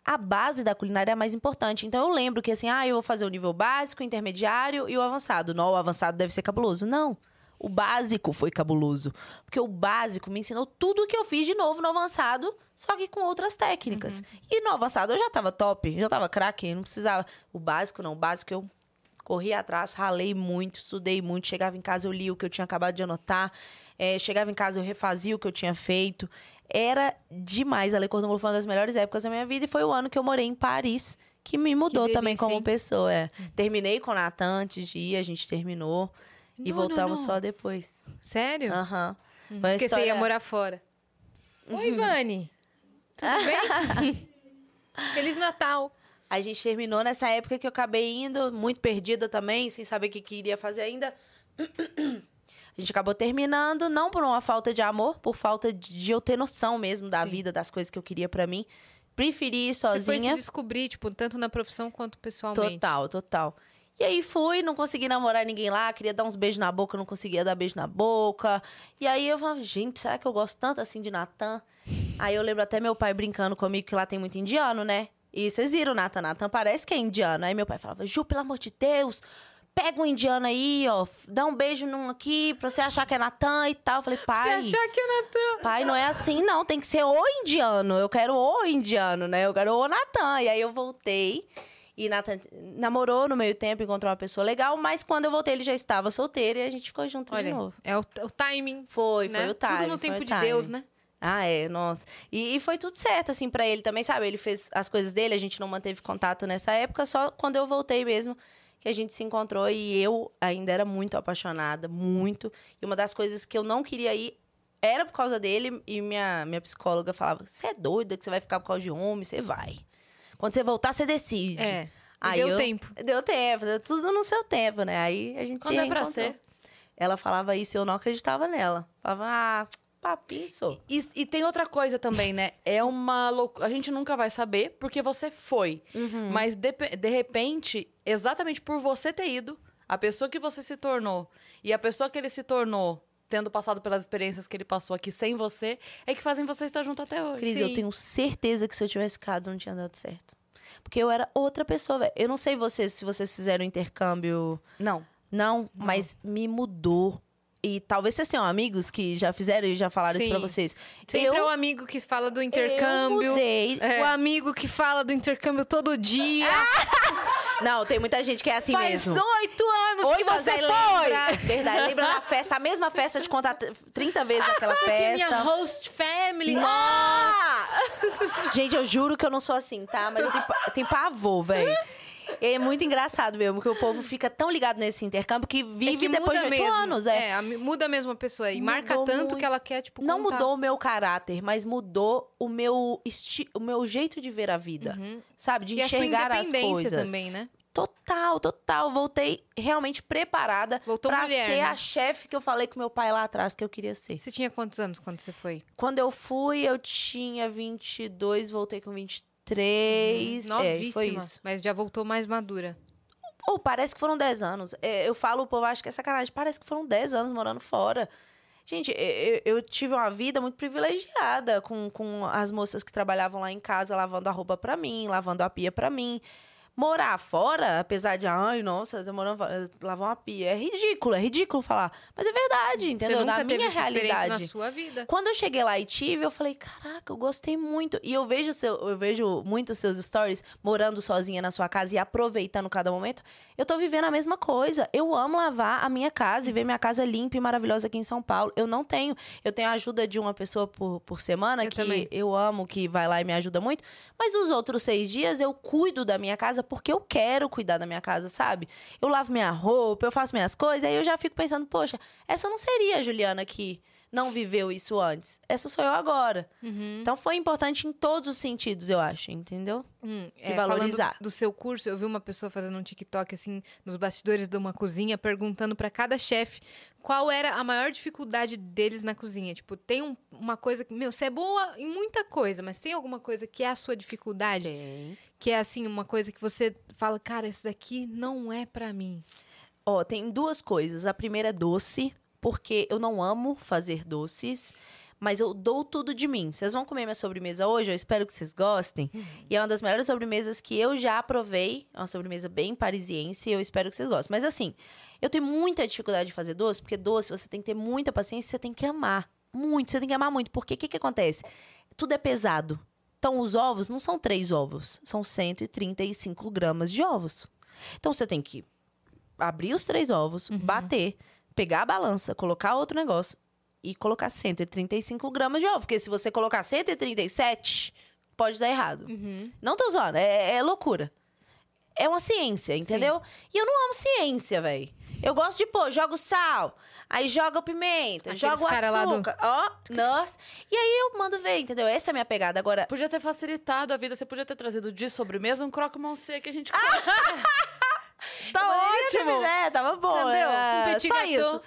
Speaker 3: A base da culinária é a mais importante. Então eu lembro que assim, ah, eu vou fazer o nível básico, intermediário e o avançado. Não, o avançado deve ser cabuloso. Não. O básico foi cabuloso. Porque o básico me ensinou tudo o que eu fiz de novo no avançado, só que com outras técnicas.
Speaker 2: Uhum.
Speaker 3: E no avançado eu já tava top, já tava craque, não precisava. O básico não, o básico eu corri atrás, ralei muito, estudei muito. Chegava em casa, eu li o que eu tinha acabado de anotar. É, chegava em casa, eu refazia o que eu tinha feito. Era demais. A Le Cordon Bleu foi uma das melhores épocas da minha vida. E foi o ano que eu morei em Paris, que me mudou
Speaker 2: delícia,
Speaker 3: também como
Speaker 2: hein? Uhum.
Speaker 3: pessoa. é. Terminei com o Natan antes de ir, a gente terminou. E
Speaker 2: Não, não,
Speaker 3: voltamos
Speaker 2: não.
Speaker 3: só depois.
Speaker 2: Sério?
Speaker 3: Aham. Foi uma
Speaker 2: Porque você ia
Speaker 3: história- Uhum.
Speaker 2: morar fora. Oi, Vani. Tudo
Speaker 3: <laughs>
Speaker 2: bem? Feliz Natal.
Speaker 3: A gente terminou nessa época que eu acabei indo, muito perdida também, sem saber o que, que iria fazer ainda. <clears throat> A gente acabou terminando, não por uma falta de amor, por falta de eu ter noção mesmo da
Speaker 2: Sim.
Speaker 3: vida, das coisas que eu queria pra mim. Preferi ir
Speaker 2: Você foi se
Speaker 3: sozinha.
Speaker 2: descobrir, tipo, tanto na profissão quanto pessoalmente.
Speaker 3: Total, total. E aí fui, não consegui namorar ninguém lá, queria dar uns beijos na boca, não conseguia dar beijo na boca. E aí eu falava, gente, será que eu gosto tanto assim de Natan? Aí eu lembro até meu pai brincando comigo que lá tem muito indiano, né? E vocês viram, Natan, Natan parece que é indiano. Aí meu pai falava, Ju, pelo amor de Deus, pega um indiano aí, ó, f- dá um beijo num aqui pra você achar que é Natan e tal. Eu falei,
Speaker 2: Você
Speaker 3: pai.
Speaker 2: achar que é Natal?
Speaker 3: Pai, não é assim, não. Tem que ser o indiano. Eu quero o indiano, né? Eu quero o Natan. E aí eu voltei. E Natan namorou no meio tempo, encontrou uma pessoa legal. Mas quando eu voltei, ele já estava solteiro e a gente ficou junto de
Speaker 2: Olha,
Speaker 3: novo.
Speaker 2: é o, o timing,
Speaker 3: Foi,
Speaker 2: né?
Speaker 3: foi o time.
Speaker 2: Tudo no
Speaker 3: foi
Speaker 2: tempo
Speaker 3: o
Speaker 2: de Deus,
Speaker 3: time.
Speaker 2: né?
Speaker 3: Ah, é, nossa. E, e foi tudo certo, assim, pra ele também, sabe? Ele fez as coisas dele, a gente não manteve contato nessa época, só quando eu voltei mesmo que a gente se encontrou e eu ainda era muito apaixonada, muito. E uma das coisas que eu não queria ir Era por causa dele e minha, minha psicóloga falava: Você é doida que você vai ficar por causa de homem? Você vai. Quando você voltar, você decide.
Speaker 2: É. Aí deu
Speaker 3: Ah, eu-
Speaker 2: tempo.
Speaker 3: Deu tempo, deu tudo no seu tempo, né? Aí a gente
Speaker 1: Quando
Speaker 3: se
Speaker 1: é pra
Speaker 3: reencontrou.
Speaker 1: ser.
Speaker 3: Ela falava isso e eu não acreditava nela. Falava, ah, papinho, sou.
Speaker 1: E, e tem outra coisa também, né? É uma loucura. A gente nunca vai saber porque você foi. Mas de, de repente, exatamente por você ter ido, a pessoa que você se tornou e a pessoa que ele se tornou, tendo passado pelas experiências que ele passou aqui sem você, é que fazem você estar junto até hoje.
Speaker 3: Cris,
Speaker 2: Sim.
Speaker 3: eu tenho certeza que se eu tivesse ficado, não tinha dado certo. Porque eu era outra pessoa, velho. Eu não sei vocês, se vocês fizeram intercâmbio
Speaker 1: Não.
Speaker 3: Não, mas me mudou. E talvez vocês tenham amigos que já fizeram e já falaram isso pra
Speaker 2: Sim.
Speaker 3: vocês.
Speaker 2: Sempre é
Speaker 3: eu,
Speaker 2: o amigo que fala do intercâmbio. É.
Speaker 3: eu mudei.
Speaker 2: O amigo que fala do intercâmbio todo dia.
Speaker 3: Não, tem muita gente que é assim
Speaker 2: Faz
Speaker 3: Ah, mesmo.
Speaker 2: oito anos que
Speaker 3: Oito anos,
Speaker 2: você
Speaker 3: aí
Speaker 2: foi!
Speaker 3: lembra, verdade, lembra da festa, a mesma festa de contar
Speaker 2: <laughs>
Speaker 3: 30 vezes aquela
Speaker 2: Ah, Que minha
Speaker 3: festa.
Speaker 2: host family.
Speaker 3: Gente, eu juro que eu não sou assim, tá? Mas tem pa- tem pavor, velho. É muito engraçado mesmo, que o povo fica tão ligado nesse intercâmbio que
Speaker 2: É que
Speaker 3: vive depois de
Speaker 2: muda
Speaker 3: oito
Speaker 2: mesmo.
Speaker 3: anos. É.
Speaker 2: a- muda mesmo a pessoa. E
Speaker 3: Mudou
Speaker 2: marca tanto
Speaker 3: muito.
Speaker 2: que ela quer, tipo,
Speaker 3: Não
Speaker 2: contar.
Speaker 3: mudou o meu caráter, mas mudou o meu, esti o meu jeito de ver a vida. Sabe? De
Speaker 2: Uhum. E a sua
Speaker 3: enxergar as
Speaker 2: independência
Speaker 3: coisas.
Speaker 2: também, né?
Speaker 3: Total, total. Voltei realmente preparada
Speaker 2: Voltou
Speaker 3: pra
Speaker 2: mulher,
Speaker 3: ser
Speaker 2: né?
Speaker 3: a chefe que eu falei com meu pai lá atrás que eu queria ser.
Speaker 2: Você tinha quantos anos quando você foi?
Speaker 3: Quando eu fui, eu tinha 22, voltei com 23. É, foi
Speaker 2: Novíssima.
Speaker 3: isso.
Speaker 2: mas já voltou mais madura.
Speaker 3: Ou parece que foram 10 anos. É, eu falo, o povo acha que é sacanagem. Parece que foram 10 anos morando fora. Gente, eu, eu tive uma vida muito privilegiada com, com as moças que trabalhavam lá em casa, lavando a roupa pra mim, lavando a pia pra mim. Morar fora, apesar de, ai, nossa, tô morando fora, lavar uma pia. É ridículo, é ridículo falar. Mas é verdade, entendeu?
Speaker 2: você nunca
Speaker 3: Na
Speaker 2: teve
Speaker 3: minha
Speaker 2: essa experiência na
Speaker 3: realidade.
Speaker 2: sua vida.
Speaker 3: Quando eu cheguei lá e tive, eu falei, caraca, eu gostei muito. E eu vejo, seu, eu vejo muitos seus stories morando sozinha na sua casa e aproveitando cada momento. Eu tô vivendo a mesma coisa. Eu amo lavar a minha casa e ver minha casa limpa e maravilhosa aqui em São Paulo. Eu não tenho. Eu tenho a ajuda de uma pessoa por, por semana,
Speaker 2: Eu
Speaker 3: né, que
Speaker 2: também.
Speaker 3: eu amo, que vai lá e me ajuda muito. Mas nos outros seis dias eu cuido da minha casa porque eu quero cuidar da minha casa, sabe? Eu lavo minha roupa, eu faço minhas coisas, aí eu já fico pensando, poxa, essa não seria a Juliana que não viveu isso antes. Essa sou eu agora. Então foi importante em todos os sentidos, eu acho, entendeu?
Speaker 2: Hum,
Speaker 3: E valorizar.
Speaker 2: falando do seu curso, eu vi uma pessoa fazendo um TikTok assim nos bastidores de uma cozinha perguntando pra cada chefe qual era a maior dificuldade deles na cozinha. Tipo, tem um- uma coisa que, meu, você é boa em muita coisa, mas tem alguma coisa que é a sua dificuldade,
Speaker 3: Tem.
Speaker 2: que é assim uma coisa que você fala, cara, isso daqui não é pra mim.
Speaker 3: Ó, tem duas coisas. A primeira é doce, porque eu não amo fazer doces, mas eu dou tudo de mim. Vocês vão comer minha sobremesa hoje, eu espero que vocês gostem. E é uma das melhores sobremesas que eu já provei. É uma sobremesa bem parisiense, eu espero que vocês gostem. Mas assim, eu tenho muita dificuldade de fazer doce, porque doce você tem que ter muita paciência, você tem que amar. Muito, você tem que amar muito. Porque o que, que acontece? Tudo é pesado. Então, os ovos não são três ovos, são 135 gramas de ovos. Então, você tem que abrir os três ovos, bater, pegar a balança, colocar outro negócio e colocar 135 gramas de ovo. Porque se você colocar 137, pode dar errado. Não tô zoando, é, é loucura. É uma ciência, entendeu? E eu não amo ciência, velho. Eu gosto de pôr, jogo sal, aí joga pimenta,
Speaker 2: Aqueles
Speaker 3: joga o
Speaker 2: cara lá do-
Speaker 3: açúcar. Ó, nossa. E aí eu mando ver, entendeu? Essa é a minha pegada. Agora,
Speaker 1: Podia ter facilitado a vida, você podia ter trazido de sobremesa um croque sei que a gente come. tá
Speaker 3: Poderia ter
Speaker 1: ótimo!
Speaker 3: me- É, tava bom.
Speaker 2: Entendeu?
Speaker 3: é,
Speaker 2: Um petit
Speaker 3: Só
Speaker 2: gâteau.
Speaker 3: isso.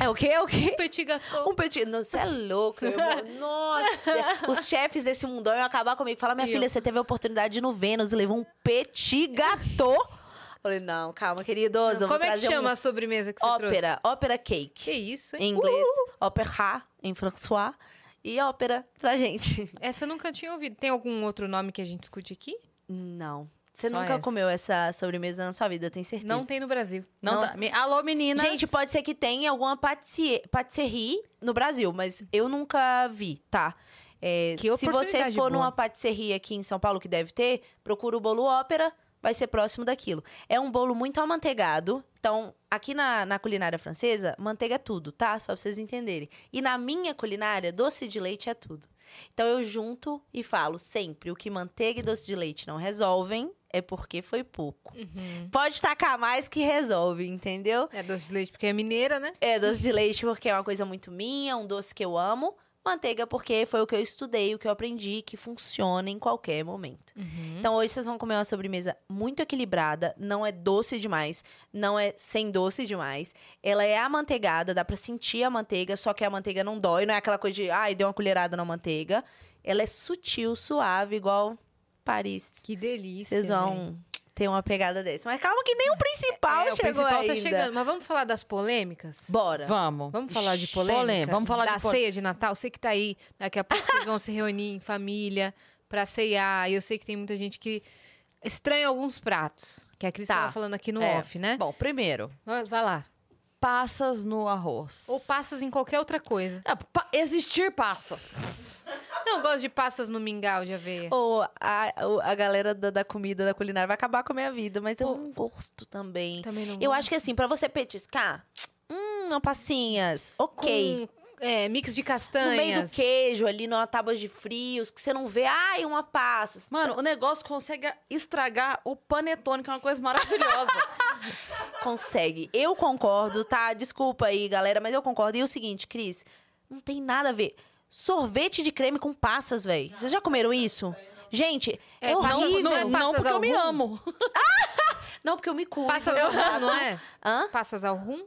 Speaker 3: É o quê? O quê?
Speaker 2: Petit gâteau.
Speaker 3: Um petit... Você é louco. eu
Speaker 2: <laughs>
Speaker 3: vou- Nossa. Os chefes desse mundão iam acabar comigo. Falar, minha
Speaker 2: Eu.
Speaker 3: filha, você teve a oportunidade de ir no Vênus e levou um petit gâteau. Falei, não, calma, queridoso. eu vou
Speaker 2: Como é que
Speaker 3: trazer
Speaker 2: chama
Speaker 3: um...
Speaker 2: a sobremesa que você trouxe?
Speaker 3: Ópera. Ópera cake.
Speaker 2: Que isso, hein? Uh,
Speaker 3: Em inglês, ópera em François. E ópera pra gente. <laughs>
Speaker 2: Essa eu nunca tinha ouvido. Tem algum outro nome que a gente discute aqui?
Speaker 3: Não. Você
Speaker 2: Só
Speaker 3: nunca
Speaker 2: essa.
Speaker 3: comeu essa sobremesa na sua vida, tem certeza?
Speaker 2: Não tem no Brasil.
Speaker 1: Não,
Speaker 3: Não.
Speaker 1: tá. Me- Alô, meninas!
Speaker 3: Gente, pode ser que tenha alguma patisserie, patisserie no Brasil, mas eu nunca vi, tá? É,
Speaker 2: Que
Speaker 3: se você
Speaker 2: oportunidade boa.
Speaker 3: for numa patisserie aqui em São Paulo, que deve ter, procura o bolo ópera, vai ser próximo daquilo. É um bolo muito amanteigado. Então, aqui na, na culinária francesa, manteiga é tudo, tá? Só pra vocês entenderem. E na minha culinária, doce de leite é tudo. Então, eu junto e falo sempre: o que manteiga e doce de leite não resolvem é porque foi pouco.
Speaker 2: Uhum.
Speaker 3: Pode tacar mais que resolve, entendeu?
Speaker 2: É doce de leite porque é mineira, né?
Speaker 3: É, doce de leite porque é uma coisa muito minha, um doce que eu amo. Manteiga porque foi o que eu estudei, o que eu aprendi, que funciona em qualquer momento.
Speaker 2: Hum.
Speaker 3: Então hoje vocês vão comer uma sobremesa muito equilibrada, não é doce demais, não é sem doce demais. Ela é amanteigada, dá pra sentir a manteiga, só que a manteiga não dói, não é aquela coisa de, ai, deu uma colherada na manteiga. Ela é sutil, suave, igual Paris.
Speaker 2: Que delícia.
Speaker 3: Vocês
Speaker 2: né?
Speaker 3: vão ter uma pegada dessa. Mas calma que nem o principal
Speaker 2: É, o
Speaker 3: chegou
Speaker 2: principal
Speaker 3: ainda.
Speaker 2: tá chegando. Mas vamos falar das polêmicas?
Speaker 3: Bora.
Speaker 1: Vamos.
Speaker 2: Vamos falar de
Speaker 1: Ixi,
Speaker 2: polêmica?
Speaker 1: Vamos falar
Speaker 2: da
Speaker 1: de polêmica.
Speaker 2: ceia de Natal. Sei que tá aí. Daqui a pouco vocês vão se reunir em família pra ceiar. E eu sei que tem muita gente que estranha alguns pratos. Que a Cris
Speaker 3: Tá.
Speaker 2: tava falando aqui no
Speaker 1: É.
Speaker 2: off, né?
Speaker 1: Bom, primeiro,
Speaker 2: Vai vai lá.
Speaker 1: passas no arroz.
Speaker 2: Ou passas em qualquer outra coisa.
Speaker 1: É, pa- existir passas.
Speaker 2: Não, eu gosto de passas no mingau de aveia.
Speaker 3: Ou a, o- a galera da, da comida, da culinária, vai acabar com a minha vida, mas eu não gosto também.
Speaker 2: Também não
Speaker 3: Eu acho que assim, pra você petiscar, hum, não, passinhas, ok.
Speaker 2: Com, é, mix de castanhas.
Speaker 3: No meio do queijo, ali numa tábua de frios, que você não vê, ai, uma passa.
Speaker 1: Mano, o negócio consegue estragar o panetone, que é uma coisa maravilhosa.
Speaker 3: Consegue. Eu concordo, tá? Desculpa aí, galera, mas eu concordo. E é o seguinte, Cris, não tem nada a ver. Sorvete de creme com passas, velho. Vocês já comeram isso? Gente,
Speaker 2: É,
Speaker 3: é,
Speaker 2: passas-
Speaker 3: horrível.
Speaker 2: não
Speaker 3: Não,
Speaker 1: <laughs>
Speaker 2: é
Speaker 1: não, não
Speaker 2: passas
Speaker 1: porque eu me
Speaker 2: ao rum?
Speaker 1: amo.
Speaker 3: porque eu me cuido.
Speaker 2: Passas
Speaker 3: <laughs>
Speaker 2: ao rum, não é?
Speaker 3: Hã?
Speaker 2: Passas ao rum?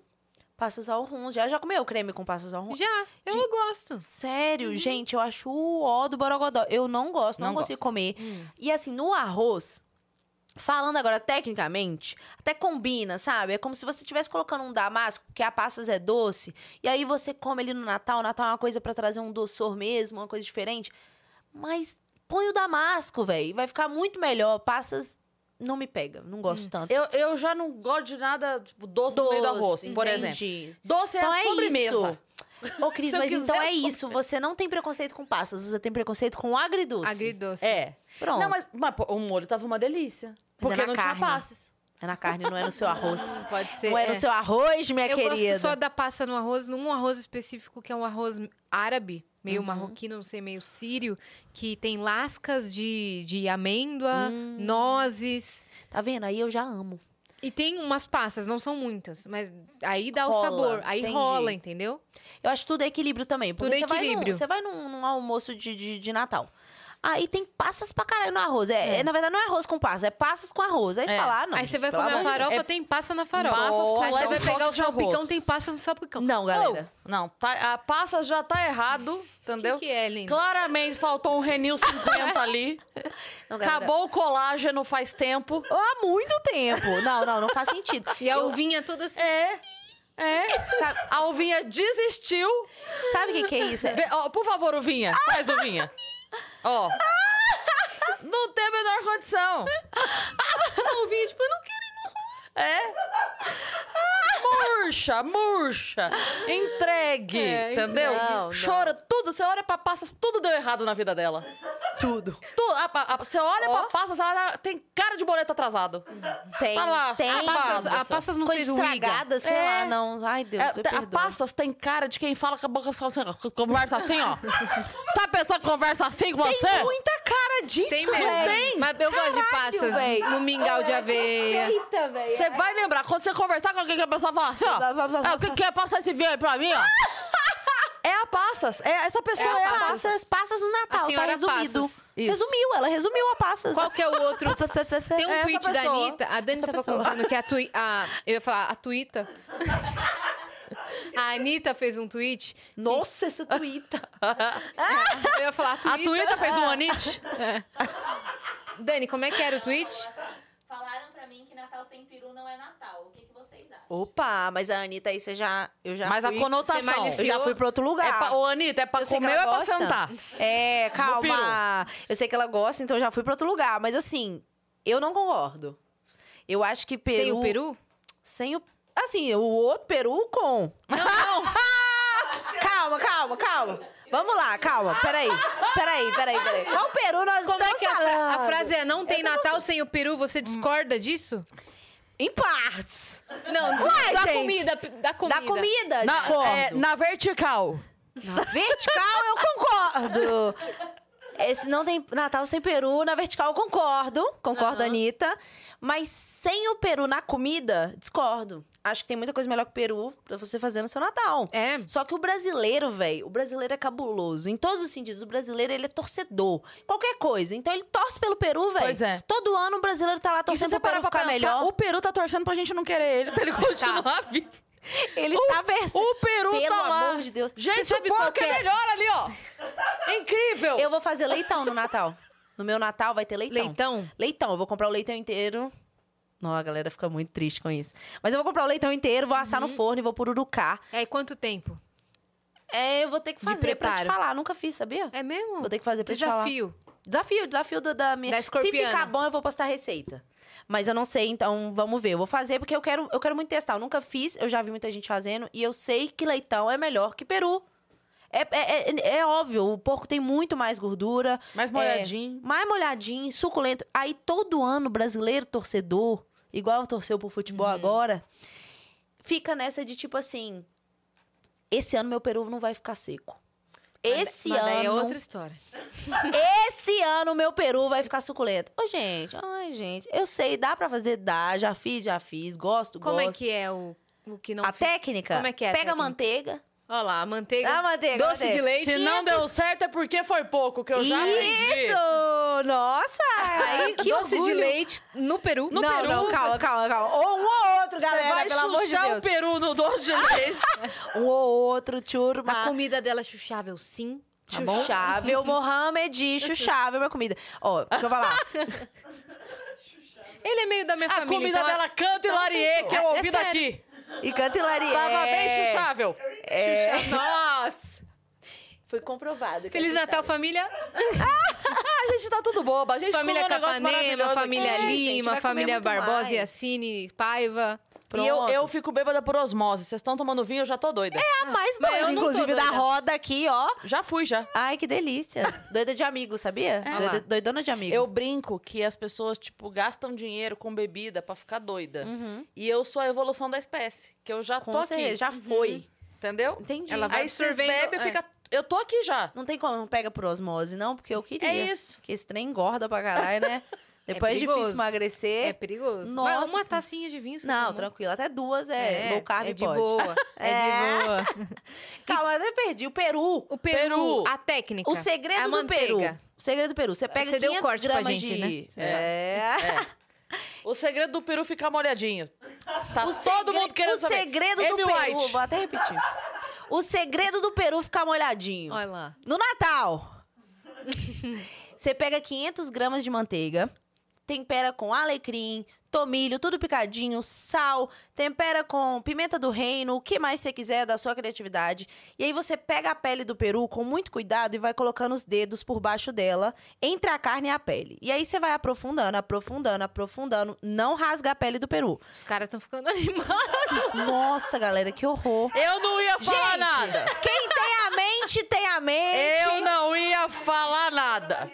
Speaker 3: Passas ao rum. Já, já comeu creme com passas ao rum?
Speaker 2: Já, eu gosto.
Speaker 3: Sério, gente, eu acho o ó do borogodó. Eu não gosto, não,
Speaker 1: Uhum. Não
Speaker 3: consigo
Speaker 1: gosto.
Speaker 3: comer. E assim, no arroz, falando agora tecnicamente, até combina, sabe? É como se você estivesse colocando um damasco, porque a passas é doce, e aí você come ele no Natal. O Natal é uma coisa pra trazer um doçor mesmo, uma coisa diferente. Mas põe o damasco, velho. Vai ficar muito melhor. Passas não me pega, não gosto tanto.
Speaker 1: Hum. Eu, eu já não gosto de nada, tipo, doce, no meio do arroz, por exemplo.
Speaker 3: entendi.
Speaker 1: Doce
Speaker 3: Então
Speaker 1: é a
Speaker 3: é
Speaker 1: sobremesa.
Speaker 3: isso. Ô, Cris,
Speaker 1: Se eu
Speaker 3: mas então
Speaker 1: quiser,
Speaker 3: é
Speaker 1: eu
Speaker 3: isso. Você não tem preconceito com passas, você tem preconceito com agridoce.
Speaker 2: Agridoce.
Speaker 1: É.
Speaker 3: Pronto.
Speaker 1: Não, mas, mas, pô, o molho tava uma delícia. Porque
Speaker 3: na
Speaker 1: não
Speaker 3: carne.
Speaker 1: tinha passas.
Speaker 3: É na carne, não é no
Speaker 2: <laughs>
Speaker 3: seu arroz.
Speaker 2: Pode ser.
Speaker 3: não é,
Speaker 2: é.
Speaker 3: no seu arroz, minha
Speaker 2: eu
Speaker 3: É, querida.
Speaker 2: gosto só da passa no arroz, num arroz específico que é um arroz árabe, meio
Speaker 3: Uhum.
Speaker 2: marroquino, não sei, meio sírio, que tem lascas de, de amêndoa,
Speaker 3: Hum.
Speaker 2: nozes.
Speaker 3: Tá vendo? Aí eu já amo.
Speaker 2: E tem umas passas, não são muitas, mas aí dá o
Speaker 3: Rola,
Speaker 2: sabor, aí
Speaker 3: entendi.
Speaker 2: rola, entendeu?
Speaker 3: Eu acho tudo é equilíbrio também. Porque
Speaker 2: Tudo é
Speaker 3: você Vai
Speaker 2: equilíbrio.
Speaker 3: num, você vai num, num almoço de, de, de Natal. Aí tem passas pra caralho no arroz. É, é, na verdade, não é arroz com passas, é passas com arroz. Aí você
Speaker 1: É.
Speaker 3: fala, ah, não.
Speaker 2: aí você vai
Speaker 3: pelo
Speaker 2: comer a
Speaker 3: amor de
Speaker 2: farofa,
Speaker 1: É-
Speaker 2: tem passa na farofa.
Speaker 1: Passas com
Speaker 2: aí você
Speaker 1: leve
Speaker 2: vai pegar o
Speaker 1: toque de arroz.
Speaker 2: salpicão, tem passa no salpicão.
Speaker 3: Deus. Não, galera.
Speaker 1: Oh, não, tá- a passas já tá errado, entendeu?
Speaker 2: que é, linda?
Speaker 1: Claramente faltou um Renil 50 ali.
Speaker 3: Não, galera.
Speaker 1: Acabou o colágeno faz tempo.
Speaker 3: Há muito tempo. Não, não, não faz sentido.
Speaker 2: E a uvinha toda assim.
Speaker 1: É. É.
Speaker 3: Sabe,
Speaker 1: A Uvinha desistiu.
Speaker 3: sabe o que, que é isso?
Speaker 1: Vê- ó, por favor, Uvinha. Faz, Uvinha. Ó. Não tem a menor condição.
Speaker 2: A uvinha, tipo, eu não quero.
Speaker 1: É. Murcha, murcha. Entregue,
Speaker 3: É,
Speaker 1: entendeu?
Speaker 3: não, não.
Speaker 1: Chora tudo. Você olha pra passas, tudo deu errado na vida dela.
Speaker 3: Tudo.
Speaker 1: Tu- a- a- a- você olha
Speaker 3: Ó.
Speaker 1: pra passas, ela tem cara de boleto atrasado.
Speaker 3: Tem,
Speaker 1: Tá lá,
Speaker 3: tem.
Speaker 1: a
Speaker 2: Passas,
Speaker 1: Babado.
Speaker 2: a passas não
Speaker 3: Coisa
Speaker 2: fez o iga.
Speaker 3: estragada, sei
Speaker 1: É.
Speaker 3: lá, não. Ai, Deus,
Speaker 1: É,
Speaker 3: eu
Speaker 1: tá- a
Speaker 3: perdoa.
Speaker 1: passas tem cara de quem fala com a boca fala assim, ó, conversa assim, ó. tá a pessoa que conversa assim com você?
Speaker 3: Tem muita cara disso,
Speaker 2: Tem
Speaker 3: velho.
Speaker 2: mesmo. Mas eu gosto de
Speaker 3: Caralho,
Speaker 2: passas
Speaker 3: véi.
Speaker 2: no mingau de aveia.
Speaker 3: Eita, velho.
Speaker 1: Você vai lembrar, quando você conversar com alguém que a pessoa fala assim, ó.
Speaker 3: Vai, vai, vai,
Speaker 1: é, o que, que é passar esse vinho aí pra
Speaker 3: <laughs>
Speaker 1: mim, ó? é a passas. É, essa pessoa
Speaker 2: É
Speaker 1: é,
Speaker 2: a
Speaker 1: a passas.
Speaker 3: Passas, passas no
Speaker 2: A
Speaker 3: Natal, tá
Speaker 2: senhora
Speaker 3: resumido.
Speaker 2: Passas.
Speaker 1: Isso.
Speaker 3: Resumiu, ela resumiu a passas.
Speaker 2: Qual
Speaker 3: <laughs>
Speaker 2: que é o outro? Tem um
Speaker 1: Essa
Speaker 2: tweet da
Speaker 1: pessoa.
Speaker 2: Anitta. A Dani tava contando que a, tui, a. Eu ia falar, a Tuita. A Anitta fez um tweet.
Speaker 3: Nossa, essa tuita.
Speaker 2: <laughs> Eu ia falar, a
Speaker 1: A
Speaker 2: Tuita.
Speaker 1: Tuíta fez um anite.
Speaker 2: Dani, como é que era o tweet?
Speaker 6: Falaram pra mim que Natal sem peru não é Natal. O que, que vocês acham?
Speaker 3: Opa, mas a Anitta, aí você já. Eu <laughs> já
Speaker 1: Mas a
Speaker 3: fui- é
Speaker 1: conotação.
Speaker 3: Eu já fui pra outro lugar.
Speaker 1: É pra, ô, Anitta, é pra
Speaker 3: Eu sei que
Speaker 1: comer ou é
Speaker 3: ela
Speaker 1: pra
Speaker 3: gosta.
Speaker 1: sentar?
Speaker 3: É,
Speaker 1: peru.
Speaker 3: calma. Eu sei que ela gosta, então eu já fui pra outro lugar. Mas assim, eu não concordo. Eu acho que peru.
Speaker 2: Sem o peru?
Speaker 3: Sem o. Assim, o outro peru com.
Speaker 2: Não, não.
Speaker 3: Calma, calma, calma. Vamos lá, calma. Peraí. Peraí, peraí, peraí. Qual peru nós
Speaker 2: Como é
Speaker 3: estamos
Speaker 2: que é a, fra-
Speaker 3: falando?
Speaker 2: a frase é não tem Natal sem o peru? Você discorda disso?
Speaker 3: Em partes.
Speaker 2: Não, do-
Speaker 3: Ué,
Speaker 2: da,
Speaker 3: gente.
Speaker 2: comida, da comida.
Speaker 3: Da comida.
Speaker 1: Na,
Speaker 3: discordo. Então
Speaker 1: é, na vertical.
Speaker 3: Vertical eu concordo. Esse não tem Natal sem peru na vertical, eu concordo. Concordo,
Speaker 1: Aham.
Speaker 3: Anitta. Mas sem o peru na comida, discordo. Acho que tem muita coisa melhor que peru pra você fazer no seu Natal.
Speaker 2: É.
Speaker 3: Só que o brasileiro, velho, o brasileiro é cabuloso. Em todos os sentidos, o brasileiro, ele é torcedor. Qualquer coisa. Então ele torce pelo peru, velho.
Speaker 1: Pois é.
Speaker 3: Todo ano o brasileiro tá lá
Speaker 1: E se
Speaker 3: torcendo
Speaker 1: você
Speaker 3: pro
Speaker 1: parar
Speaker 3: peru
Speaker 1: pra
Speaker 3: ficar
Speaker 1: pensar,
Speaker 3: melhor. Tá.
Speaker 1: o Peru tá torcendo pra gente não querer ele, pra
Speaker 3: <laughs>
Speaker 1: ele continuar vivo.
Speaker 3: Ele tá versando.
Speaker 1: O Peru
Speaker 3: Pelo
Speaker 1: tá lá.
Speaker 3: amor de Deus. Você
Speaker 1: Gente, o
Speaker 3: sabe qual
Speaker 1: porco
Speaker 3: que
Speaker 1: é
Speaker 3: é?
Speaker 1: melhor ali, ó. Incrível.
Speaker 3: Eu vou fazer leitão no Natal. No meu Natal vai ter leitão.
Speaker 2: Leitão?
Speaker 3: Leitão, eu vou comprar o leitão inteiro. Não, a galera fica muito triste com isso. Mas eu vou comprar o leitão inteiro, vou assar no
Speaker 2: Uhum.
Speaker 3: forno e vou pururucar.
Speaker 2: É, e quanto tempo?
Speaker 3: É, eu vou ter que
Speaker 2: De
Speaker 3: fazer pra te
Speaker 2: preparo.
Speaker 3: falar. Nunca fiz, sabia?
Speaker 2: É mesmo?
Speaker 3: Vou ter que fazer pra te falar.
Speaker 2: Desafio.
Speaker 3: Desafio. Desafio do- da minha...
Speaker 2: Da
Speaker 3: Se
Speaker 2: escorpiana.
Speaker 3: ficar bom, eu vou postar a receita. Mas eu não sei, então vamos ver. Eu vou fazer porque eu quero, eu quero muito testar. Eu nunca fiz, eu já vi muita gente fazendo. E eu sei que leitão é melhor que peru. É, é- é- é óbvio, o porco tem muito mais gordura.
Speaker 1: Mais
Speaker 3: é,
Speaker 1: molhadinho.
Speaker 3: mais molhadinho, suculento. Aí todo ano, brasileiro torcedor, igual torceu pro
Speaker 2: Uhum.
Speaker 3: futebol agora, fica nessa de tipo assim: esse ano meu peru não vai ficar seco. Esse
Speaker 2: Mas daí é
Speaker 3: ano,
Speaker 2: outra história.
Speaker 3: esse ano meu peru vai ficar suculento. Ô, gente, ai, gente, eu sei, dá pra fazer, dá, já fiz, já fiz, gosto,
Speaker 2: Como
Speaker 3: gosto.
Speaker 2: é que é o, o que não...
Speaker 3: a técnica?
Speaker 2: Como é que é a
Speaker 3: Pega a
Speaker 2: técnica?
Speaker 3: manteiga.
Speaker 2: Olha lá, a manteiga.
Speaker 3: Ah, manteiga,
Speaker 2: doce
Speaker 3: manteiga.
Speaker 2: de leite.
Speaker 1: É. Se não deu certo é porque foi pouco, que eu já aprendi.
Speaker 3: Isso! Nossa!
Speaker 2: Aí,
Speaker 3: que
Speaker 2: doce de
Speaker 3: orgulho.
Speaker 2: leite no Peru.
Speaker 3: não, não, calma, calma, calma. Ou um ou outro, galera,
Speaker 1: Você vai
Speaker 3: pelo amor de
Speaker 1: chuchar
Speaker 3: Deus.
Speaker 1: o peru no doce de leite.
Speaker 3: Um ou outro,
Speaker 2: A
Speaker 3: turma. Tá
Speaker 2: comida dela é chuchável, sim. Tá bom?
Speaker 3: Chuchável, Mohamed, chuchável, minha comida. Ó, deixa eu falar.
Speaker 2: Ele é meio da minha
Speaker 1: A
Speaker 2: família.
Speaker 1: comida
Speaker 2: então-
Speaker 1: dela canta e larie, que eu
Speaker 2: É
Speaker 1: ouvi
Speaker 2: sério.
Speaker 1: daqui.
Speaker 3: E cantilaria.
Speaker 1: Tava bem chuchável.
Speaker 2: é <laughs> Nossa!
Speaker 3: é Foi comprovado. é
Speaker 2: Feliz Natal, família.
Speaker 1: A gente tá tudo boba. A gente
Speaker 2: Família
Speaker 1: comeu um negócio maravilhoso
Speaker 2: Capanema,
Speaker 1: aqui.
Speaker 2: família
Speaker 3: É, gente,
Speaker 2: Lima,
Speaker 3: vai comer
Speaker 2: família
Speaker 3: muito
Speaker 2: Barbosa,
Speaker 3: mais.
Speaker 2: Yacine, Paiva.
Speaker 3: Pronto. Tá
Speaker 1: E eu, eu fico bêbada por osmose. Vocês estão tomando vinho, eu já tô doida.
Speaker 3: a mais
Speaker 2: Mas
Speaker 3: doida,
Speaker 2: eu não tô
Speaker 3: inclusive, da
Speaker 2: doida.
Speaker 3: roda aqui, ó.
Speaker 1: Já fui, já.
Speaker 3: Ai, que delícia. Doida de amigo, sabia?
Speaker 2: Olha lá.
Speaker 3: Doida, doidona de amigo.
Speaker 1: Eu brinco que as pessoas, tipo, gastam dinheiro com bebida pra ficar doida.
Speaker 2: Uhum.
Speaker 1: E eu sou a evolução da espécie. Que eu já
Speaker 3: Com
Speaker 1: tô
Speaker 3: certeza,
Speaker 1: aqui.
Speaker 3: já foi.
Speaker 1: Entendeu?
Speaker 3: Entendi.
Speaker 2: Ela vai
Speaker 1: Aí vocês
Speaker 2: absorvendo,
Speaker 1: bebem e
Speaker 2: é.
Speaker 1: fica... Eu tô aqui já.
Speaker 3: Não tem como, não pega por osmose, não, porque eu queria.
Speaker 1: É isso.
Speaker 3: Porque esse trem engorda pra caralho, né? Depois é, difícil
Speaker 2: perigoso.
Speaker 3: emagrecer.
Speaker 2: É perigoso.
Speaker 3: Nossa
Speaker 2: Mas uma
Speaker 3: senhora.
Speaker 2: tacinha de vinho. você
Speaker 3: Não,
Speaker 2: toma.
Speaker 3: tranquilo. Até duas é, low carb
Speaker 2: é de
Speaker 3: pode.
Speaker 2: boa. É,
Speaker 3: É.
Speaker 2: de boa.
Speaker 3: Calma, eu até perdi. O peru.
Speaker 2: O Peru,
Speaker 1: Peru.
Speaker 2: a técnica.
Speaker 3: O
Speaker 2: É a
Speaker 3: segredo do peru.
Speaker 2: manteiga.
Speaker 3: O segredo do peru. Você pega
Speaker 2: Você
Speaker 3: 500
Speaker 2: deu um corte pra
Speaker 3: gramas
Speaker 2: gente,
Speaker 3: de...
Speaker 2: né?
Speaker 3: É.
Speaker 1: O segredo do peru ficar molhadinho. Tá
Speaker 3: O
Speaker 1: todo
Speaker 3: segre-
Speaker 1: mundo querendo
Speaker 3: O
Speaker 1: saber.
Speaker 3: segredo do
Speaker 1: Amy
Speaker 3: peru...
Speaker 1: White.
Speaker 3: Vou até repetir. O segredo do peru ficar molhadinho.
Speaker 2: Olha lá.
Speaker 3: No Natal. <laughs> Você pega 500 gramas de manteiga, tempera com alecrim, tomilho, tudo picadinho, sal, tempera com pimenta do reino, o que mais você quiser da sua criatividade. E aí você pega a pele do peru com muito cuidado e vai colocando os dedos por baixo dela, entre a carne e a pele. E aí você vai aprofundando, aprofundando, aprofundando, não rasga a pele do peru.
Speaker 2: Os caras estão ficando <laughs> animados.
Speaker 3: Nossa, galera, que horror.
Speaker 1: Eu não ia falar
Speaker 3: Gente,
Speaker 1: nada.
Speaker 3: Quem tem a mente, tem a mente.
Speaker 1: Eu não ia falar nada.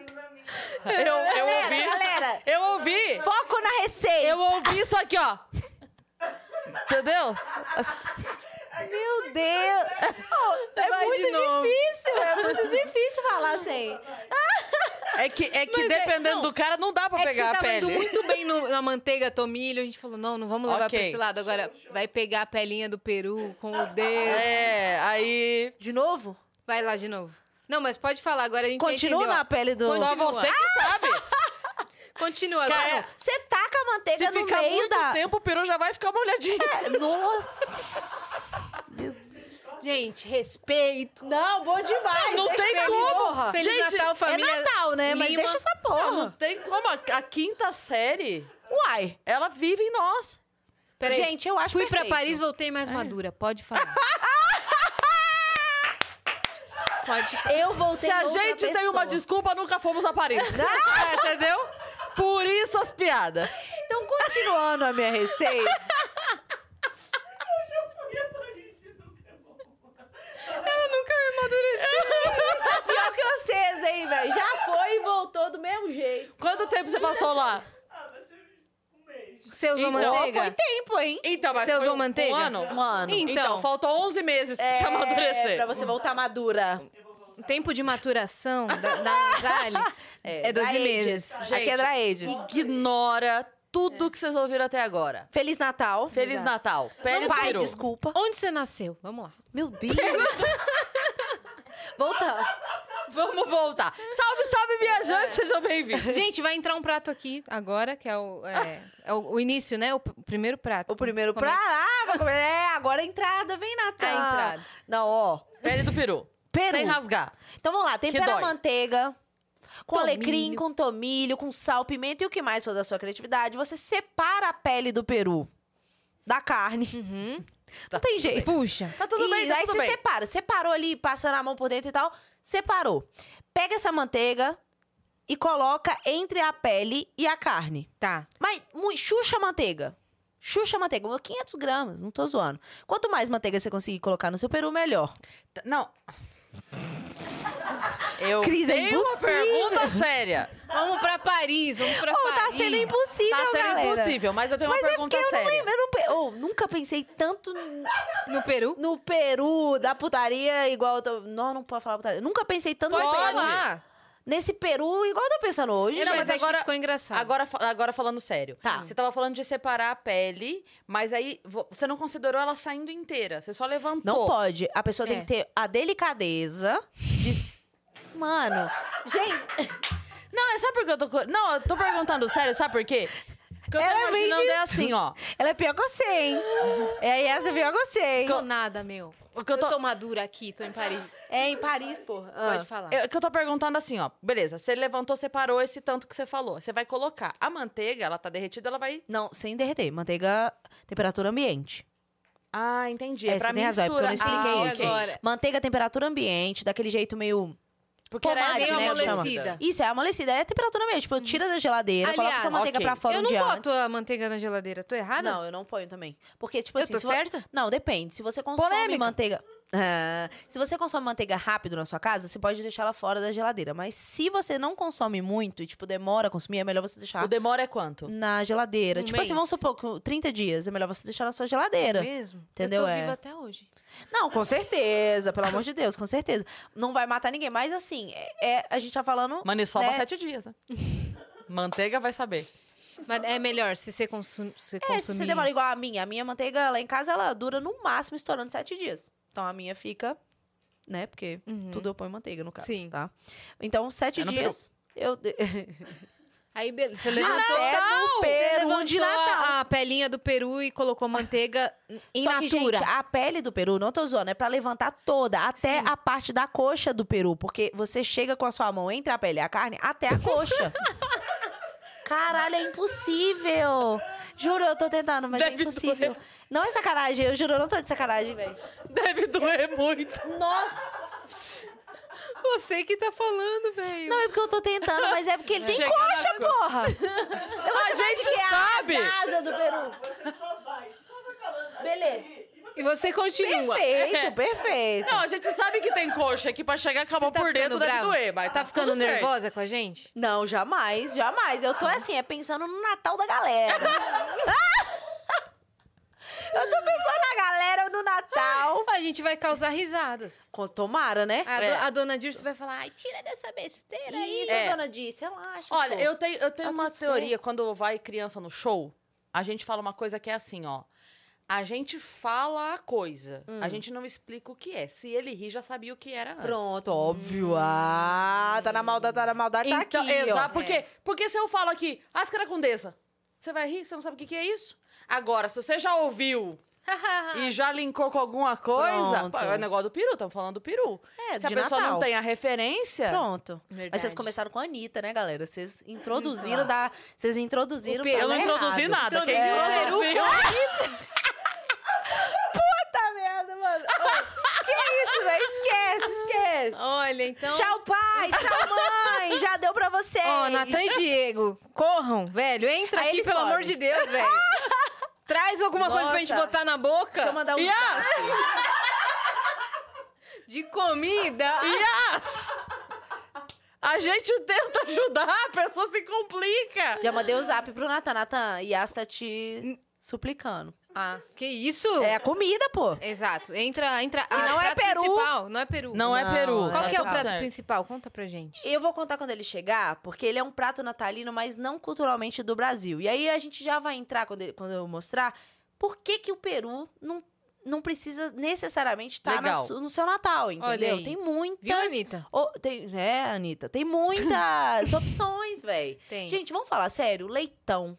Speaker 1: Eu, eu
Speaker 3: Galera,
Speaker 1: ouvi.
Speaker 3: galera.
Speaker 1: Eu ouvi.
Speaker 3: Foco na receita.
Speaker 1: Eu ouvi isso aqui, ó. Entendeu?
Speaker 3: Meu Deus! Oh, é
Speaker 2: Vai de
Speaker 3: muito
Speaker 2: novo.
Speaker 3: difícil, é muito difícil falar assim. sem.
Speaker 1: É que, é que
Speaker 2: Mas é-
Speaker 1: dependendo
Speaker 2: não.
Speaker 1: do cara, não dá pra
Speaker 2: É que você
Speaker 1: pegar a
Speaker 2: tava
Speaker 1: pele.
Speaker 2: indo muito bem no- na manteiga, tomilho. A gente falou, não, não vamos levar
Speaker 1: Ok. Ah,
Speaker 2: pra esse lado. Agora, vai pegar a pelinha do peru com o dedo.
Speaker 1: É, aí.
Speaker 3: De novo?
Speaker 2: Vai lá de novo. Não, mas pode falar, agora a gente já
Speaker 3: Continua
Speaker 2: entendeu, ó.
Speaker 3: na pele do. Ah,
Speaker 1: Só você que sabe.
Speaker 2: Continua
Speaker 1: Cara,
Speaker 2: agora.
Speaker 3: Você taca a
Speaker 1: Se
Speaker 3: manteiga no
Speaker 1: ficar
Speaker 3: meio
Speaker 1: muito
Speaker 3: da. É.
Speaker 1: tempo, o peru já vai ficar molhadinho.
Speaker 3: Nossa!
Speaker 2: Gente, respeito.
Speaker 3: Não, bom demais!
Speaker 1: Não tem
Speaker 2: Feliz-
Speaker 1: como.
Speaker 2: Feliz
Speaker 1: Gente,
Speaker 2: Natal, família.
Speaker 3: É Natal, né? Mas
Speaker 2: Lima.
Speaker 3: deixa essa
Speaker 1: Ah, Não
Speaker 3: porra.
Speaker 1: tem como. A, a quinta série,
Speaker 3: Uai!
Speaker 1: ela vive em nós.
Speaker 2: Peraí.
Speaker 3: Gente, eu acho
Speaker 2: Fui pra
Speaker 3: perfeito.
Speaker 2: Paris, voltei mais madura. Pode falar. Pode falar.
Speaker 3: Eu voltei
Speaker 1: Se a
Speaker 3: outra
Speaker 1: gente tem uma
Speaker 3: pessoa.
Speaker 1: desculpa, nunca fomos a Paris. É, Entendeu? Por isso as piadas.
Speaker 3: Então, continuando a minha receita.
Speaker 4: <laughs> Eu fui a Paris e nunca é bom.
Speaker 3: tá pior que vocês, hein, velho? Já foi e voltou do mesmo jeito.
Speaker 1: <laughs> Quanto tempo você passou lá?
Speaker 4: Ah, vai ser um mês.
Speaker 2: <laughs> Você usou
Speaker 1: Então,
Speaker 2: manteiga?
Speaker 3: Foi tempo, hein?
Speaker 1: Então, mas
Speaker 2: Você
Speaker 1: foi
Speaker 2: usou
Speaker 1: um-
Speaker 2: manteiga?
Speaker 1: Um ano?
Speaker 3: Mano.
Speaker 2: Então.
Speaker 1: faltou 11 meses pra você amadurecer.
Speaker 3: É, Pra você voltar madura.
Speaker 4: Eu vou voltar.
Speaker 2: O Um tempo de maturação da, da Zale <laughs> é, 12
Speaker 3: dry ages.
Speaker 2: meses.
Speaker 3: Aqui é
Speaker 1: Gente,
Speaker 3: Dry Ages.
Speaker 1: Ignora tudo que vocês ouviram até agora.
Speaker 3: Feliz Natal.
Speaker 1: Feliz
Speaker 3: Exato.
Speaker 1: Natal. Pele
Speaker 3: Pai,
Speaker 1: peru.
Speaker 3: desculpa.
Speaker 2: Onde você nasceu? Vamos lá.
Speaker 3: Meu
Speaker 2: <laughs>
Speaker 3: Deus.
Speaker 1: Voltar. Vamos voltar. Salve, salve,
Speaker 3: É.
Speaker 1: viajantes. Sejam bem-vindos.
Speaker 2: <laughs> Gente, vai entrar um prato aqui agora, que é o, é, é o, o início, né? O, p- primeiro prato.
Speaker 3: O primeiro
Speaker 2: Como
Speaker 3: pra...
Speaker 2: é
Speaker 3: Ah, vai comer. É, agora a entrada. Vem
Speaker 2: que-
Speaker 3: Natal.
Speaker 2: A
Speaker 3: Ah,
Speaker 2: É entrada.
Speaker 3: Não, ó.
Speaker 1: Pele do peru.
Speaker 3: Peru.
Speaker 1: Sem rasgar.
Speaker 3: Então vamos lá.
Speaker 1: Que
Speaker 3: Tempera
Speaker 1: dói.
Speaker 3: a manteiga. Com
Speaker 2: Tomilho.
Speaker 3: alecrim, com tomilho, com sal, pimenta e o que mais for da sua criatividade. Você separa a pele do peru da carne. Não tem jeito.
Speaker 2: Puxa.
Speaker 1: Tá tudo
Speaker 3: e
Speaker 1: bem, tá
Speaker 3: aí
Speaker 1: tudo
Speaker 3: você
Speaker 1: bem.
Speaker 3: separa. Separou ali, passando a mão por dentro e tal. Separou. Pega essa manteiga e coloca entre a pele e a carne.
Speaker 2: Tá.
Speaker 3: Mas mui- xuxa a manteiga. Xuxa a manteiga. 500 gramas, não tô zoando. Quanto mais manteiga você conseguir colocar no seu peru, melhor.
Speaker 1: T- Não. Eu
Speaker 3: Cris, é
Speaker 1: tenho uma
Speaker 3: impossível.
Speaker 1: pergunta séria.
Speaker 2: Vamos pra Paris, vamos pra
Speaker 3: Ô,
Speaker 2: Paris.
Speaker 3: tá sendo impossível,
Speaker 1: Tá sendo
Speaker 3: galera.
Speaker 1: impossível, mas eu tenho uma
Speaker 3: Mas é
Speaker 1: pergunta
Speaker 3: porque eu não
Speaker 1: séria.
Speaker 3: lembro. Eu não pe- Ô, nunca pensei tanto n-
Speaker 2: No Peru?
Speaker 3: no peru da putaria igual... Eu tô... Não, não pode falar putaria. Nunca pensei tanto
Speaker 2: Pode
Speaker 3: no peru-
Speaker 2: falar.
Speaker 3: nesse peru igual eu tô pensando hoje.
Speaker 2: Não,
Speaker 1: Não,
Speaker 2: mas,
Speaker 1: mas
Speaker 2: é
Speaker 1: agora-
Speaker 2: que ficou engraçado.
Speaker 1: Agora, fa- agora falando sério.
Speaker 3: Tá.
Speaker 1: Você tava falando de separar a pele, mas aí vo- você não considerou ela saindo inteira. Você só levantou.
Speaker 3: Não pode. A pessoa tem
Speaker 2: É.
Speaker 3: que ter a delicadeza de... s- Mano, gente,
Speaker 1: Não, é- sabe por que eu tô. co- Não, eu tô perguntando sério, sabe por quê? Porque eu tô
Speaker 3: Ela vem
Speaker 1: imaginando é
Speaker 3: disso.
Speaker 1: assim, ó.
Speaker 3: ela é pior que você, hein? É, essa é pior que você, hein?
Speaker 2: Sou nada, meu.
Speaker 1: O que eu
Speaker 2: Eu
Speaker 1: tô-
Speaker 2: tô... madura aqui, tô em Paris.
Speaker 3: É em Paris, porra. Ah.
Speaker 2: Pode falar.
Speaker 1: É que eu tô perguntando assim, ó. Beleza, você levantou, separou esse tanto que você falou. Você vai colocar a manteiga, ela tá derretida, ela vai.
Speaker 3: Não, sem derreter. Manteiga, temperatura ambiente.
Speaker 1: Ah, entendi.
Speaker 3: É,
Speaker 1: pra
Speaker 3: você tem razão, é porque eu não
Speaker 1: misturar.
Speaker 3: expliquei
Speaker 1: Ah,
Speaker 3: isso.
Speaker 1: ok.
Speaker 2: agora.
Speaker 3: Manteiga, temperatura ambiente, daquele jeito meio...
Speaker 1: Porque era
Speaker 3: Pomade,
Speaker 1: essa,
Speaker 3: né,
Speaker 1: né?
Speaker 3: que chama.
Speaker 2: amolecida.
Speaker 3: Isso, é amolecida, é temperatura ambiente. Tipo, tira da geladeira, coloca sua
Speaker 2: Uhum. Aliás,
Speaker 3: manteiga
Speaker 1: ok.
Speaker 3: pra fora
Speaker 2: eu
Speaker 3: um
Speaker 2: não
Speaker 3: dia
Speaker 2: boto
Speaker 3: antes.
Speaker 2: a manteiga na geladeira, tô errada?
Speaker 3: Não, eu não ponho também. Porque, tipo
Speaker 2: Eu
Speaker 3: assim...
Speaker 2: tô
Speaker 3: se vo-
Speaker 2: certa?
Speaker 3: Não, depende. Se você consome
Speaker 1: Polêmica.
Speaker 3: manteiga... Ah, se você consome manteiga rápido na sua casa, você pode deixar ela fora da geladeira. Mas se você não consome muito e, tipo, demora a consumir, é melhor você deixar
Speaker 1: O demora é quanto?
Speaker 3: na geladeira.
Speaker 2: Um
Speaker 3: tipo assim,
Speaker 2: mês? Um
Speaker 3: vamos supor que 30 dias, é melhor você deixar na sua geladeira.
Speaker 2: Mesmo?
Speaker 3: Entendeu?
Speaker 2: Eu tô
Speaker 3: É.
Speaker 2: viva até hoje.
Speaker 3: Não, com certeza, pelo amor de Deus, com certeza. Não vai matar ninguém, mas assim, é, é- a gente tá falando.
Speaker 1: Maniçoba
Speaker 3: né?
Speaker 1: sete dias,
Speaker 3: <laughs>
Speaker 1: né? Manteiga vai saber.
Speaker 2: Mas é melhor se você consumir. Se
Speaker 3: É, se você
Speaker 2: consumir-
Speaker 3: demora igual a minha, a minha manteiga lá em casa, ela dura no máximo estourando sete dias. Então a minha fica, né? Porque
Speaker 2: Uhum.
Speaker 3: tudo eu ponho manteiga no caso,
Speaker 2: Sim.
Speaker 3: tá? Então, sete
Speaker 1: É no
Speaker 3: dias. Eu...
Speaker 2: Aí, beleza. Você
Speaker 3: Até
Speaker 2: levantou,
Speaker 3: no
Speaker 2: você
Speaker 3: peru
Speaker 2: levantou
Speaker 3: de Natal.
Speaker 2: a pelinha do peru e colocou manteiga em
Speaker 3: Só que,
Speaker 2: natura.
Speaker 3: gente, a pele do peru, não tô zoando, é pra levantar toda, até a parte da coxa do peru. Porque você chega com a sua mão entre a pele e a carne até a coxa.
Speaker 2: <laughs>
Speaker 3: Caralho, é impossível. Juro, eu tô tentando, mas é
Speaker 1: Deve
Speaker 3: impossível.
Speaker 1: doer.
Speaker 3: Não é sacanagem, eu juro, eu não tô de sacanagem, velho.
Speaker 1: Deve doer muito.
Speaker 2: Você que tá falando, velho.
Speaker 3: Não, é porque eu tô tentando, mas é porque ele tem
Speaker 1: Chega
Speaker 3: coxa,
Speaker 1: na-
Speaker 3: porra.
Speaker 1: A gente sabe!
Speaker 3: é A asa do peru.
Speaker 4: Você só vai, só vai falando. aí
Speaker 3: Beleza.
Speaker 4: você ri, e você
Speaker 2: E você continua.
Speaker 3: Perfeito, perfeito.
Speaker 1: É. Não, a gente sabe que tem coxa que pra chegar
Speaker 2: Você
Speaker 1: acabou
Speaker 2: tá
Speaker 1: por
Speaker 2: ficando
Speaker 1: dentro deve
Speaker 2: brava?
Speaker 1: doer, mas
Speaker 2: Tá ficando
Speaker 1: tudo certo.
Speaker 2: nervosa com a gente?
Speaker 3: Não, jamais, jamais. Eu tô
Speaker 1: Ah.
Speaker 3: assim, é pensando no Natal
Speaker 1: <laughs>
Speaker 3: da galera. eu tô pensando na galera no Natal.
Speaker 2: A gente vai causar risadas.
Speaker 3: Com- Tomara, né?
Speaker 2: A, do-
Speaker 1: É.
Speaker 2: a dona Dirce vai falar, ai, tira <laughs> dessa besteira aí.
Speaker 3: Isso,
Speaker 1: É.
Speaker 3: dona disse, relaxa.
Speaker 1: Olha,
Speaker 3: só.
Speaker 1: eu tenho, eu tenho
Speaker 3: Tá
Speaker 1: uma
Speaker 3: tudo
Speaker 1: teoria. Quando vai criança no show, a gente fala uma coisa que é assim, ó. A gente fala a coisa,
Speaker 3: Hum.
Speaker 1: a gente não explica o que é. Se ele ri, já sabia o que era antes.
Speaker 3: Pronto, óbvio. Ah, tá na maldade, tá na maldade, tá
Speaker 1: Então,
Speaker 3: aqui,
Speaker 1: exa-
Speaker 3: ó.
Speaker 1: porque, porque se eu falo aqui, ascaracondesa, você vai rir? Você não sabe o que, que é isso? Agora, se você já ouviu e já linkou com alguma coisa,
Speaker 3: Ah. Pronto.
Speaker 1: pô, é o negócio do peru, estamos falando do peru.
Speaker 3: É,
Speaker 1: se a
Speaker 3: de
Speaker 1: pessoa
Speaker 3: Natal.
Speaker 1: não tem a referência,
Speaker 3: Pronto. Mas vocês
Speaker 2: Verdade.
Speaker 3: começaram com a Anitta, né, galera? Vocês introduziram da... Vocês introduziram...
Speaker 1: Então.
Speaker 2: peru
Speaker 1: eu não
Speaker 3: tá
Speaker 1: introduzi
Speaker 3: errado. <laughs>
Speaker 1: nada. Quem
Speaker 3: É.
Speaker 1: introduziu?
Speaker 3: Puta Tá merda, mano. Ô, que isso, velho? Esquece, esquece.
Speaker 2: Olha, então...
Speaker 3: Tchau, pai! Tchau, mãe! Já deu pra você!
Speaker 2: Ó, Natan e Diego, corram, velho. Entra
Speaker 3: Aí
Speaker 2: aqui,
Speaker 3: eles
Speaker 2: pelo
Speaker 3: podem.
Speaker 2: amor de Deus, <laughs> velho. Traz alguma coisa pra gente
Speaker 3: Nossa.
Speaker 2: botar na boca.
Speaker 3: Deixa eu mandar um...
Speaker 1: Yas!
Speaker 2: De comida.
Speaker 1: Yas! A gente tenta ajudar, a pessoa se complica.
Speaker 3: Já mandei o zap pro Natan. Natan, Yas tá te suplicando.
Speaker 2: Ah, que isso?
Speaker 3: É a comida, pô.
Speaker 2: Exato. Entra, entra. Que
Speaker 3: não é peru.
Speaker 2: Principal. Não é peru.
Speaker 1: Não é
Speaker 3: Não,
Speaker 1: peru.
Speaker 2: Qual
Speaker 3: é
Speaker 2: que é o
Speaker 3: tá
Speaker 2: prato
Speaker 1: certo.
Speaker 2: principal? Conta pra gente.
Speaker 3: Eu vou contar quando ele chegar, porque ele é um prato natalino, mas não culturalmente do Brasil. E aí a gente já vai entrar, quando, ele- quando eu mostrar, por que, que o Peru não, não precisa necessariamente estar na
Speaker 1: Legal.
Speaker 3: su- no seu Natal,
Speaker 2: Olha
Speaker 3: entendeu?
Speaker 2: aí.
Speaker 3: Tem muitas.
Speaker 2: Viu, Anitta?
Speaker 3: Ô, tem, é, Anitta, tem
Speaker 2: <laughs>
Speaker 3: muitas opções, véi.
Speaker 2: Tem.
Speaker 3: Gente, vamos falar sério, leitão,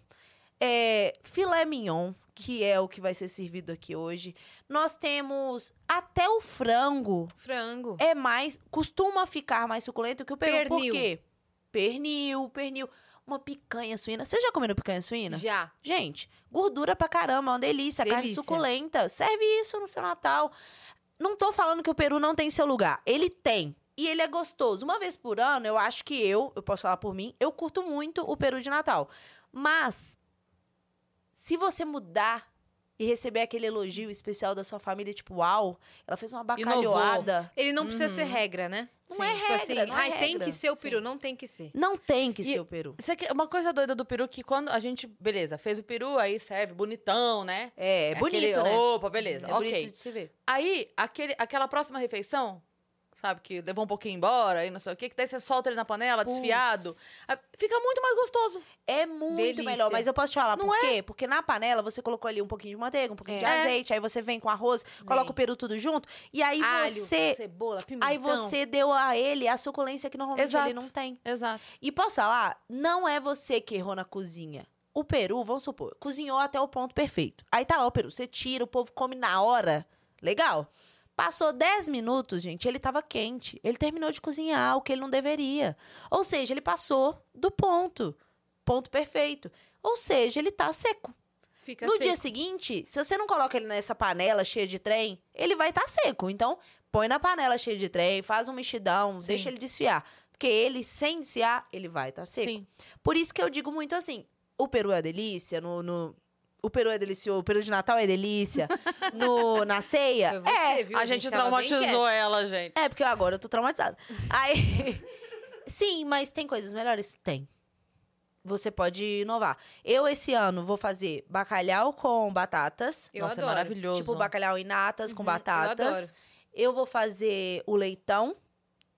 Speaker 3: é, filé mignon, que é o que vai ser servido aqui hoje. Nós temos até o frango
Speaker 2: frango.
Speaker 3: é mais, costuma ficar mais suculento que o peru. Por
Speaker 2: Pernil.
Speaker 3: quê? Pernil, pernil. Uma picanha suína. Vocês já comeram picanha suína?
Speaker 2: Já.
Speaker 3: Gente, gordura pra caramba, é uma delícia, carne
Speaker 2: Delícia.
Speaker 3: suculenta. Serve isso no seu Natal. Não tô falando que o peru não tem seu lugar. Ele tem. E ele é gostoso. Uma vez por ano, eu acho que eu, eu posso falar por mim, eu curto muito o peru de Natal. Mas, se você mudar e receber aquele elogio especial da sua família, tipo, uau, ela fez uma bacalhoada.
Speaker 2: Ele não precisa ser regra, né?
Speaker 3: Uhum. Não é regra, não é
Speaker 2: ai, tem
Speaker 3: regra.
Speaker 2: que ser o peru, não tem que ser.
Speaker 3: Não tem que
Speaker 1: E-
Speaker 3: ser o peru.
Speaker 1: Você quer- é uma coisa doida do peru que quando a gente, beleza, fez o peru, aí serve, bonitão, né?
Speaker 3: É, é bonito,
Speaker 1: Aquele-
Speaker 3: né?
Speaker 1: Opa, beleza,
Speaker 3: é
Speaker 1: ok.
Speaker 3: bonito de se ver.
Speaker 1: Aí, aquele, aquela próxima refeição, sabe, que levou um pouquinho embora, aí não sei o quê, que daí você solta ele na panela, desfiado, ah, fica muito mais gostoso.
Speaker 3: É muito
Speaker 2: Delícia.
Speaker 3: melhor, mas eu posso te falar
Speaker 1: Não
Speaker 3: por quê? Porque na panela você colocou ali um pouquinho de manteiga, um pouquinho de
Speaker 1: É.
Speaker 3: azeite, aí você vem com arroz, coloca o peru tudo junto, e aí
Speaker 2: Alho,
Speaker 3: você. então.
Speaker 2: cebola, pimentão.
Speaker 3: Aí você deu a ele a suculência que normalmente
Speaker 1: Exato.
Speaker 3: ele não tem.
Speaker 1: Exato.
Speaker 3: E posso falar, não é você que errou na cozinha. O peru, vamos supor, cozinhou até o ponto perfeito. Aí tá lá o peru, você tira, o povo come na hora. Legal. Passou 10 minutos, gente, ele tava quente. Ele terminou de cozinhar o que ele não deveria. Ou seja, ele passou do ponto. Ponto perfeito. Ou seja, ele tá seco.
Speaker 2: Fica
Speaker 3: no
Speaker 2: seco.
Speaker 3: dia seguinte, se você não coloca ele nessa panela cheia de trem, ele vai estar seco. Então, põe na panela cheia de trem, faz um mexidão,
Speaker 1: Sim.
Speaker 3: deixa ele desfiar. Porque ele, sem desfiar, ele vai estar seco.
Speaker 1: Sim.
Speaker 3: Por isso que eu digo muito assim: o peru é delícia, no. no- o peru é delicioso, o peru de Natal é delícia. No, na ceia.
Speaker 2: Foi você,
Speaker 3: é,
Speaker 2: viu?
Speaker 1: a gente
Speaker 2: tava bem
Speaker 1: traumatizou ela, gente.
Speaker 3: é, porque eu agora eu tô traumatizada. Aí. <laughs> Sim, mas tem coisas melhores? Tem. Você pode inovar. Eu, esse ano, vou fazer bacalhau com batatas.
Speaker 2: Eu
Speaker 1: Nossa,
Speaker 2: adoro.
Speaker 1: é maravilhoso.
Speaker 3: Tipo, bacalhau em natas com
Speaker 2: Uhum,
Speaker 3: batatas.
Speaker 2: Eu adoro.
Speaker 3: Eu vou fazer o leitão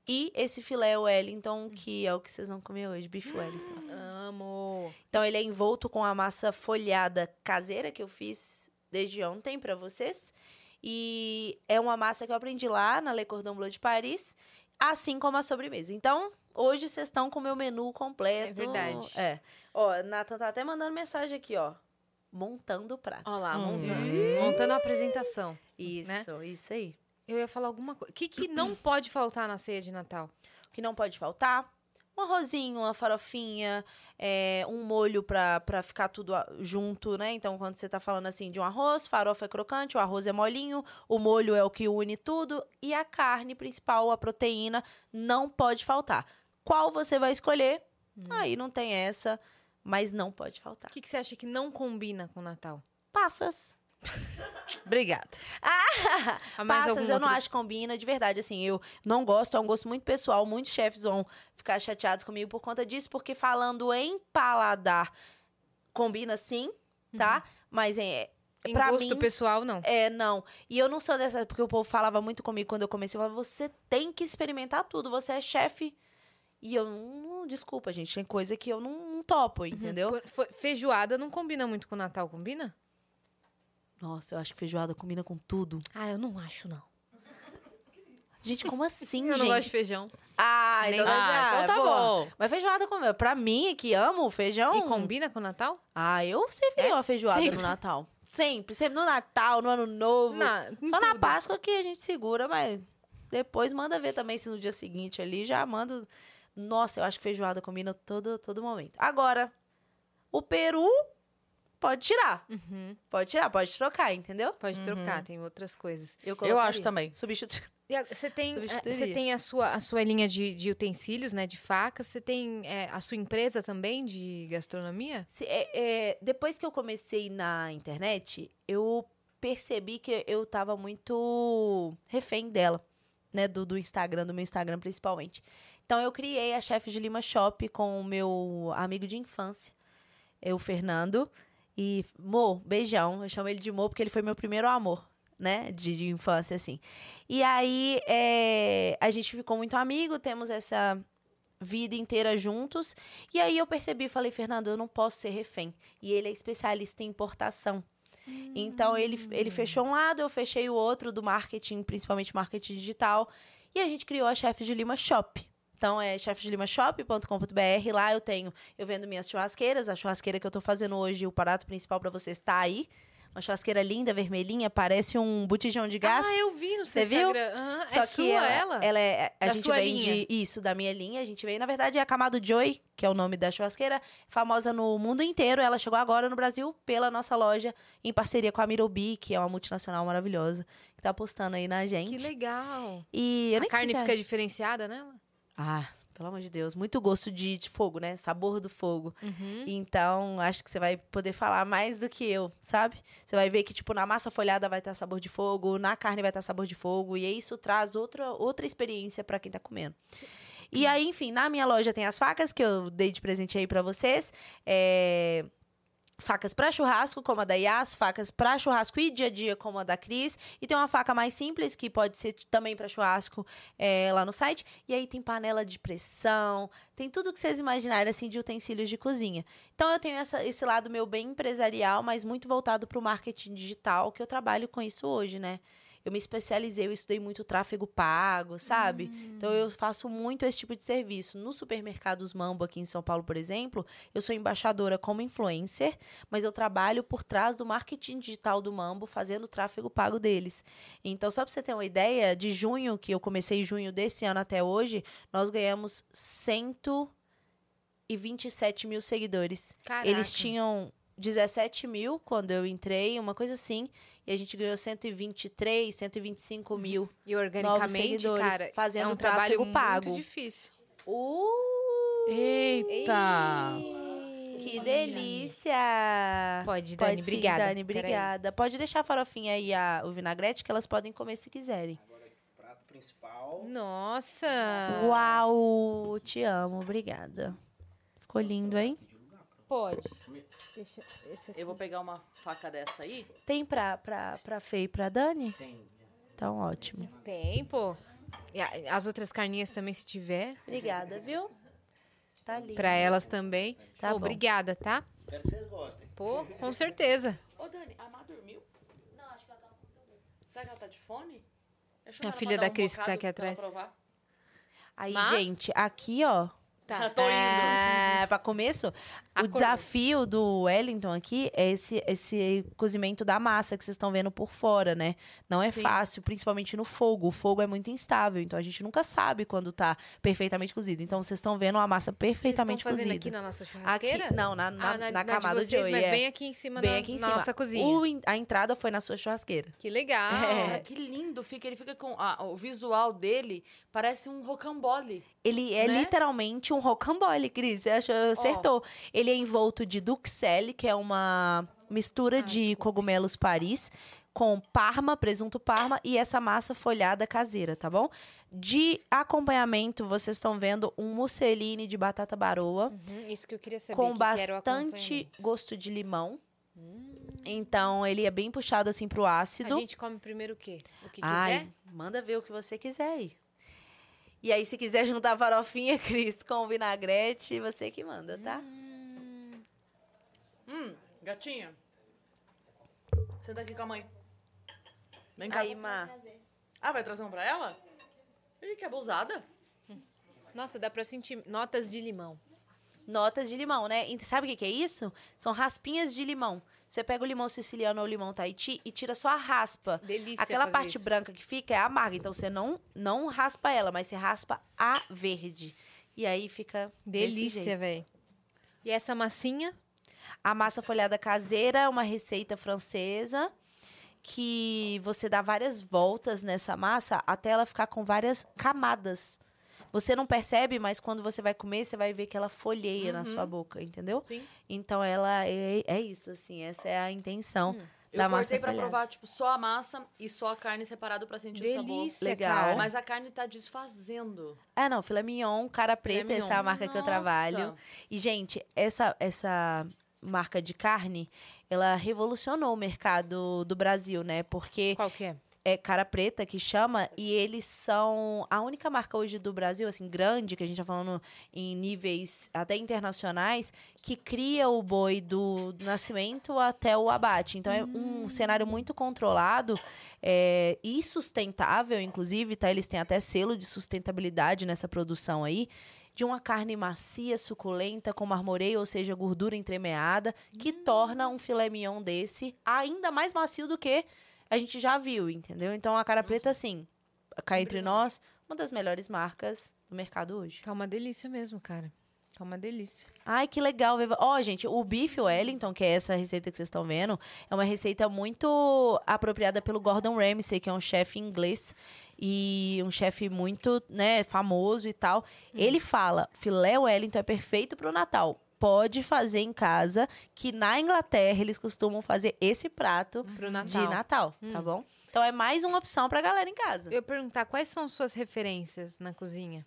Speaker 3: e esse filé
Speaker 2: Uhum.
Speaker 3: Wellington, que é o que vocês vão comer hoje, bife Wellington.
Speaker 2: Amo.
Speaker 3: Então, ele é envolto com a massa folhada caseira que eu fiz desde ontem pra vocês. E é uma massa que eu aprendi lá na Le Cordon Bleu de Paris, assim como a sobremesa. Então, hoje vocês estão com o meu menu completo.
Speaker 2: É verdade.
Speaker 3: É. Ó, Nathan tá até mandando mensagem aqui, ó. Montando o prato.
Speaker 2: Olha lá, né?
Speaker 1: Hum.
Speaker 2: montando. Montando a apresentação.
Speaker 3: Isso, isso aí.
Speaker 2: Eu ia falar alguma coisa. O que, que não pode faltar na ceia de Natal?
Speaker 3: O que não pode faltar. Um arrozinho, uma farofinha, é, um molho pra, pra ficar tudo a- junto, né? Então, quando você tá falando assim de um arroz, farofa é crocante, o arroz é molinho, o molho é o que une tudo, e a carne principal, a proteína, não pode faltar. Qual você vai escolher? Aí não tem essa, mas não pode faltar.
Speaker 2: O que, que você acha que não combina com o Natal?
Speaker 3: Passas.
Speaker 1: Obrigada.
Speaker 2: Há mais
Speaker 3: Passas
Speaker 2: algum
Speaker 3: eu não
Speaker 2: outro-
Speaker 3: acho que combina, de verdade, assim, eu não gosto, é um gosto muito pessoal, muitos chefes vão ficar chateados comigo por conta disso, porque falando em paladar, combina sim,
Speaker 2: Uhum.
Speaker 3: tá? Mas é,
Speaker 2: Em
Speaker 3: pra
Speaker 2: gosto
Speaker 3: mim-
Speaker 2: pessoal, não.
Speaker 3: é, não. E eu não sou dessa, porque o povo falava muito comigo quando eu comecei, eu falava, você tem que experimentar tudo, você é chefe. E eu não, desculpa, gente, tem coisa que eu não, não topo,
Speaker 2: Uhum.
Speaker 3: entendeu?
Speaker 2: Por- foi- Feijoada não combina muito com o Natal, combina?
Speaker 3: Nossa, eu acho que feijoada combina com tudo.
Speaker 2: Ah, eu não acho, não. <laughs>
Speaker 3: Gente, como assim,
Speaker 2: eu
Speaker 3: gente?
Speaker 2: não gosto de feijão.
Speaker 3: Ah,
Speaker 2: Nem-
Speaker 3: então,
Speaker 1: Ah, então tá
Speaker 3: boa.
Speaker 1: bom.
Speaker 3: Mas feijoada comeu. Pra mim, que amo feijão.
Speaker 2: E combina com o Natal?
Speaker 3: Ah, eu serviria uma feijoada
Speaker 2: Sempre.
Speaker 3: no Natal. Sempre, sempre. No Natal, no Ano Novo.
Speaker 2: Na- em
Speaker 3: Só na
Speaker 2: tudo.
Speaker 3: Páscoa que a gente segura, mas depois manda ver também se no dia seguinte ali já manda. Nossa, eu acho que feijoada combina todo, todo momento. Agora, o Peru pode tirar.
Speaker 2: Uhum,
Speaker 3: Pode tirar, pode trocar, entendeu?
Speaker 2: Pode trocar, tem outras coisas.
Speaker 1: Eu acho
Speaker 3: colocaria.
Speaker 1: também.
Speaker 3: Substituir.
Speaker 2: E a- Você tem, eh, você
Speaker 3: Substituiria.
Speaker 2: tem a, sua, a sua linha de, de utensílios, né? De facas. Você tem eh, a sua empresa também de gastronomia?
Speaker 3: Se- é- é, depois que eu comecei na internet, eu percebi que eu tava muito refém dela, né? Do, do Instagram, do meu Instagram principalmente. Então eu criei a Chefe de Lima Shop com o meu amigo de infância, é, o Fernando. E, Mo, beijão. Eu chamo ele de Mo porque ele foi meu primeiro amor, né? De, de infância, assim. E aí, é, a gente ficou muito amigo, temos essa vida inteira juntos. E aí eu percebi, falei, Fernando, eu não posso ser refém. E ele é especialista em importação. Então ele, ele fechou um lado, eu fechei o outro do marketing, principalmente marketing digital. E a gente criou a Chefe de Lima Shop. Então é chefesdelimashop.com.br. Lá eu tenho, eu vendo minhas churrasqueiras, a churrasqueira que eu tô fazendo hoje, o prato principal para vocês tá aí. Uma churrasqueira linda, vermelhinha, parece um botijão de gás.
Speaker 2: Ah, eu vi no seu
Speaker 3: Você viu?
Speaker 2: Instagram. Aham,
Speaker 3: Só
Speaker 2: é
Speaker 3: que
Speaker 2: sua
Speaker 3: ela,
Speaker 2: ela?
Speaker 3: ela é. A
Speaker 2: Da
Speaker 3: gente
Speaker 2: sua
Speaker 3: vende
Speaker 2: linha?
Speaker 3: isso da minha linha. A gente vem, na verdade, é a Camado Joy, que é o nome da churrasqueira, famosa no mundo inteiro. Ela chegou agora no Brasil pela nossa loja, em parceria com a Mirobi, que é uma multinacional maravilhosa, que tá apostando aí na gente.
Speaker 2: Que legal.
Speaker 3: E eu
Speaker 2: a
Speaker 3: nem sei
Speaker 2: carne
Speaker 3: se é-
Speaker 2: fica diferenciada nela?
Speaker 3: Ah, pelo amor de Deus, muito gosto de, de fogo, né? Sabor do fogo.
Speaker 2: Uhum.
Speaker 3: Então, acho que você vai poder falar mais do que eu, sabe? Você vai ver que, tipo, na massa folhada vai estar sabor de fogo, na carne vai estar sabor de fogo, e aí isso traz outra, outra experiência para quem tá comendo. E aí, enfim, na minha loja tem as facas que eu dei de presente aí para vocês. É, Facas para churrasco, como a da Yas, facas para churrasco e dia a dia, como a da Cris. E tem uma faca mais simples, que pode ser também para churrasco é, lá no site. E aí tem panela de pressão, tem tudo que vocês imaginarem, assim, de utensílios de cozinha. Então eu tenho essa- esse lado meu bem empresarial, mas muito voltado para o marketing digital, que eu trabalho com isso hoje, né? Eu me especializei, eu estudei muito tráfego pago, sabe? Então eu faço muito esse tipo de serviço. No supermercados Mambo aqui em São Paulo, por exemplo, eu sou embaixadora como influencer, mas eu trabalho por trás do marketing digital do Mambo, fazendo o tráfego pago deles. Então, só para você ter uma ideia, de junho, que eu comecei junho desse ano até hoje, nós ganhamos 127 mil seguidores.
Speaker 2: Caraca.
Speaker 3: Eles tinham 17 mil quando eu entrei, uma coisa assim. E a gente ganhou 123, 125 mil
Speaker 2: E
Speaker 3: novos
Speaker 2: organicamente,
Speaker 3: seguidores.
Speaker 2: Uhum. cara,
Speaker 3: fazendo
Speaker 2: é um
Speaker 3: tráfego
Speaker 2: trabalho
Speaker 3: pago.
Speaker 2: muito difícil.
Speaker 3: Uh,
Speaker 1: Eita!
Speaker 3: que delícia!
Speaker 2: Pode, Dani,
Speaker 3: sim,
Speaker 2: obrigada.
Speaker 3: Dani,
Speaker 2: Peraí.
Speaker 3: obrigada. Pode deixar a farofinha e a, o vinagrete, que elas podem comer se quiserem.
Speaker 7: Prato principal.
Speaker 2: Nossa!
Speaker 3: Uau! Te amo, obrigada. Ficou lindo, hein?
Speaker 2: Pode.
Speaker 1: Eu vou pegar uma faca dessa aí.
Speaker 3: Tem pra, pra, pra Fê e pra Dani?
Speaker 7: Tem.
Speaker 3: Então, ótimo.
Speaker 2: Tem, pô. E a- As outras carninhas também, se tiver.
Speaker 3: Obrigada, viu? Tá lindo.
Speaker 2: Pra elas também.
Speaker 3: Tá
Speaker 2: Pô,
Speaker 3: bom.
Speaker 2: Obrigada, tá?
Speaker 7: Espero que vocês gostem.
Speaker 2: Pô, com certeza.
Speaker 1: Ô, Dani, a Má dormiu?
Speaker 6: Não, acho que ela tá no computador.
Speaker 1: Será que ela tá de fone? Deixa eu
Speaker 2: A
Speaker 1: chamar ela
Speaker 2: filha
Speaker 1: pra dar
Speaker 2: da Cris que tá
Speaker 1: bocado
Speaker 2: aqui
Speaker 1: pra ela
Speaker 2: atrás.
Speaker 1: provar.
Speaker 3: Aí,
Speaker 2: Má?
Speaker 3: gente, aqui, ó.
Speaker 2: Tá.
Speaker 1: Tô indo.
Speaker 3: É, pra começo, o
Speaker 2: Acordou.
Speaker 3: desafio do Wellington aqui é esse, esse cozimento da massa que vocês estão vendo por fora, né? Não é
Speaker 1: Sim.
Speaker 3: fácil, principalmente no fogo. O fogo é muito instável, então a gente nunca sabe quando tá perfeitamente cozido. Então vocês estão vendo a massa perfeitamente
Speaker 2: Vocês estão fazendo
Speaker 3: cozida.
Speaker 2: aqui na nossa churrasqueira?
Speaker 3: Aqui- não, na, na,
Speaker 2: Ah,
Speaker 3: na camada
Speaker 2: de vocês,
Speaker 3: de oi,
Speaker 2: mas
Speaker 3: é.
Speaker 2: bem assim. aqui em cima
Speaker 3: Bem
Speaker 2: na,
Speaker 3: aqui em
Speaker 2: na
Speaker 3: cima.
Speaker 2: nossa cozinha.
Speaker 3: O in- a entrada foi na sua churrasqueira.
Speaker 2: Que legal.
Speaker 1: Olha
Speaker 3: É.
Speaker 1: que lindo fica. Ele fica com... ah, o visual dele parece um rocambole.
Speaker 3: Ele é
Speaker 1: Né?
Speaker 3: literalmente um rocambole, Cris. Você achou- acertou. Ele é envolto de duxelle, que é uma mistura
Speaker 2: Ah,
Speaker 3: de
Speaker 2: desculpa.
Speaker 3: cogumelos Paris com parma, presunto parma e essa massa folhada caseira, tá bom? De acompanhamento, vocês estão vendo um musseline de batata baroa
Speaker 2: Uhum, isso que eu queria saber.
Speaker 3: com
Speaker 2: que que era o
Speaker 3: bastante
Speaker 2: acompanhamento. Hum.
Speaker 3: gosto de limão. Então, ele é bem puxado assim pro ácido.
Speaker 2: A gente come primeiro o quê? O que
Speaker 3: Ai,
Speaker 2: quiser?
Speaker 3: manda ver o que você quiser aí. E aí, se quiser juntar a farofinha, <laughs> Cris, com o vinagrete, você que manda, tá?
Speaker 1: Hum, gatinha. Senta aqui com a mãe. Vem cá.
Speaker 3: Aí, Má.
Speaker 1: Ah, vai trazer um pra ela? Ih, que abusada.
Speaker 2: Nossa, dá pra sentir notas de limão.
Speaker 3: Notas de limão, né? E sabe o que que é isso? São raspinhas de limão. Você pega o limão siciliano ou o limão tahiti e tira só a raspa.
Speaker 2: Delícia
Speaker 3: Aquela
Speaker 2: fazer
Speaker 3: parte
Speaker 2: isso.
Speaker 3: branca que fica é amarga, então você não, não raspa ela, mas você raspa a verde. E aí fica desse jeito.
Speaker 2: Delícia, velho. E essa massinha?
Speaker 3: A massa folhada caseira é uma receita francesa que você dá várias voltas nessa massa até ela ficar com várias camadas. Você não percebe, mas quando você vai comer, você vai ver que ela folheia na sua boca, entendeu?
Speaker 1: Uhum. Sim.
Speaker 3: Então ela é, é isso, assim, essa é a intenção
Speaker 1: Hum. Eu
Speaker 3: da massa
Speaker 1: cortei pra
Speaker 3: folhada.
Speaker 1: provar, tipo, só a massa e só a carne separado pra sentir o
Speaker 2: Delícia,
Speaker 1: sabor.
Speaker 3: Legal.
Speaker 2: cara.
Speaker 1: Mas a carne tá desfazendo.
Speaker 3: Ah, não, filé mignon, cara preta,
Speaker 1: mignon.
Speaker 3: essa é a É marca que eu
Speaker 1: Nossa.
Speaker 3: trabalho. E gente, essa essa marca de carne, ela revolucionou o mercado do Brasil, né? Porque
Speaker 2: Qual que é?
Speaker 3: é Cara Preta que chama, e eles são a única marca hoje do Brasil, assim, grande, que a gente tá falando em níveis até internacionais, que cria o boi do nascimento até o abate. Então é um cenário muito controlado é, e sustentável, inclusive, tá? Eles têm até selo de sustentabilidade nessa produção aí. De uma carne macia, suculenta, com marmoreio, ou seja, gordura entremeada, que torna um filé mignon desse ainda mais macio do que a gente já viu, entendeu? Então a cara preta, assim, cá entre nós, uma das melhores marcas do mercado hoje.
Speaker 2: Tá uma delícia mesmo, cara. Tá uma delícia.
Speaker 3: Ai, que legal. Veva. Ó, gente, o bife Wellington, que é essa receita que vocês estão vendo, é uma receita muito apropriada pelo Gordon Ramsay, que é um chefe inglês e um chefe muito, né, famoso e tal.
Speaker 2: Hum.
Speaker 3: Ele fala: "Filé Wellington é perfeito pro Natal. Pode fazer em casa, que na Inglaterra eles costumam fazer esse prato
Speaker 2: Hum,
Speaker 1: Uhum.
Speaker 2: Pro
Speaker 3: de
Speaker 2: Natal. Hum.
Speaker 3: Natal, tá bom? Então é mais uma opção pra galera em casa.
Speaker 2: Eu ia perguntar, quais são suas referências na cozinha?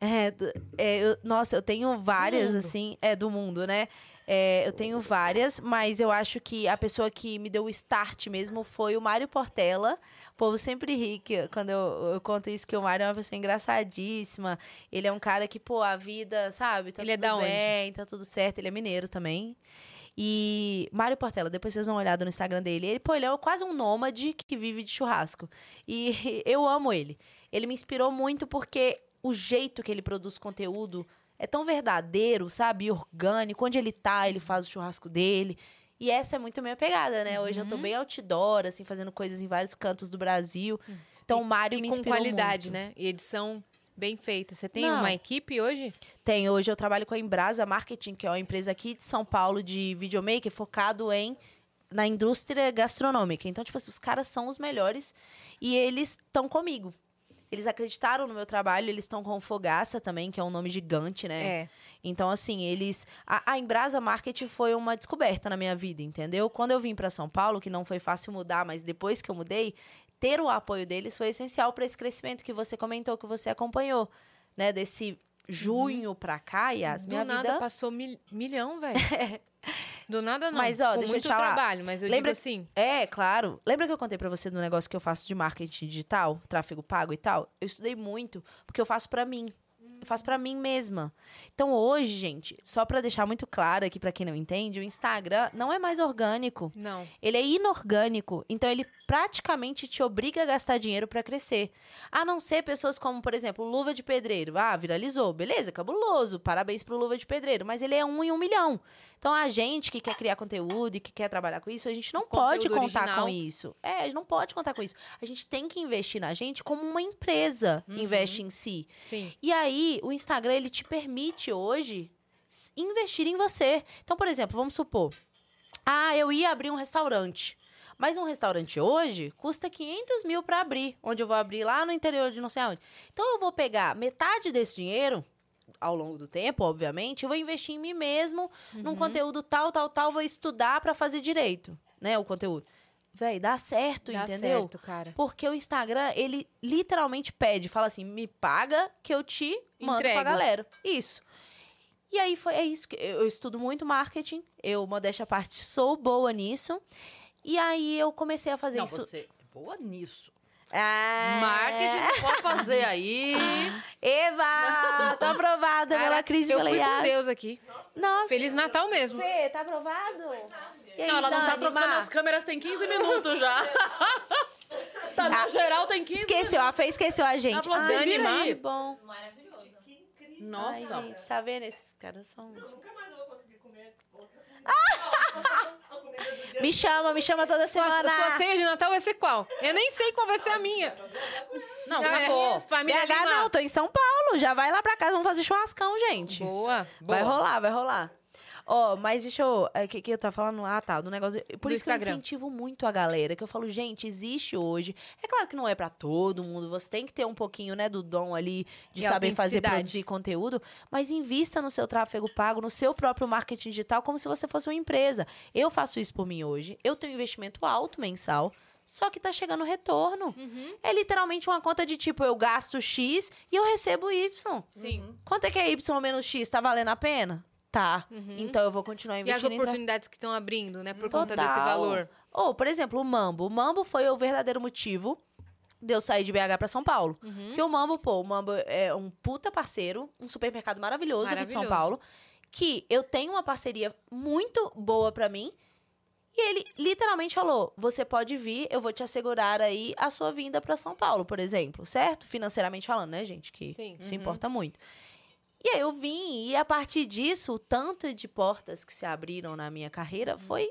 Speaker 3: É, do- é, eu- nossa, eu tenho várias, assim, é do mundo, né? É, eu tenho várias, mas eu acho que a pessoa que me deu o start mesmo foi o Mário Portela. O povo sempre ri que- quando eu, eu conto isso, que o Mário é uma pessoa engraçadíssima. Ele é um cara que, pô, a vida, sabe, tá
Speaker 2: Ele é
Speaker 3: tudo
Speaker 2: da onde?
Speaker 3: bem, tá tudo certo. Ele é mineiro também. E Mário Portela, depois vocês dão uma olhada no Instagram dele. Ele, pô, ele é quase um nômade que vive de churrasco. E <laughs> eu amo ele. Ele me inspirou muito porque o jeito que ele produz conteúdo é tão verdadeiro, sabe? E orgânico. Onde ele tá, ele faz o churrasco dele. E essa é muito a minha pegada, né? Hoje eu
Speaker 2: Uhum.
Speaker 3: tô bem outdoor, assim, fazendo coisas em vários cantos do Brasil. Então o Mário
Speaker 2: Hum. e
Speaker 3: me
Speaker 2: com
Speaker 3: inspirou
Speaker 2: qualidade,
Speaker 3: muito.
Speaker 2: né? E edição bem feita. Você tem
Speaker 3: Não.
Speaker 2: uma equipe hoje?
Speaker 3: Tem, hoje eu trabalho com a Embrasa Marketing, que é uma empresa aqui de São Paulo de videomaker focado em na indústria gastronômica. Então, tipo assim, os caras são os melhores e eles estão comigo. Eles acreditaram no meu trabalho, eles estão com o Fogaça também, que é um nome gigante, né?
Speaker 2: É.
Speaker 3: Então, assim, eles. A, a Embrasa Market foi uma descoberta na minha vida, entendeu? Quando eu vim para São Paulo, que não foi fácil mudar, mas depois que eu mudei, ter o apoio deles foi essencial para esse crescimento que você comentou, que você acompanhou, né? Desse junho pra cá, Yas,
Speaker 2: Do
Speaker 3: minha
Speaker 2: nada
Speaker 3: vida.
Speaker 2: passou mil- milhão,
Speaker 3: <laughs>
Speaker 2: velho. Do nada não.
Speaker 3: Mas, ó,
Speaker 2: Com
Speaker 3: deixa eu
Speaker 2: muito
Speaker 3: te falar.
Speaker 2: trabalho, mas eu
Speaker 3: Lembra-
Speaker 2: digo assim,
Speaker 3: É, claro. Lembra que eu contei pra você do negócio que eu faço de marketing digital, tráfego pago e tal? Eu estudei muito, porque eu faço pra mim. Eu faço pra mim mesma. Então hoje, gente, só pra deixar muito claro aqui pra quem não entende, o Instagram não é mais orgânico.
Speaker 2: não.
Speaker 3: Ele é inorgânico, então ele praticamente te obriga a gastar dinheiro pra crescer. A não ser pessoas como, por exemplo, Luva de Pedreiro. Ah, viralizou, beleza, cabuloso, parabéns pro Luva de Pedreiro, mas ele é um em um milhão. Então a gente que quer criar conteúdo e que quer trabalhar com isso, a gente não pode
Speaker 2: conteúdo
Speaker 3: contar
Speaker 2: original.
Speaker 3: com isso. É, a gente não pode contar com isso. A gente tem que investir na gente como uma empresa
Speaker 2: Uhum.
Speaker 3: investe em si.
Speaker 2: Sim.
Speaker 3: E aí, o Instagram, ele te permite hoje s- investir em você. Então, por exemplo, vamos supor, ah, eu ia abrir um restaurante. Mas um restaurante hoje custa 500 mil para abrir, onde eu vou abrir lá no interior de não sei onde. Então, eu vou pegar metade desse dinheiro, ao longo do tempo, obviamente, eu vou investir em mim mesmo,
Speaker 2: Uhum.
Speaker 3: num conteúdo tal, tal, tal, vou estudar para fazer direito, né, o conteúdo. Véi, dá certo,
Speaker 2: Dá
Speaker 3: entendeu?
Speaker 2: certo, cara.
Speaker 3: Porque o Instagram, ele literalmente pede, fala assim, me paga que eu te mando
Speaker 2: Entrego.
Speaker 3: pra galera. Isso. E aí foi, é isso que eu eu estudo muito marketing, eu modéstia à parte sou boa nisso. E aí eu comecei a fazer
Speaker 1: Não,
Speaker 3: isso.
Speaker 1: você é boa nisso.
Speaker 3: Ah,
Speaker 1: Marketing você pode fazer
Speaker 3: <laughs>
Speaker 1: aí.
Speaker 3: Eva, tá aprovada pela
Speaker 2: Caraca,
Speaker 3: Cris
Speaker 2: eu
Speaker 3: pela
Speaker 2: fui com
Speaker 3: Yas.
Speaker 2: Deus aqui.
Speaker 3: Nossa,
Speaker 2: Feliz Natal mesmo.
Speaker 3: Fê, tá aprovado? E aí,
Speaker 1: Não, ela não tá
Speaker 3: Dani,
Speaker 1: trocando
Speaker 3: Mar?
Speaker 1: as câmeras tem 15 minutos
Speaker 3: <laughs>
Speaker 1: já. tá no geral tem 15
Speaker 3: Ah, Esqueceu, a Fê esqueceu a gente.
Speaker 1: Ela falou,
Speaker 3: Ai,
Speaker 1: "Se vira
Speaker 3: que
Speaker 1: aí."
Speaker 3: bom.
Speaker 6: Maravilhoso.
Speaker 1: Nossa.
Speaker 3: Ai, gente, tá vendo? Esses caras são...
Speaker 4: Nunca mais eu vou conseguir comer outra
Speaker 3: <laughs>
Speaker 4: comida. A comida do dia
Speaker 3: Me chama, me chama toda semana.
Speaker 2: Sua, sua ceia de Natal vai ser qual? Eu nem sei qual vai ser a minha.
Speaker 1: Não,
Speaker 2: Ah, é.
Speaker 1: acabou.
Speaker 2: Família
Speaker 3: BH
Speaker 2: Lima.
Speaker 3: não, tô em São Paulo. Já vai lá pra casa, vamos fazer churrascão, gente.
Speaker 2: Boa.
Speaker 3: Vai rolar, vai rolar. Ó, mas deixa eu. O que, que eu tava falando? Ah, tá, do negócio. Por
Speaker 2: Do
Speaker 3: isso que eu
Speaker 2: Instagram.
Speaker 3: incentivo muito a galera, que eu falo, gente, existe hoje. É claro que não é pra todo mundo, você tem que ter um pouquinho, né, do dom ali de
Speaker 2: E
Speaker 3: saber fazer,
Speaker 2: autenticidade.
Speaker 3: produzir conteúdo, mas invista no seu tráfego pago, no seu próprio marketing digital, como se você fosse uma empresa. Eu faço isso por mim hoje, eu tenho um investimento alto mensal. Só que tá chegando retorno.
Speaker 2: Uhum.
Speaker 3: É literalmente uma conta de tipo, eu gasto X e eu recebo Y.
Speaker 2: Sim.
Speaker 3: Uhum. Quanto é que é Y menos X? Tá valendo a pena? tá.
Speaker 2: Uhum.
Speaker 3: Então eu vou continuar
Speaker 2: e as
Speaker 3: investindo em tra-
Speaker 2: oportunidades que estão abrindo, né? Por conta
Speaker 3: Total.
Speaker 2: desse valor.
Speaker 3: Ou, por exemplo, o Mambo. O Mambo foi o verdadeiro motivo de eu sair de BH pra São Paulo.
Speaker 2: Uhum.
Speaker 3: Porque o Mambo, pô, o Mambo é um puta parceiro, um supermercado maravilhoso, aqui de São
Speaker 2: Maravilhoso.
Speaker 3: Paulo, que eu tenho uma parceria muito boa pra mim. E ele literalmente falou: "Você pode vir, eu vou te assegurar aí a sua vinda pra São Paulo, por exemplo, certo? Financeiramente falando, né, gente, que
Speaker 2: Sim. Uhum.
Speaker 3: isso importa muito. E aí eu vim, e a partir disso, o tanto de portas que se abriram na minha
Speaker 1: Uhum.
Speaker 3: carreira foi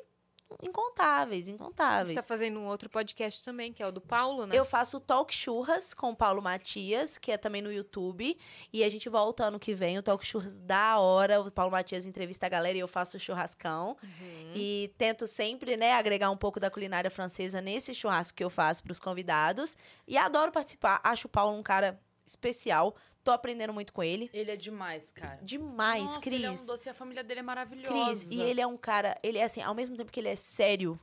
Speaker 3: incontáveis,
Speaker 2: Você
Speaker 1: é
Speaker 3: incontáveis.
Speaker 2: está fazendo um outro podcast também, que é o do Paulo, né?
Speaker 3: Eu faço o Talk Churras com o Paulo Matias, que é também no YouTube. E a gente volta ano que vem, o Talk Churras da hora. O Paulo Matias entrevista a galera e eu faço o churrascão.
Speaker 1: Uhum.
Speaker 3: E tento sempre, né, agregar um pouco da culinária francesa nesse churrasco que eu faço pros convidados. E adoro participar. Acho o Paulo um cara especial. Tô aprendendo muito com ele.
Speaker 1: Ele é demais, cara.
Speaker 3: Demais,
Speaker 1: Nossa,
Speaker 3: Cris.
Speaker 1: Ele é um doce e a família dele é maravilhosa.
Speaker 3: Cris, e ele é um cara, ele é assim, ao mesmo tempo que ele é sério,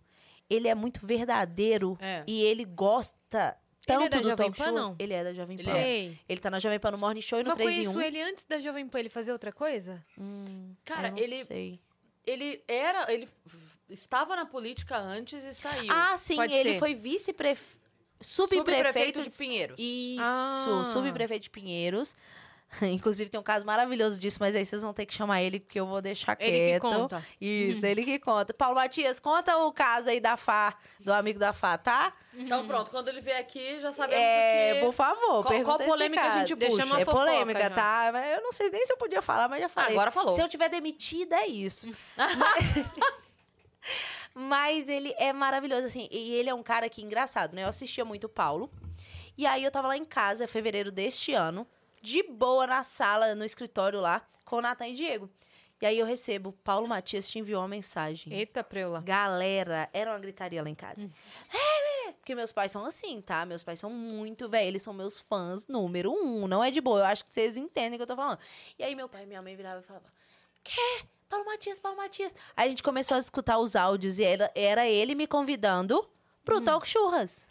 Speaker 3: ele é muito verdadeiro
Speaker 1: É.
Speaker 3: e ele gosta
Speaker 2: Ele
Speaker 3: tanto
Speaker 2: é da
Speaker 3: do
Speaker 2: Jovem
Speaker 3: talk
Speaker 2: Pan,
Speaker 3: show.
Speaker 2: não?
Speaker 3: Ele é da Jovem Pan. Ele,
Speaker 2: Sei.
Speaker 3: tá na Jovem Pan no Morning Show e no
Speaker 2: Mas
Speaker 3: 3 em
Speaker 2: conheço
Speaker 3: 1.
Speaker 2: ele antes da Jovem Pan, ele fazia outra coisa?
Speaker 3: Hum,
Speaker 1: Cara,
Speaker 3: eu não
Speaker 1: ele,
Speaker 3: sei.
Speaker 1: ele era. Ele f- estava na política antes e saiu.
Speaker 3: Ah, sim,
Speaker 2: Pode
Speaker 3: ele
Speaker 2: ser.
Speaker 3: foi vice-prefeito.
Speaker 1: Subprefeito
Speaker 3: Subprefeito
Speaker 1: de Pinheiros.
Speaker 3: Isso,
Speaker 2: Ah.
Speaker 3: subprefeito de Pinheiros. <laughs> Inclusive, tem um caso maravilhoso disso, mas aí vocês vão ter que chamar ele, porque eu vou deixar quieto.
Speaker 2: Ele que conta. <laughs>
Speaker 3: Isso, ele que conta. Paulo Matias, conta o caso aí da Fá, do amigo da Fá, tá?
Speaker 1: Então pronto, quando ele vier aqui, já sabemos
Speaker 3: É,
Speaker 1: o que...
Speaker 3: por favor,
Speaker 1: Qual- qual
Speaker 3: pergunta esse
Speaker 1: polêmica a
Speaker 3: caso.
Speaker 1: gente
Speaker 2: Deixa puxa? uma
Speaker 3: É
Speaker 2: fofoca
Speaker 3: polêmica,
Speaker 2: já.
Speaker 3: tá? Mas eu não sei nem se eu podia falar, mas já falei.
Speaker 1: Agora falou.
Speaker 3: Se eu tiver demitida, é isso.
Speaker 1: <laughs>
Speaker 3: mas... mas ele é maravilhoso, assim. E ele é um cara que, engraçado, né? Eu assistia muito o Paulo. E aí eu tava lá em casa, fevereiro deste ano, de boa na sala, no escritório lá, com o Natan e Diego. E aí eu recebo, Paulo Matias te enviou uma mensagem.
Speaker 2: Eita, Preula.
Speaker 3: Galera, era uma gritaria lá em casa.
Speaker 2: Hum.
Speaker 3: É, menina. Porque meus pais são assim, tá? Meus pais são muito, velho. Eles são meus fãs número um. Não é de boa. Eu acho que vocês entendem o que eu tô falando. E aí, meu pai e minha mãe viravam e falavam: Quê? Paulo Matias, Paulo Matias. Aí a gente começou a escutar os áudios e era, era ele me convidando pro
Speaker 2: Hum.
Speaker 3: Talk Churras.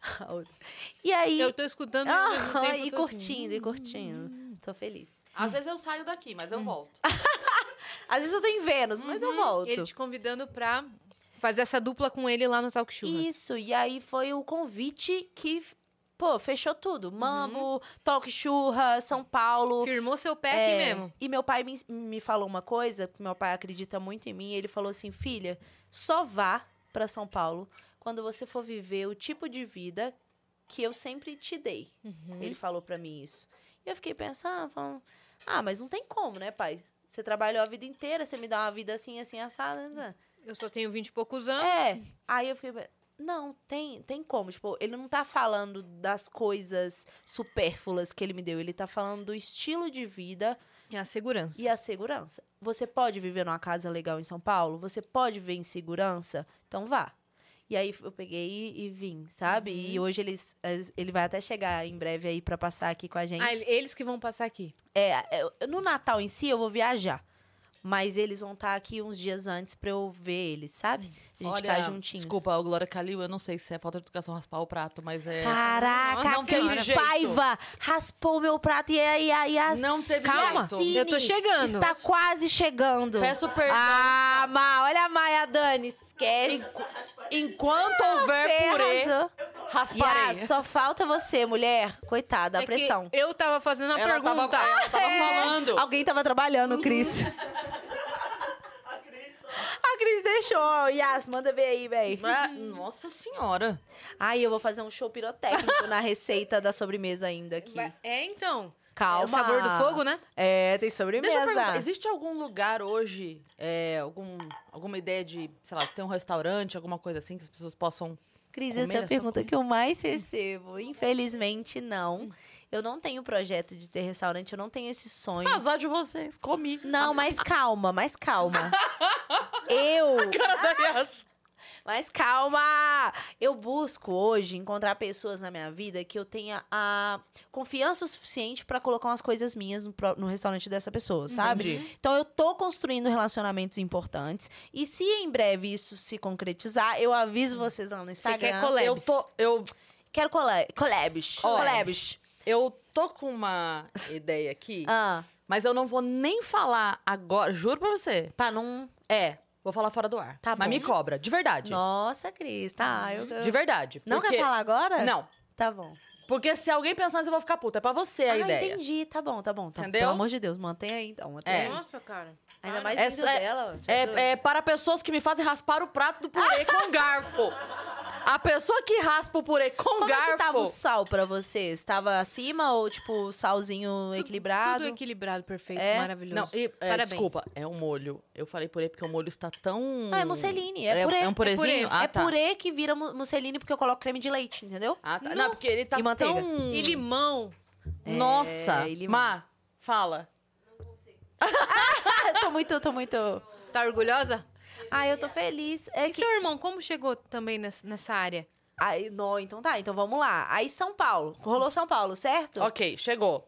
Speaker 3: <laughs> E aí.
Speaker 2: Eu tô escutando e ao mesmo
Speaker 3: Ah,
Speaker 2: tempo
Speaker 3: e
Speaker 2: eu tô assim, Hum.
Speaker 3: curtindo, e curtindo. Tô feliz.
Speaker 1: Às vezes eu saio daqui, mas
Speaker 3: Uhum.
Speaker 1: eu volto.
Speaker 3: Às vezes eu tô em Vênus, mas eu volto.
Speaker 2: Uhum. Ele te convidando pra fazer essa dupla com ele lá no Talk Churras.
Speaker 3: Isso, e aí foi o convite que, pô, fechou tudo.
Speaker 2: Uhum.
Speaker 3: Mamo, Toque Churra, São Paulo.
Speaker 2: Firmou seu pé
Speaker 3: É,
Speaker 2: aqui mesmo.
Speaker 3: E meu pai me, ens- me falou uma coisa, porque meu pai acredita muito em mim, ele falou assim, filha, só vá pra São Paulo quando você for viver o tipo de vida que eu sempre te dei.
Speaker 2: Uhum.
Speaker 3: Ele falou pra mim isso. E eu fiquei pensando, falando, ah, mas não tem como, né, pai? Você trabalhou a vida inteira, você me dá uma vida assim, assim, assada. né?
Speaker 2: Eu só tenho 20 e poucos anos.
Speaker 3: É. Aí eu fiquei. pe- Não, tem, tem como. Tipo, ele não tá falando das coisas supérfluas que ele me deu. Ele tá falando do estilo de vida
Speaker 2: E a segurança.
Speaker 3: e a segurança. Você pode viver numa casa legal em São Paulo? Você pode viver em segurança? Então vá. E aí eu peguei e, e vim, sabe?
Speaker 2: Uhum.
Speaker 3: E hoje eles, es- ele vai até chegar em breve aí pra passar aqui com a gente.
Speaker 2: Ah, ele- eles que vão passar aqui.
Speaker 3: É, eu- no Natal em si eu vou viajar. Mas eles vão estar aqui uns dias antes pra eu ver eles, sabe? A gente ficar juntinhos.
Speaker 1: desculpa, o Glória Calil, eu não sei se é falta de educação raspar o prato, mas é...
Speaker 3: Caraca,
Speaker 2: Nossa
Speaker 3: Cris
Speaker 1: senhora.
Speaker 3: Paiva raspou meu prato e aí aí as
Speaker 1: Não teve
Speaker 2: Calma,
Speaker 1: jeito.
Speaker 3: Cine
Speaker 2: eu tô chegando.
Speaker 3: está quase chegando.
Speaker 1: Peço perdão.
Speaker 3: Ah, Ma, olha a Maia Dani, esquece.
Speaker 1: Enquanto houver purê,
Speaker 3: Ferrado.
Speaker 1: rasparei.
Speaker 3: Yas, só falta você, mulher. Coitada, a
Speaker 2: É que
Speaker 3: pressão.
Speaker 2: eu tava fazendo a
Speaker 1: Ela
Speaker 2: pergunta.
Speaker 1: tava, ela tava falando.
Speaker 3: Alguém tava
Speaker 2: <laughs>
Speaker 3: trabalhando, Cris.
Speaker 4: A Cris, ó.
Speaker 3: a Cris deixou. Yas, manda ver aí, véi.
Speaker 1: Ah, Nossa senhora.
Speaker 3: Ai, eu vou fazer um show pirotécnico na receita da sobremesa ainda aqui.
Speaker 2: Vai- É, então.
Speaker 3: Calma.
Speaker 2: É o sabor do fogo, né?
Speaker 3: É, tem sobremesa.
Speaker 1: Deixa eu perguntar, existe algum lugar hoje, é, algum, alguma ideia de, sei lá, ter um restaurante, alguma coisa assim, que as pessoas possam...
Speaker 3: Cris,
Speaker 1: Comer
Speaker 3: essa é
Speaker 1: é
Speaker 3: a
Speaker 1: só
Speaker 3: pergunta
Speaker 1: comer.
Speaker 3: que eu mais recebo. Infelizmente, não. Eu não tenho projeto de ter restaurante, eu não tenho esse sonho.
Speaker 1: Azar de vocês, comi.
Speaker 3: Não, mas calma, mais calma.
Speaker 1: <laughs>
Speaker 3: Eu. Mas calma! Eu busco hoje encontrar pessoas na minha vida que eu tenha a confiança o suficiente pra colocar umas coisas minhas no, pró- no restaurante dessa pessoa, sabe? Então eu tô construindo relacionamentos importantes. E se em breve isso se concretizar, eu
Speaker 1: Hum.
Speaker 3: aviso vocês lá no
Speaker 2: Você
Speaker 3: Instagram.
Speaker 2: quer collabs.
Speaker 1: Eu tô, eu,
Speaker 3: Quero colab collabs.
Speaker 1: Ó.
Speaker 3: Collabs.
Speaker 1: eu tô com uma ideia aqui
Speaker 3: Ah,
Speaker 1: Mas eu não vou nem falar agora, juro pra você.
Speaker 3: Pra não.
Speaker 1: É, vou falar fora do ar.
Speaker 3: Tá
Speaker 1: Mas
Speaker 3: bom.
Speaker 1: me cobra, de verdade.
Speaker 3: Nossa, Cris, tá. Eu...
Speaker 1: Uhum. De verdade.
Speaker 3: Não
Speaker 1: porque...
Speaker 3: quer falar agora?
Speaker 1: Não.
Speaker 3: Tá bom.
Speaker 1: Porque se alguém pensar nisso, eu vou ficar puta. É pra você a
Speaker 3: ah,
Speaker 1: ideia.
Speaker 3: entendi. Tá bom, tá bom. Tá,
Speaker 1: Entendeu?
Speaker 3: Pelo amor de Deus, mantém aí então. Mantém
Speaker 1: É.
Speaker 3: aí.
Speaker 5: Nossa, cara.
Speaker 3: Ainda
Speaker 5: Para.
Speaker 3: mais
Speaker 1: É
Speaker 3: vindo
Speaker 1: só- é-
Speaker 3: dela. você doido?
Speaker 1: É, é para pessoas que me fazem raspar o prato do
Speaker 3: <laughs>
Speaker 1: purê com garfo. A pessoa que raspa o purê com
Speaker 3: Como
Speaker 1: um garfo.
Speaker 3: é que tava o sal pra vocês? Tava acima ou, tipo, salzinho equilibrado?
Speaker 2: Tudo equilibrado, perfeito,
Speaker 3: É?
Speaker 2: maravilhoso.
Speaker 1: Não, e, é,
Speaker 2: Parabéns.
Speaker 1: desculpa, é um molho. Eu falei purê porque o molho está tão.
Speaker 3: Não, é musseline, é purê.
Speaker 1: Hum. É um purezinho?
Speaker 2: purê,
Speaker 1: Ah,
Speaker 3: é
Speaker 1: tá.
Speaker 3: purê que vira mu- musseline porque eu coloco creme de leite, entendeu?
Speaker 1: Ah, tá. Não,
Speaker 3: Não.
Speaker 1: porque ele tá
Speaker 3: E manteiga.
Speaker 1: tão...
Speaker 2: E limão.
Speaker 1: Nossa,
Speaker 3: É, e limão.
Speaker 1: Má, fala.
Speaker 3: <laughs> tô muito, tô muito.
Speaker 2: Tá orgulhosa?
Speaker 3: Ah, eu tô feliz. É
Speaker 2: E
Speaker 3: que.
Speaker 2: seu irmão, como chegou também nessa, nessa área?
Speaker 3: Aí, não, então tá, então vamos lá. Aí São Paulo. Rolou São Paulo, certo?
Speaker 1: Ok, chegou.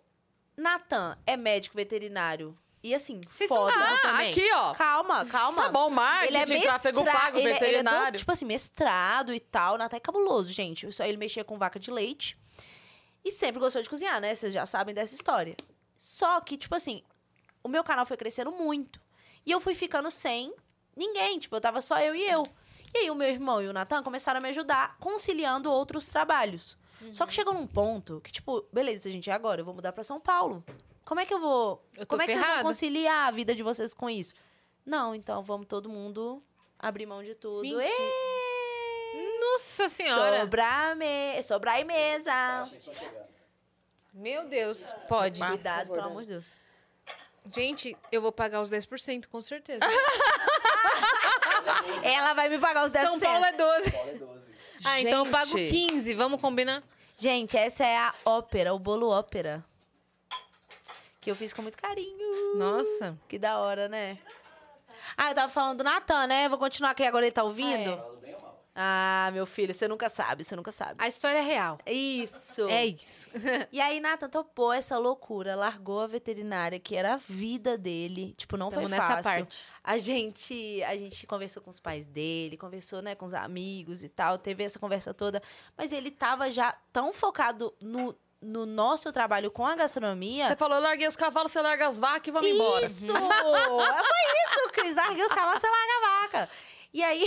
Speaker 3: Natan é médico veterinário. E assim,
Speaker 2: Vocês são Ah,
Speaker 3: foda.
Speaker 2: da área também?
Speaker 1: Aqui, ó.
Speaker 3: Calma, calma.
Speaker 1: Tá bom, marketing, tráfego
Speaker 3: é mestra-
Speaker 1: pago,
Speaker 3: ele é- ele é todo,
Speaker 1: veterinário.
Speaker 3: tipo assim, mestrado e tal. Natan é cabuloso, gente. Só ele mexia com vaca de leite. E sempre gostou de cozinhar, né? Vocês já sabem dessa história. Só que, tipo assim, o meu canal foi crescendo muito. E eu fui ficando sem ninguém. Tipo, eu tava só eu e eu. E aí o meu irmão e o Natan começaram a me ajudar, conciliando outros trabalhos. Só que chegou num ponto que, tipo, beleza, gente, é agora, eu vou mudar pra São Paulo. Como é que eu vou.
Speaker 2: Eu tô
Speaker 3: como é que vocês
Speaker 2: ferrada.
Speaker 3: vão conciliar a vida de vocês com isso? Não, então vamos todo mundo abrir mão de tudo.
Speaker 2: Mentira.
Speaker 3: Ê!
Speaker 2: Nossa senhora!
Speaker 3: Sobrar, me... Sobrar e
Speaker 2: É,
Speaker 3: mesa.
Speaker 7: Só chegar.
Speaker 2: Meu Deus, pode.
Speaker 3: Cuidado, pelo
Speaker 2: né?
Speaker 3: amor de Deus.
Speaker 2: Gente, eu vou pagar os 10%, com certeza.
Speaker 3: Ah, Ela vai me pagar os 10%.
Speaker 2: Então, São Paulo é 12.
Speaker 7: Bola é 12.
Speaker 2: Ah, então eu pago
Speaker 1: Gente.
Speaker 2: 15, vamos combinar?
Speaker 3: Gente, essa é a ópera, o bolo ópera. Que eu fiz com muito carinho.
Speaker 2: Nossa.
Speaker 3: Que da hora, né? Ah, eu tava falando do Natan, né? Vou continuar aqui agora, ele tá ouvindo? Ah,
Speaker 2: É.
Speaker 7: Falando bem ou mal?
Speaker 3: meu filho, você nunca sabe, você nunca sabe.
Speaker 2: A história é real.
Speaker 3: Isso.
Speaker 2: É isso.
Speaker 3: E aí, Nathan topou essa loucura, largou a veterinária, que era a vida dele. Tipo, não
Speaker 2: Tamo
Speaker 3: foi
Speaker 2: nessa
Speaker 3: fácil.
Speaker 2: parte.
Speaker 3: A gente, a gente conversou com os pais dele, conversou, né, com os amigos e tal, teve essa conversa toda. Mas ele tava já tão focado no, no nosso trabalho com a gastronomia.
Speaker 1: Você falou, eu larguei os cavalos, você larga as vacas e vamos embora.
Speaker 3: Isso! É, Foi isso, Cris. Larguei os cavalos, você larga a vaca. E aí...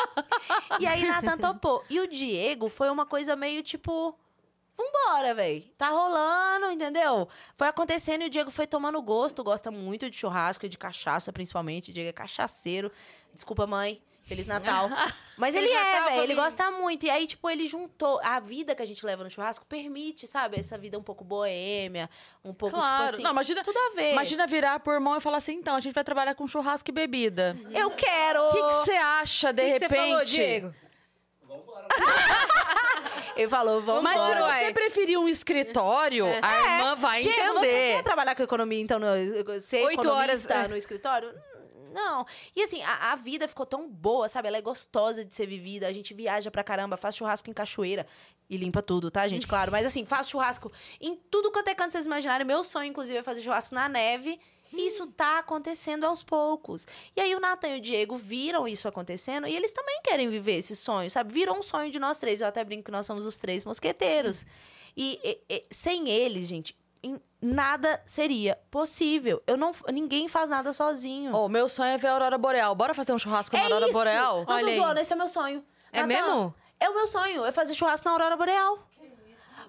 Speaker 3: <laughs> e aí, Natan topou. E o Diego foi uma coisa meio tipo... Vambora, véi. Tá rolando, entendeu? Foi acontecendo e o Diego foi tomando gosto. Gosta muito de churrasco e de cachaça, principalmente. O Diego é cachaceiro. Desculpa, mãe.
Speaker 1: <laughs>
Speaker 3: Feliz Natal. Mas ele
Speaker 2: Feliz
Speaker 3: é,
Speaker 2: Natal,
Speaker 3: velho. Ele
Speaker 2: família.
Speaker 3: gosta muito. E aí, tipo, ele juntou. A vida que a gente leva no churrasco permite, sabe? Essa vida um pouco boêmia, um pouco,
Speaker 1: Claro.
Speaker 3: tipo assim.
Speaker 1: Não, imagina-
Speaker 3: Tudo a ver.
Speaker 1: Imagina virar pro irmão e falar assim, então, a gente vai trabalhar com churrasco e bebida.
Speaker 3: Eu quero!
Speaker 1: O que que você acha, de
Speaker 2: O que que
Speaker 1: repente?
Speaker 2: Você falou, Diego?
Speaker 7: Vambora.
Speaker 3: Ele falou, vamos
Speaker 1: Mas se
Speaker 3: embora.
Speaker 1: você preferir um escritório, a irmã vai
Speaker 3: Diego, você
Speaker 1: entender.
Speaker 3: quer trabalhar com economia, então, no, ser
Speaker 2: Oito
Speaker 3: economista
Speaker 2: horas, é.
Speaker 3: no escritório? Hum, Não. E assim, a, a vida ficou tão boa, sabe? Ela é gostosa de ser vivida. A gente viaja pra caramba, faz churrasco em cachoeira. E limpa tudo, tá, gente? Claro. Mas assim, faz churrasco em tudo quanto é canto vocês imaginarem. Meu sonho, inclusive, é fazer churrasco na neve. Isso tá acontecendo aos poucos. E aí o Nathan e o Diego viram isso acontecendo e eles também querem viver esse sonho, sabe? Virou um sonho de nós três. Eu até brinco que nós somos os três mosqueteiros. E, e- e sem eles, gente, em- nada seria possível. Eu não, ninguém faz nada sozinho.
Speaker 1: Ô, meu sonho é ver a Aurora Boreal. Bora fazer um churrasco na Aurora
Speaker 3: É isso!
Speaker 1: Boreal?
Speaker 3: Não,
Speaker 2: Olha
Speaker 3: tô
Speaker 2: aí.
Speaker 3: zoando, esse é meu sonho.
Speaker 2: É
Speaker 3: Natan,
Speaker 2: mesmo?
Speaker 3: É o meu sonho, é fazer churrasco na Aurora Boreal.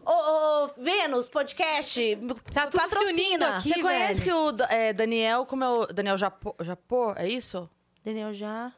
Speaker 3: Ô, ô, ô, Vênus, podcast,
Speaker 2: Tá tudo se
Speaker 3: patrocina.
Speaker 2: unindo aqui.
Speaker 1: Ah, Você
Speaker 2: velho.
Speaker 1: conhece o Da- é, Daniel, como é o Daniel Japô, Japô? É isso?
Speaker 3: Daniel, já...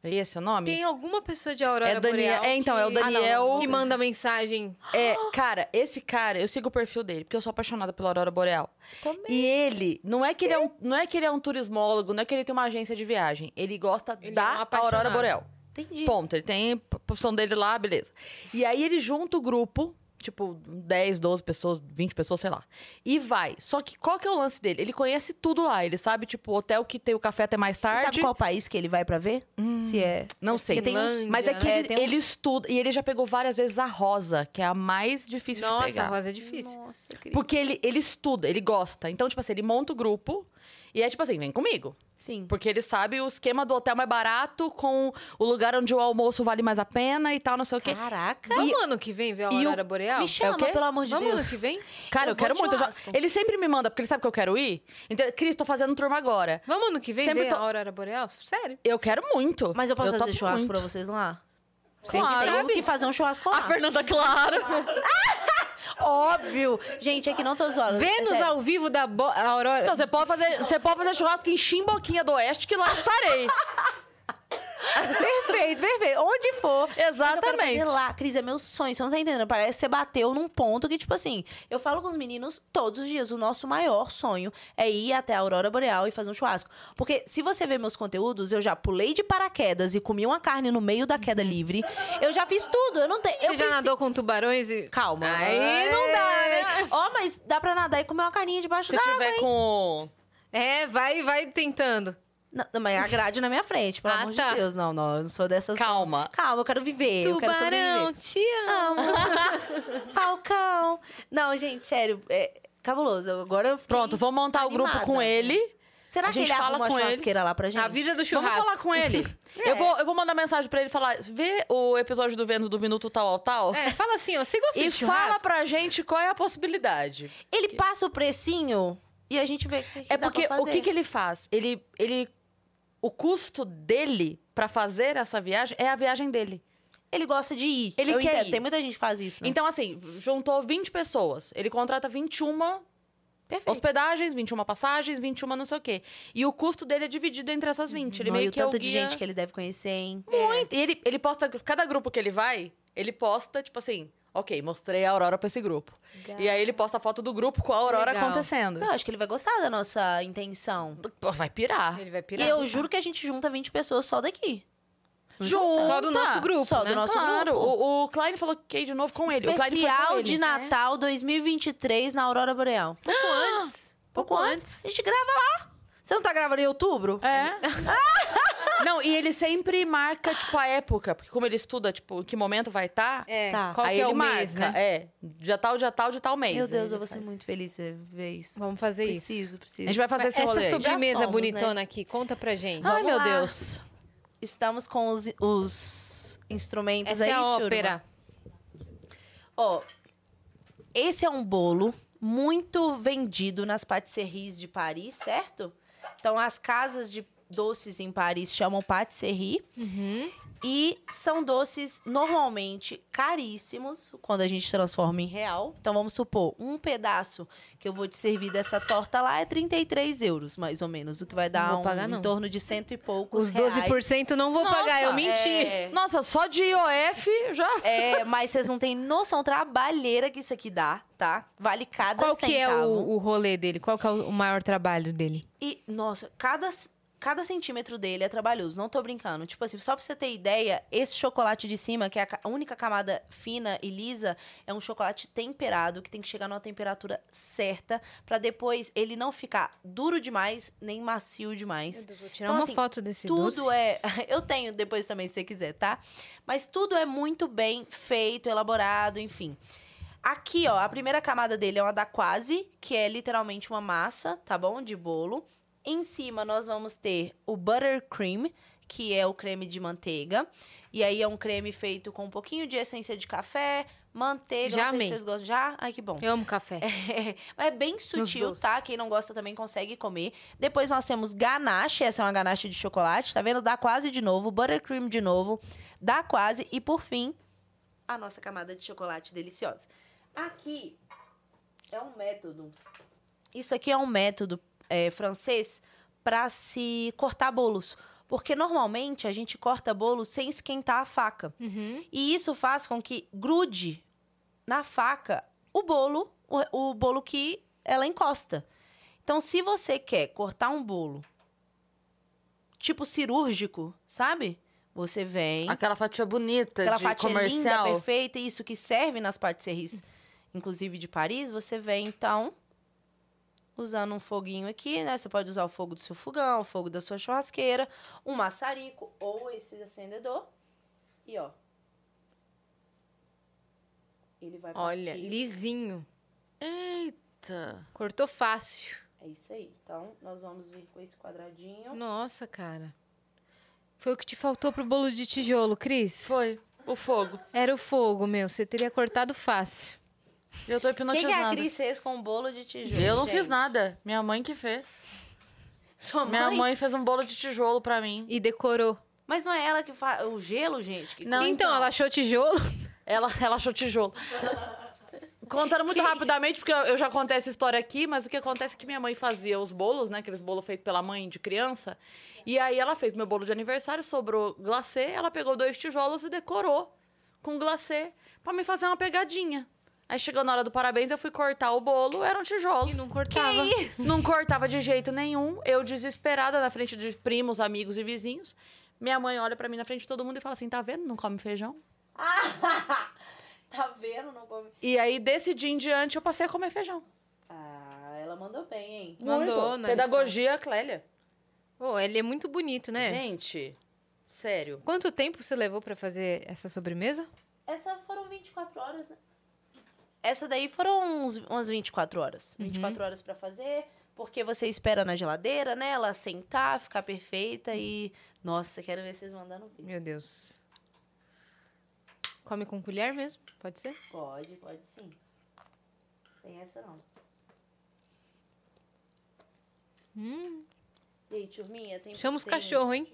Speaker 1: É esse o nome?
Speaker 2: Tem alguma pessoa de Aurora
Speaker 1: É Daniel-
Speaker 2: Boreal
Speaker 1: é, então, é o
Speaker 2: que-
Speaker 1: Daniel-
Speaker 2: Que manda mensagem.
Speaker 1: É,
Speaker 3: <gasps>
Speaker 1: cara, esse cara, eu sigo o perfil dele, porque eu sou apaixonada pela Aurora Boreal.
Speaker 3: Também.
Speaker 1: E ele, não é que ele é um, não é que ele é um turismólogo, não é que ele tem uma agência de viagem, ele gosta
Speaker 2: Ele é um
Speaker 1: da
Speaker 2: apaixonado.
Speaker 1: Aurora Boreal.
Speaker 3: Entendi.
Speaker 1: Ponto, ele tem a profissão dele lá, beleza. E aí ele junta o grupo, tipo, 10, 12 pessoas, 20 pessoas, sei lá. E vai. Só que qual que é o lance dele? Ele conhece tudo lá, ele sabe, tipo, o hotel que tem o café até mais
Speaker 3: Você
Speaker 1: tarde.
Speaker 3: sabe qual país que ele vai pra ver?
Speaker 2: Hum.
Speaker 3: Se é...
Speaker 1: Não sei.
Speaker 3: Porque tem uns-
Speaker 1: Mas é que
Speaker 3: É,
Speaker 1: ele,
Speaker 3: tem uns-
Speaker 1: ele estuda. E ele já pegou várias vezes a rosa, que é a mais difícil de
Speaker 2: Nossa,
Speaker 1: pegar.
Speaker 2: Rosa é difícil.
Speaker 3: Nossa, querido.
Speaker 1: Porque ele, ele estuda, ele gosta. Então, tipo assim, ele monta o grupo E é tipo assim, vem comigo.
Speaker 3: Sim.
Speaker 1: Porque ele sabe o esquema do hotel mais barato com o lugar onde o almoço vale mais a pena e tal, não sei o quê.
Speaker 3: Caraca.
Speaker 2: Vamos ano que vem ver a
Speaker 1: e o-
Speaker 2: Aurora Boreal? É
Speaker 3: Me chama,
Speaker 1: o quê?
Speaker 3: pelo amor de
Speaker 2: Vamos
Speaker 3: Deus.
Speaker 2: ano que vem?
Speaker 1: Cara, eu,
Speaker 3: Eu vou
Speaker 1: quero
Speaker 3: de
Speaker 1: muito. eu já-
Speaker 3: churrasco.
Speaker 1: Ele sempre me manda, porque ele sabe que eu quero ir. Então, Cris, tô fazendo turma agora.
Speaker 2: Vamos ano que vem
Speaker 1: Sempre
Speaker 2: ver
Speaker 1: tô-
Speaker 2: a Aurora Boreal? Sério?
Speaker 1: Eu quero muito.
Speaker 3: Mas eu posso fazer
Speaker 1: topo
Speaker 3: churrasco
Speaker 1: muito.
Speaker 3: pra vocês lá?
Speaker 1: Claro.
Speaker 2: Você que
Speaker 3: Tem
Speaker 2: Ah, sabe?
Speaker 3: que fazer um churrasco lá.
Speaker 1: A Fernanda, claro.
Speaker 3: Óbvio! Gente, é que não tô zoando.
Speaker 2: Vê-nos
Speaker 3: é
Speaker 2: ao vivo da Bo- a Aurora.
Speaker 1: Então, você pode fazer, você pode fazer churrasco em Chimboquinha do Oeste, que lá
Speaker 3: <laughs>
Speaker 1: estarei.
Speaker 3: Perfeito, perfeito. Onde for. Mas eu quero
Speaker 1: Exatamente.
Speaker 3: fazer lá, Cris, é meu sonho. Você não tá entendendo. Parece que você bateu num ponto que, tipo assim, eu falo com os meninos todos os dias. O nosso maior sonho é ir até a Aurora Boreal e fazer um churrasco. Porque se você ver meus conteúdos, eu já pulei de paraquedas e comi uma carne no meio da queda livre. Eu já fiz tudo. Eu não tenho.
Speaker 2: Você já nadou com É. tubarões e.
Speaker 3: Calma. É.
Speaker 2: Aí não dá, né?
Speaker 3: Ó, mas dá pra nadar e comer uma carninha debaixo
Speaker 1: Se
Speaker 3: da água,
Speaker 1: tiver
Speaker 3: hein?
Speaker 1: com.
Speaker 2: É, vai, vai tentando.
Speaker 3: Não, não, mas é a grade na minha frente, pelo
Speaker 2: Ah,
Speaker 3: amor
Speaker 2: tá.
Speaker 3: de Deus. Não, não, eu não sou dessas.
Speaker 1: Calma.
Speaker 3: Calma, eu quero viver. eu quero sobreviver.
Speaker 2: Tubarão, te amo.
Speaker 3: Falcão. <laughs> Não, gente, sério. É cabuloso. Agora eu fiquei
Speaker 1: Pronto, vou montar o grupo
Speaker 3: Tá animada.
Speaker 1: com ele.
Speaker 3: Será
Speaker 1: A
Speaker 3: que
Speaker 1: gente
Speaker 3: ele
Speaker 1: fala
Speaker 3: arruma uma
Speaker 1: com ele.
Speaker 3: churrasqueira lá pra Ah, gente?
Speaker 2: Avisa do
Speaker 1: Vamos
Speaker 2: churrasco.
Speaker 1: falar com <laughs> ele.
Speaker 3: É.
Speaker 1: eu, vou, eu vou mandar mensagem pra ele falar: vê o episódio do Vênus do Minuto Tal ao Tal.
Speaker 2: É, fala assim, ó. Você gosta
Speaker 1: E
Speaker 2: de churrasco?
Speaker 1: fala pra gente qual é a possibilidade.
Speaker 3: Ele passa o precinho e a gente vê o que, que
Speaker 1: É
Speaker 3: dá
Speaker 1: porque
Speaker 3: pra
Speaker 1: o
Speaker 3: fazer.
Speaker 1: que, que ele faz? Ele, ele. O custo dele pra fazer essa viagem é a viagem dele.
Speaker 3: Ele gosta de ir.
Speaker 1: Ele
Speaker 3: Eu
Speaker 1: quer
Speaker 3: entendo,
Speaker 1: ir.
Speaker 3: Tem muita gente que faz isso. né?
Speaker 1: Então, assim, juntou 20 pessoas. Ele contrata 21
Speaker 3: Perfeito.
Speaker 1: hospedagens, 21 passagens, 21 não sei o quê. E o custo dele é dividido entre essas 20. Ele
Speaker 3: Não, e
Speaker 1: meio
Speaker 3: o
Speaker 1: que é o
Speaker 3: tanto de
Speaker 1: guia-
Speaker 3: gente que ele deve conhecer, hein?
Speaker 2: É.
Speaker 1: Muito. E ele, ele posta, cada grupo que ele vai, ele posta, tipo assim, ok, mostrei a Aurora pra esse grupo. E aí ele posta a foto do grupo com a Aurora
Speaker 2: Legal. Ah,
Speaker 1: acontecendo.
Speaker 3: Eu acho que ele vai gostar da nossa intenção.
Speaker 1: Pô, Vai pirar.
Speaker 2: Ele vai
Speaker 3: E
Speaker 2: pirar.
Speaker 3: eu juro que a gente junta 20 pessoas só daqui.
Speaker 1: Junta.
Speaker 2: Só do nosso grupo,
Speaker 3: Só
Speaker 2: né?
Speaker 3: do nosso
Speaker 1: claro,
Speaker 3: grupo.
Speaker 1: O, o Klein falou que de novo com ele. o Klein foi com
Speaker 3: Especial
Speaker 1: ele. É.
Speaker 3: de Natal 2023 na Aurora Boreal. Pouco antes. Pouco,
Speaker 2: Pouco
Speaker 3: antes. A gente grava lá. Você não tá gravando em outubro?
Speaker 2: <laughs>
Speaker 1: É. não, e ele sempre marca, tipo, a época. Porque como ele estuda, tipo, em que momento vai estar...
Speaker 2: É,
Speaker 3: Tá.
Speaker 2: qual
Speaker 1: aí
Speaker 2: que é
Speaker 1: ele
Speaker 2: o
Speaker 1: marca.
Speaker 2: mês, né?
Speaker 1: É, dia tal, dia tal, de tal tá mês.
Speaker 3: Meu Deus,
Speaker 1: Aí
Speaker 3: eu
Speaker 1: É
Speaker 3: vou
Speaker 1: ele
Speaker 3: ser
Speaker 1: faz.
Speaker 3: muito feliz de ver
Speaker 2: É,
Speaker 3: isso.
Speaker 2: Vamos fazer isso. né?
Speaker 3: Preciso,
Speaker 1: A
Speaker 3: preciso.
Speaker 1: gente vai fazer esse
Speaker 2: Essa
Speaker 1: rolê.
Speaker 2: sobremesa
Speaker 3: Já somos,
Speaker 2: bonitona aqui, conta pra gente.
Speaker 1: Ai, meu
Speaker 3: lá.
Speaker 1: Deus.
Speaker 3: Estamos com os, os instrumentos
Speaker 2: Essa
Speaker 3: aí,
Speaker 2: é a
Speaker 3: turma.
Speaker 2: ópera.
Speaker 3: Ó, esse é um bolo muito vendido nas patisseries de Paris, certo? Então, as casas de doces em Paris chamam patisserie.
Speaker 2: Uhum.
Speaker 3: E são doces normalmente caríssimos quando a gente transforma em real. Então vamos supor, um pedaço que eu vou te servir dessa torta lá é 33 euros, mais ou menos. O que vai dar
Speaker 2: Não vou
Speaker 3: um-
Speaker 2: pagar, não.
Speaker 3: em torno de cento e poucos
Speaker 2: Os
Speaker 3: reais.
Speaker 2: 12% não vou
Speaker 1: Nossa,
Speaker 2: pagar, eu menti.
Speaker 3: É,
Speaker 1: Nossa, só de IOF já.
Speaker 3: é, mas vocês não têm noção trabalheira que isso aqui dá, tá? Vale cada
Speaker 2: Qual
Speaker 3: centavo.
Speaker 2: que é o, o rolê dele? Qual que é o o maior trabalho dele?
Speaker 3: E, nossa, cada, cada centímetro dele é trabalhoso, não tô brincando. Tipo assim, só pra você ter ideia, esse chocolate de cima, que é a ca- a única camada fina e lisa, é um chocolate temperado, que tem que chegar numa temperatura certa, pra depois ele não ficar duro demais, nem macio demais.
Speaker 2: vou tirar
Speaker 3: Então,
Speaker 2: uma
Speaker 3: assim,
Speaker 2: foto desse
Speaker 3: Tudo
Speaker 2: doce.
Speaker 3: é. <laughs> Eu tenho depois também, se você quiser, tá? Mas tudo é muito bem feito, elaborado, enfim. Aqui, ó, a primeira camada dele é uma da quase, que é literalmente uma massa, tá bom? De bolo. Em cima, nós vamos ter o buttercream, que é o creme de manteiga. E aí é um creme feito com um pouquinho de essência de café, manteiga.
Speaker 2: Já
Speaker 3: não sei
Speaker 2: amei.
Speaker 3: se vocês gostam. Já? Ai, que bom.
Speaker 2: Eu amo café.
Speaker 3: É, mas é bem sutil,
Speaker 2: doces.
Speaker 3: tá? Quem não gosta também consegue comer. Depois nós temos ganache, essa é uma ganache de chocolate, tá vendo? Dá quase de novo, buttercream de novo, dá quase e por fim a nossa camada de chocolate deliciosa. Aqui é um método. Isso aqui é um método é, francês para se cortar bolos. Porque normalmente a gente corta bolo sem esquentar a faca.
Speaker 2: Uhum.
Speaker 3: E isso faz com que grude na faca o bolo, o, o bolo que ela encosta. Então, se você quer cortar um bolo tipo cirúrgico, sabe? Você vem,
Speaker 1: Aquela fatia bonita,
Speaker 3: aquela
Speaker 1: de
Speaker 3: fatia
Speaker 1: comercial.
Speaker 3: linda, perfeita, isso que serve nas patisseries, inclusive de Paris, você vem então usando um foguinho aqui, né? Você pode usar o fogo do seu fogão, o fogo da sua churrasqueira, um maçarico ou esse acendedor. E ó. Ele vai
Speaker 2: Olha,
Speaker 3: partir.
Speaker 2: lisinho.
Speaker 1: Eita.
Speaker 2: Cortou fácil.
Speaker 3: É isso aí. Então, nós vamos vir com esse quadradinho.
Speaker 2: Nossa, cara. Foi o que te faltou pro bolo de tijolo, Cris?
Speaker 1: Foi. O fogo.
Speaker 2: Era o fogo, meu. Você teria cortado fácil.
Speaker 1: Eu tô
Speaker 3: O que, que é a
Speaker 1: hipnotizada.
Speaker 3: Cris fez com o bolo de tijolo?
Speaker 1: eu não
Speaker 3: gente?
Speaker 1: fiz nada. Minha mãe que fez.
Speaker 3: Sua mãe?
Speaker 1: Minha mãe fez um bolo de tijolo pra mim.
Speaker 2: E decorou.
Speaker 3: Mas não é ela que faz o gelo, gente? Que
Speaker 1: Não,
Speaker 3: <laughs>
Speaker 2: então, ela achou tijolo? <laughs>
Speaker 1: Ela, ela achou tijolo. Contando muito rapidamente, porque eu- eu já contei essa história aqui, mas o que acontece é que minha mãe fazia os bolos, né? Aqueles bolos feitos pela mãe de criança. E aí ela fez meu bolo de aniversário, sobrou glacê, ela pegou dois tijolos e decorou com glacê pra me fazer uma pegadinha. Aí chegou na hora do parabéns, eu fui cortar o bolo, um eram tijolos.
Speaker 2: E não cortava.
Speaker 1: Não cortava de jeito nenhum. Eu desesperada na frente de primos, amigos e vizinhos. Minha mãe olha pra mim na frente de todo mundo e fala assim: "Tá vendo? Não come feijão?"
Speaker 3: Tá vendo? Não come.
Speaker 1: E aí desse dia em diante eu passei a comer feijão.
Speaker 3: Ah, ela mandou bem, hein?
Speaker 2: Mandou, na
Speaker 1: Pedagogia Clélia.
Speaker 2: Pô, ele é muito bonito, né?
Speaker 1: Gente, sério.
Speaker 2: Quanto tempo você levou pra fazer essa sobremesa?
Speaker 3: Essa foram 24 horas, né? Essa daí foram uns, umas 24 horas.
Speaker 2: Uhum.
Speaker 3: 24 horas pra fazer, porque você espera na geladeira, né? Ela sentar, ficar perfeita e. Nossa, quero ver vocês mandando vídeo.
Speaker 2: Meu Deus. Come com colher mesmo? Pode ser?
Speaker 3: Pode, pode sim. Tem essa não. E aí, turminha, tem.
Speaker 2: Hum. Chama os
Speaker 3: tem-
Speaker 2: cachorro, hein?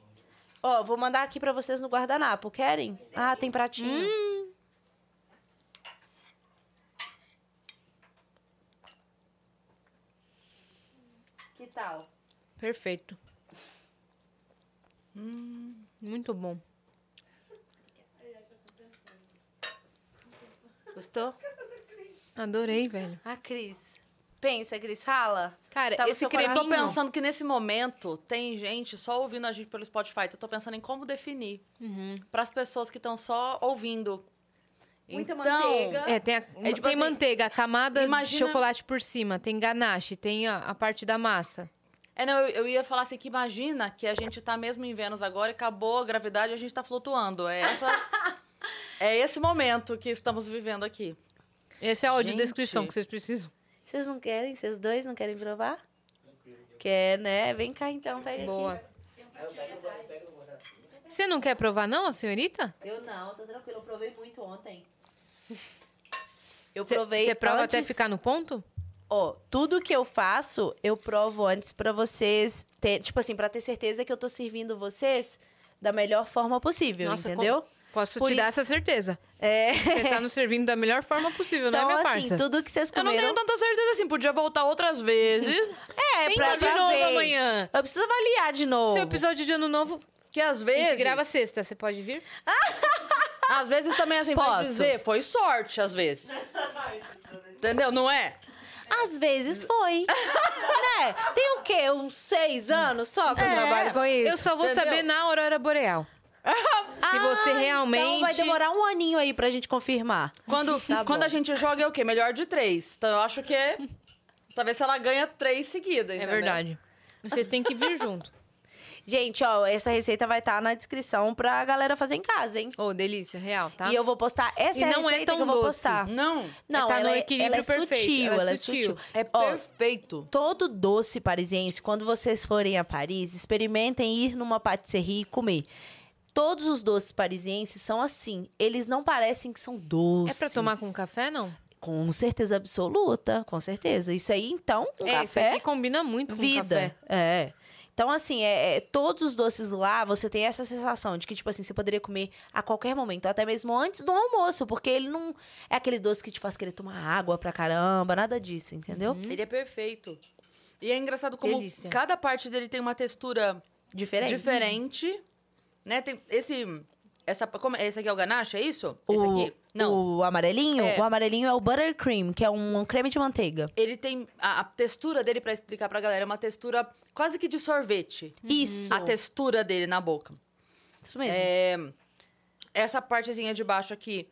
Speaker 3: Ó, vou mandar aqui pra vocês no guardanapo, querem? Ah, tem pratinho. Hum. Que tal?
Speaker 2: Perfeito. Hum, Muito bom.
Speaker 3: Gostou?
Speaker 2: Adorei, velho.
Speaker 3: A Cris. Pensa, Cris, rala.
Speaker 2: Cara,
Speaker 3: Tá no
Speaker 2: esse é um
Speaker 3: seu
Speaker 1: Eu tô
Speaker 2: creminho...
Speaker 1: pensando que nesse momento tem gente só ouvindo a gente pelo Spotify. Então, Eu tô pensando em como definir
Speaker 2: Uhum.
Speaker 1: Pras pessoas que estão só ouvindo.
Speaker 3: Muita
Speaker 1: então,
Speaker 3: manteiga.
Speaker 2: É, tem, a,
Speaker 1: É tipo
Speaker 2: tem
Speaker 1: assim,
Speaker 2: manteiga, a camada
Speaker 1: imagina-
Speaker 2: de chocolate por cima, tem ganache, tem a, a parte da massa.
Speaker 1: É, não, eu, eu ia falar assim que imagina que a gente tá mesmo em Vênus agora e acabou a gravidade e a gente tá flutuando. É essa
Speaker 2: <laughs>
Speaker 1: É esse momento que estamos vivendo aqui.
Speaker 2: Esse é a audiodescrição
Speaker 1: Gente.
Speaker 2: que vocês precisam.
Speaker 3: Vocês não querem? Vocês dois não querem provar? Quer, né? Vem cá então, pega
Speaker 2: Boa.
Speaker 3: aqui.
Speaker 2: Você não quer provar não, a senhorita?
Speaker 3: Eu não, tô tranquilo. Eu provei muito ontem. Eu
Speaker 2: Você-
Speaker 3: provei
Speaker 2: Você prova até
Speaker 3: antes-
Speaker 2: ficar no ponto?
Speaker 3: Ó, tudo que eu faço, eu provo antes pra vocês ter, tipo assim, pra ter certeza que eu tô servindo vocês da melhor forma possível,
Speaker 2: Nossa,
Speaker 3: entendeu?
Speaker 2: Posso
Speaker 3: Por
Speaker 2: te dar
Speaker 3: isso-
Speaker 2: essa certeza.
Speaker 3: É.
Speaker 2: Você tá nos servindo da melhor forma possível,
Speaker 3: Então,
Speaker 2: não é, minha
Speaker 3: assim,
Speaker 2: parça?
Speaker 3: tudo que vocês
Speaker 1: Eu não
Speaker 3: comeram
Speaker 1: tenho tanta certeza assim, podia voltar outras
Speaker 2: <laughs>
Speaker 1: vezes.
Speaker 3: é
Speaker 2: Tenta
Speaker 3: pra
Speaker 2: de
Speaker 3: pra
Speaker 2: novo
Speaker 3: ver.
Speaker 2: amanhã.
Speaker 3: Eu preciso avaliar de novo.
Speaker 2: Seu episódio de ano novo,
Speaker 1: Que às
Speaker 2: a gente
Speaker 1: vezes.
Speaker 2: grava sexta, você pode vir?
Speaker 1: Às vezes também assim, pode
Speaker 3: Posso?
Speaker 1: dizer, foi sorte, às vezes. Entendeu? Não é?
Speaker 3: Às
Speaker 2: <laughs>
Speaker 3: vezes foi. né? Tem o quê? Uns seis anos só que eu
Speaker 1: É.
Speaker 3: trabalho com isso? Ah,
Speaker 2: Eu só vou
Speaker 1: entendeu?
Speaker 2: saber na Aurora Boreal. Se você realmente...
Speaker 3: Então vai demorar um aninho aí pra gente confirmar.
Speaker 1: Quando,
Speaker 3: Tá
Speaker 1: quando
Speaker 3: bom.
Speaker 1: a gente joga é o quê? Melhor de três. Então eu acho que é. Talvez se ela ganha três seguidas.
Speaker 2: É
Speaker 1: entendeu?
Speaker 2: verdade. Vocês têm que vir junto.
Speaker 3: <laughs> Gente, ó, essa receita vai estar na descrição pra galera fazer em casa, hein?
Speaker 2: Ô, delícia, real, tá?
Speaker 3: E eu vou postar essa
Speaker 2: E
Speaker 3: é a
Speaker 2: não é
Speaker 3: receita
Speaker 2: tão
Speaker 3: que eu vou
Speaker 2: doce.
Speaker 3: postar.
Speaker 1: Não.
Speaker 3: Não,
Speaker 2: tá
Speaker 3: ela
Speaker 2: no
Speaker 3: é-
Speaker 2: equilíbrio
Speaker 3: ela é
Speaker 2: perfeito,
Speaker 3: Sutil,
Speaker 2: ela é
Speaker 3: ela é
Speaker 2: sutil.
Speaker 3: sutil.
Speaker 1: É
Speaker 3: Ó,
Speaker 1: perfeito.
Speaker 3: Todo doce parisiense, quando vocês forem a Paris, experimentem ir numa patisserie e comer. Todos os doces parisienses são assim. Eles não parecem que são
Speaker 2: É
Speaker 3: doces.
Speaker 2: pra tomar com café, não?
Speaker 3: Com certeza absoluta, com certeza. Isso aí, então, com
Speaker 2: é, isso
Speaker 3: café,
Speaker 2: aqui combina muito com café.
Speaker 3: vida. É. Então, assim, é, é, todos os doces lá, você tem essa sensação de que, tipo assim, você poderia comer a qualquer momento, até mesmo antes do almoço, porque ele não é aquele doce que te faz querer tomar água pra caramba, nada disso, entendeu?
Speaker 1: Ele é perfeito. E é engraçado como
Speaker 2: Delícia.
Speaker 1: cada parte dele tem uma textura
Speaker 3: Diferente.
Speaker 1: diferente. Né? Tem esse. Essa, como, esse aqui é o ganache, é isso? esse
Speaker 3: O,
Speaker 1: aqui? Não.
Speaker 3: o amarelinho?
Speaker 1: É.
Speaker 3: O amarelinho é o buttercream, que é um creme de manteiga.
Speaker 1: Ele tem. A, a textura dele, pra explicar pra galera, é uma textura quase que de sorvete.
Speaker 3: Isso.
Speaker 1: A textura dele na boca.
Speaker 3: Isso mesmo.
Speaker 1: É, essa partezinha de baixo aqui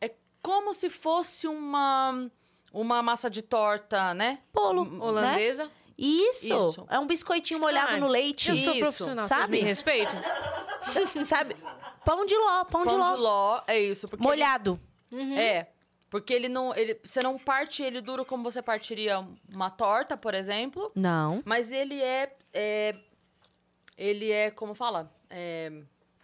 Speaker 1: é como se fosse uma uma massa de torta, né?
Speaker 3: Bolo, né?
Speaker 2: Holandesa.
Speaker 3: Isso.
Speaker 1: Isso.
Speaker 3: É um biscoitinho molhado
Speaker 2: Ai,
Speaker 3: no leite.
Speaker 2: Eu sou
Speaker 1: Isso,
Speaker 2: profissional,
Speaker 3: sabe?
Speaker 2: vocês me respeitam?
Speaker 3: <laughs> Sabe? Pão de ló, pão,
Speaker 1: Pão de ló é isso, porque
Speaker 3: Molhado. Uhum.
Speaker 1: ele- é. Porque ele não. Ele, você não parte ele duro como você partiria uma torta, por exemplo.
Speaker 3: Não.
Speaker 1: Mas ele é. é- ele é, como fala? É,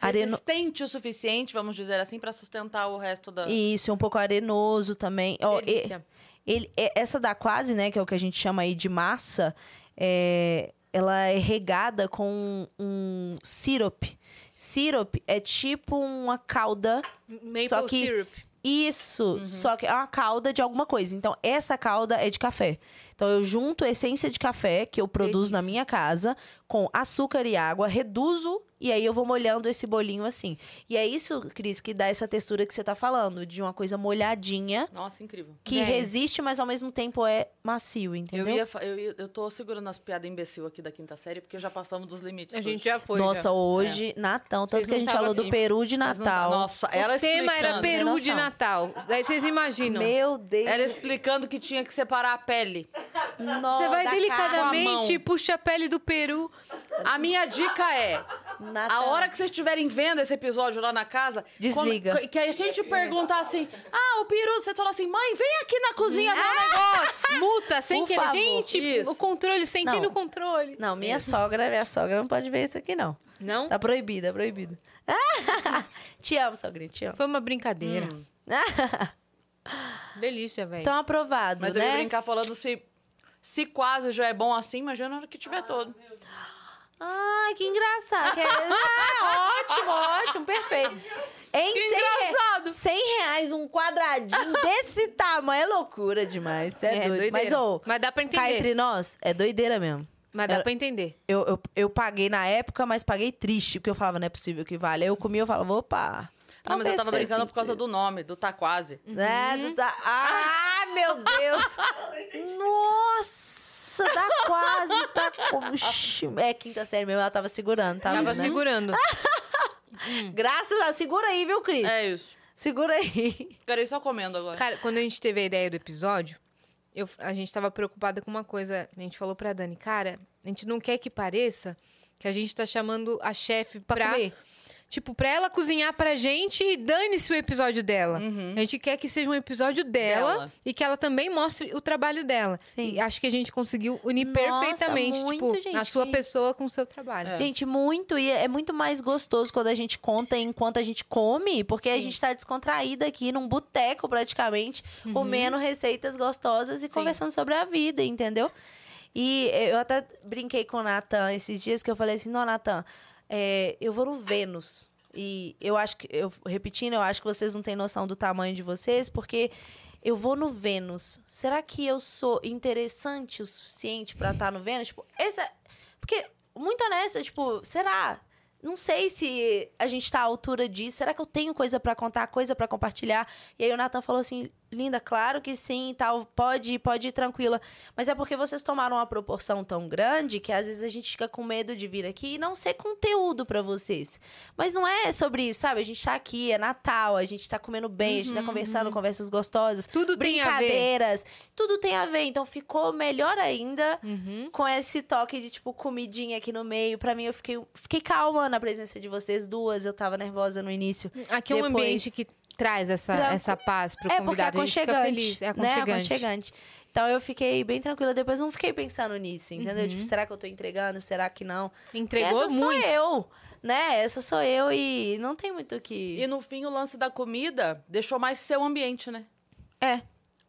Speaker 3: Areno-
Speaker 1: Resistente o suficiente, vamos dizer assim, pra sustentar o resto da.
Speaker 3: E Isso, é um pouco arenoso também. Ó, e-
Speaker 1: delícia.
Speaker 3: ele, é- essa da quase, né, que é o que a gente chama aí de massa, é, ela é regada com um sirope. Sirope é tipo uma calda
Speaker 2: Maple
Speaker 3: Só que-
Speaker 2: syrup.
Speaker 3: isso, só que é uma calda de alguma coisa. Então, essa calda é de café. Então, eu junto a essência de café que eu produzo na
Speaker 2: Delícia.
Speaker 3: minha casa com açúcar e água, reduzo e aí eu vou molhando esse bolinho assim. E é isso, Cris, que dá essa textura que você tá falando, de uma coisa molhadinha
Speaker 1: Nossa, incrível.
Speaker 3: que
Speaker 2: Velho.
Speaker 3: resiste, mas ao mesmo tempo é macio,
Speaker 1: Eu,
Speaker 3: entendeu?
Speaker 1: ia, fa- eu, ia- eu tô segurando as piadas imbecil aqui da quinta série, porque já passamos dos limites.
Speaker 2: A
Speaker 1: hoje.
Speaker 2: gente é já foi.
Speaker 3: Nossa,
Speaker 2: já.
Speaker 3: hoje, Natal, tanto
Speaker 2: Vocês
Speaker 3: que a
Speaker 2: não
Speaker 3: gente
Speaker 2: tava
Speaker 3: falou do
Speaker 2: aqui.
Speaker 3: Peru de
Speaker 1: Vocês não tá-
Speaker 3: Natal.
Speaker 1: Nossa, ela
Speaker 2: o tema era
Speaker 1: explicando.
Speaker 2: Peru de
Speaker 3: noção.
Speaker 2: Natal. Daí vocês imaginam.
Speaker 3: Meu Deus.
Speaker 1: Ela explicando que tinha que separar a pele.
Speaker 3: Nó
Speaker 2: Você vai
Speaker 3: da
Speaker 1: Com a
Speaker 2: delicadamente
Speaker 1: mão.
Speaker 2: e puxa a pele do peru.
Speaker 1: A minha dica é:
Speaker 3: cara. Natal.
Speaker 1: a hora que vocês estiverem vendo esse episódio lá na casa,
Speaker 3: Desliga.
Speaker 1: come- que a gente perguntar assim: ah, o peru, você fala assim, mãe, vem aqui na cozinha ver o negócio.
Speaker 2: Ah! <laughs> Multa, sem
Speaker 3: Por
Speaker 2: que
Speaker 3: favor.
Speaker 2: Gente,
Speaker 1: Isso.
Speaker 2: o controle, sem ter
Speaker 3: Não.
Speaker 2: no controle.
Speaker 3: Não, minha sogra, minha sogra não pode ver isso aqui, não.
Speaker 2: Não?
Speaker 3: Tá proibida, é proibida.
Speaker 1: <laughs>
Speaker 3: te amo, sogrinha, te amo.
Speaker 2: Foi uma brincadeira. Delícia, velho.
Speaker 3: <laughs> Hum. Então, aprovado,
Speaker 1: Mas eu ia
Speaker 3: né?
Speaker 1: brincar falando se. Se quase já é bom assim, imagina na hora que tiver todo.
Speaker 3: Ai, que engraçado. que
Speaker 1: <laughs>
Speaker 3: é- Ah, ótimo, ótimo, perfeito. Em
Speaker 1: Que
Speaker 3: 100 re-
Speaker 1: engraçado.
Speaker 3: 100 reais,
Speaker 1: <laughs>
Speaker 3: um quadradinho desse tamanho. É loucura demais. Você é, doido.
Speaker 2: doideira.
Speaker 3: Mas, ô, é,
Speaker 2: Mas dá pra
Speaker 3: cá
Speaker 2: entender.
Speaker 3: entre nós, é doideira mesmo.
Speaker 2: Mas dá
Speaker 3: Era-
Speaker 2: pra entender.
Speaker 3: Eu, eu, eu paguei na época, mas paguei triste, porque eu falava, não é possível que vale. Aí eu comi, eu falava, opa.
Speaker 1: Não, mas eu
Speaker 3: talvez
Speaker 1: tava
Speaker 3: fez
Speaker 1: brincando por causa
Speaker 3: sentido.
Speaker 1: do nome, do tá quase.
Speaker 3: É,
Speaker 2: Uhum.
Speaker 3: do ta- Ah, meu Deus! Nossa, tá quase, tá... Oxi, é quinta série mesmo, ela tava segurando, tá?
Speaker 2: Tava
Speaker 3: vendo, né?
Speaker 2: segurando.
Speaker 3: Graças a... Segura aí, viu, Cris?
Speaker 1: É isso.
Speaker 3: Segura aí.
Speaker 1: Ficarei só comendo agora.
Speaker 2: Cara, quando a gente teve a ideia do episódio, eu- a gente tava preocupada com uma coisa. A gente falou pra Dani, cara, a gente não quer que pareça que a gente tá chamando a chefe pra.
Speaker 3: comer.
Speaker 2: Tipo, pra ela cozinhar pra gente e dane-se o episódio dela.
Speaker 3: Uhum.
Speaker 2: A gente quer que seja um episódio dela,
Speaker 1: Dela.
Speaker 2: e que ela também mostre o trabalho dela.
Speaker 3: Sim.
Speaker 2: E acho que a gente conseguiu unir
Speaker 3: Nossa,
Speaker 2: perfeitamente,
Speaker 3: muito,
Speaker 2: tipo,
Speaker 3: gente,
Speaker 2: a sua
Speaker 3: que É.
Speaker 2: pessoa com o seu trabalho.
Speaker 3: Gente, muito, e é muito mais gostoso quando a gente conta enquanto a gente come, porque a gente tá descontraída aqui num boteco praticamente, comendo receitas gostosas e conversando sobre a vida, entendeu? E eu até brinquei com o Natan esses dias que eu falei assim: não, Natan, é, eu vou no Vênus. E eu acho que, eu, repetindo, eu acho que vocês não têm noção do tamanho de vocês, porque eu vou no Vênus. Será que eu sou interessante o suficiente pra estar no Vênus? Tipo, essa. Porque, muito honesta, tipo, será? Não sei se a gente tá à altura disso. Será que eu tenho coisa pra contar, coisa pra compartilhar? E aí o Natan falou assim: linda, claro que sim, e tal, pode ir, pode ir tranquila. Mas é porque vocês tomaram uma proporção tão grande que às vezes a gente fica com medo de vir aqui e não ser conteúdo pra vocês. Mas não é sobre isso, sabe? A gente tá aqui, é Natal, a gente tá comendo bem, a gente tá conversando, conversas gostosas,
Speaker 2: Uhum, Tudo tem a ver.
Speaker 3: brincadeiras, tudo tem a ver. Então ficou melhor ainda
Speaker 2: Uhum.
Speaker 3: com esse toque de, tipo, comidinha aqui no meio. Pra mim, eu fiquei, fiquei calma na presença de vocês duas. Eu tava nervosa no início.
Speaker 2: Aqui é um
Speaker 3: Depois-
Speaker 2: ambiente que traz essa,
Speaker 3: Tranquilo.
Speaker 2: essa paz pro
Speaker 3: é porque é
Speaker 2: convidado. a gente fica
Speaker 3: aconchegante.
Speaker 2: feliz. É
Speaker 3: Né?
Speaker 2: aconchegante.
Speaker 3: aconchegante. Então, eu fiquei bem tranquila. Depois, não fiquei pensando nisso, entendeu? Tipo, será que eu tô entregando? Será que não?
Speaker 2: Uhum. Entregou
Speaker 3: Essa
Speaker 2: muito.
Speaker 3: sou eu, né? Essa sou eu e não tem muito o que...
Speaker 1: E no fim, o lance da comida deixou mais seu ambiente, né?
Speaker 2: É.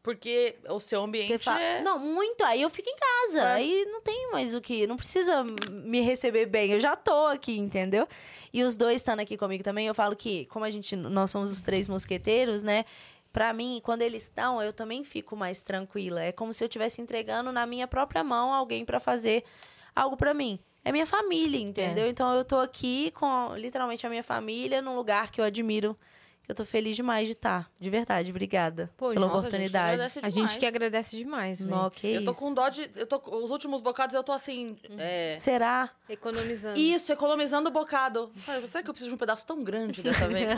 Speaker 1: Porque o seu
Speaker 3: Você
Speaker 1: ambiente
Speaker 3: fala-
Speaker 1: é...
Speaker 3: Não, muito. Aí eu fico em casa. Aí não tem mais o que. Não precisa me receber bem. Eu já tô aqui, entendeu? E os dois estando aqui comigo também, eu falo que, como a gente, nós somos os três mosqueteiros, né? Pra mim, quando eles estão, eu também fico mais tranquila. É como se eu estivesse entregando na minha própria mão alguém pra fazer algo pra mim. É minha família, entendeu? Então eu tô aqui com literalmente a minha família, num lugar que eu admiro. que Eu tô feliz demais de estar. De verdade, obrigada
Speaker 2: Pô,
Speaker 3: pela
Speaker 2: nossa,
Speaker 1: Nossa,
Speaker 3: oportunidade.
Speaker 1: gente, agradece
Speaker 2: A gente
Speaker 1: demais.
Speaker 2: que agradece demais, velho.
Speaker 3: Nó, que
Speaker 1: né? Eu tô
Speaker 3: isso.
Speaker 1: com dó de... Eu tô... Os últimos bocados eu tô assim...
Speaker 2: Uhum.
Speaker 1: é,
Speaker 3: Será?
Speaker 2: Economizando.
Speaker 1: Isso, economizando o bocado. Olha, Será que eu preciso de um pedaço tão grande dessa
Speaker 2: <laughs>
Speaker 1: vez?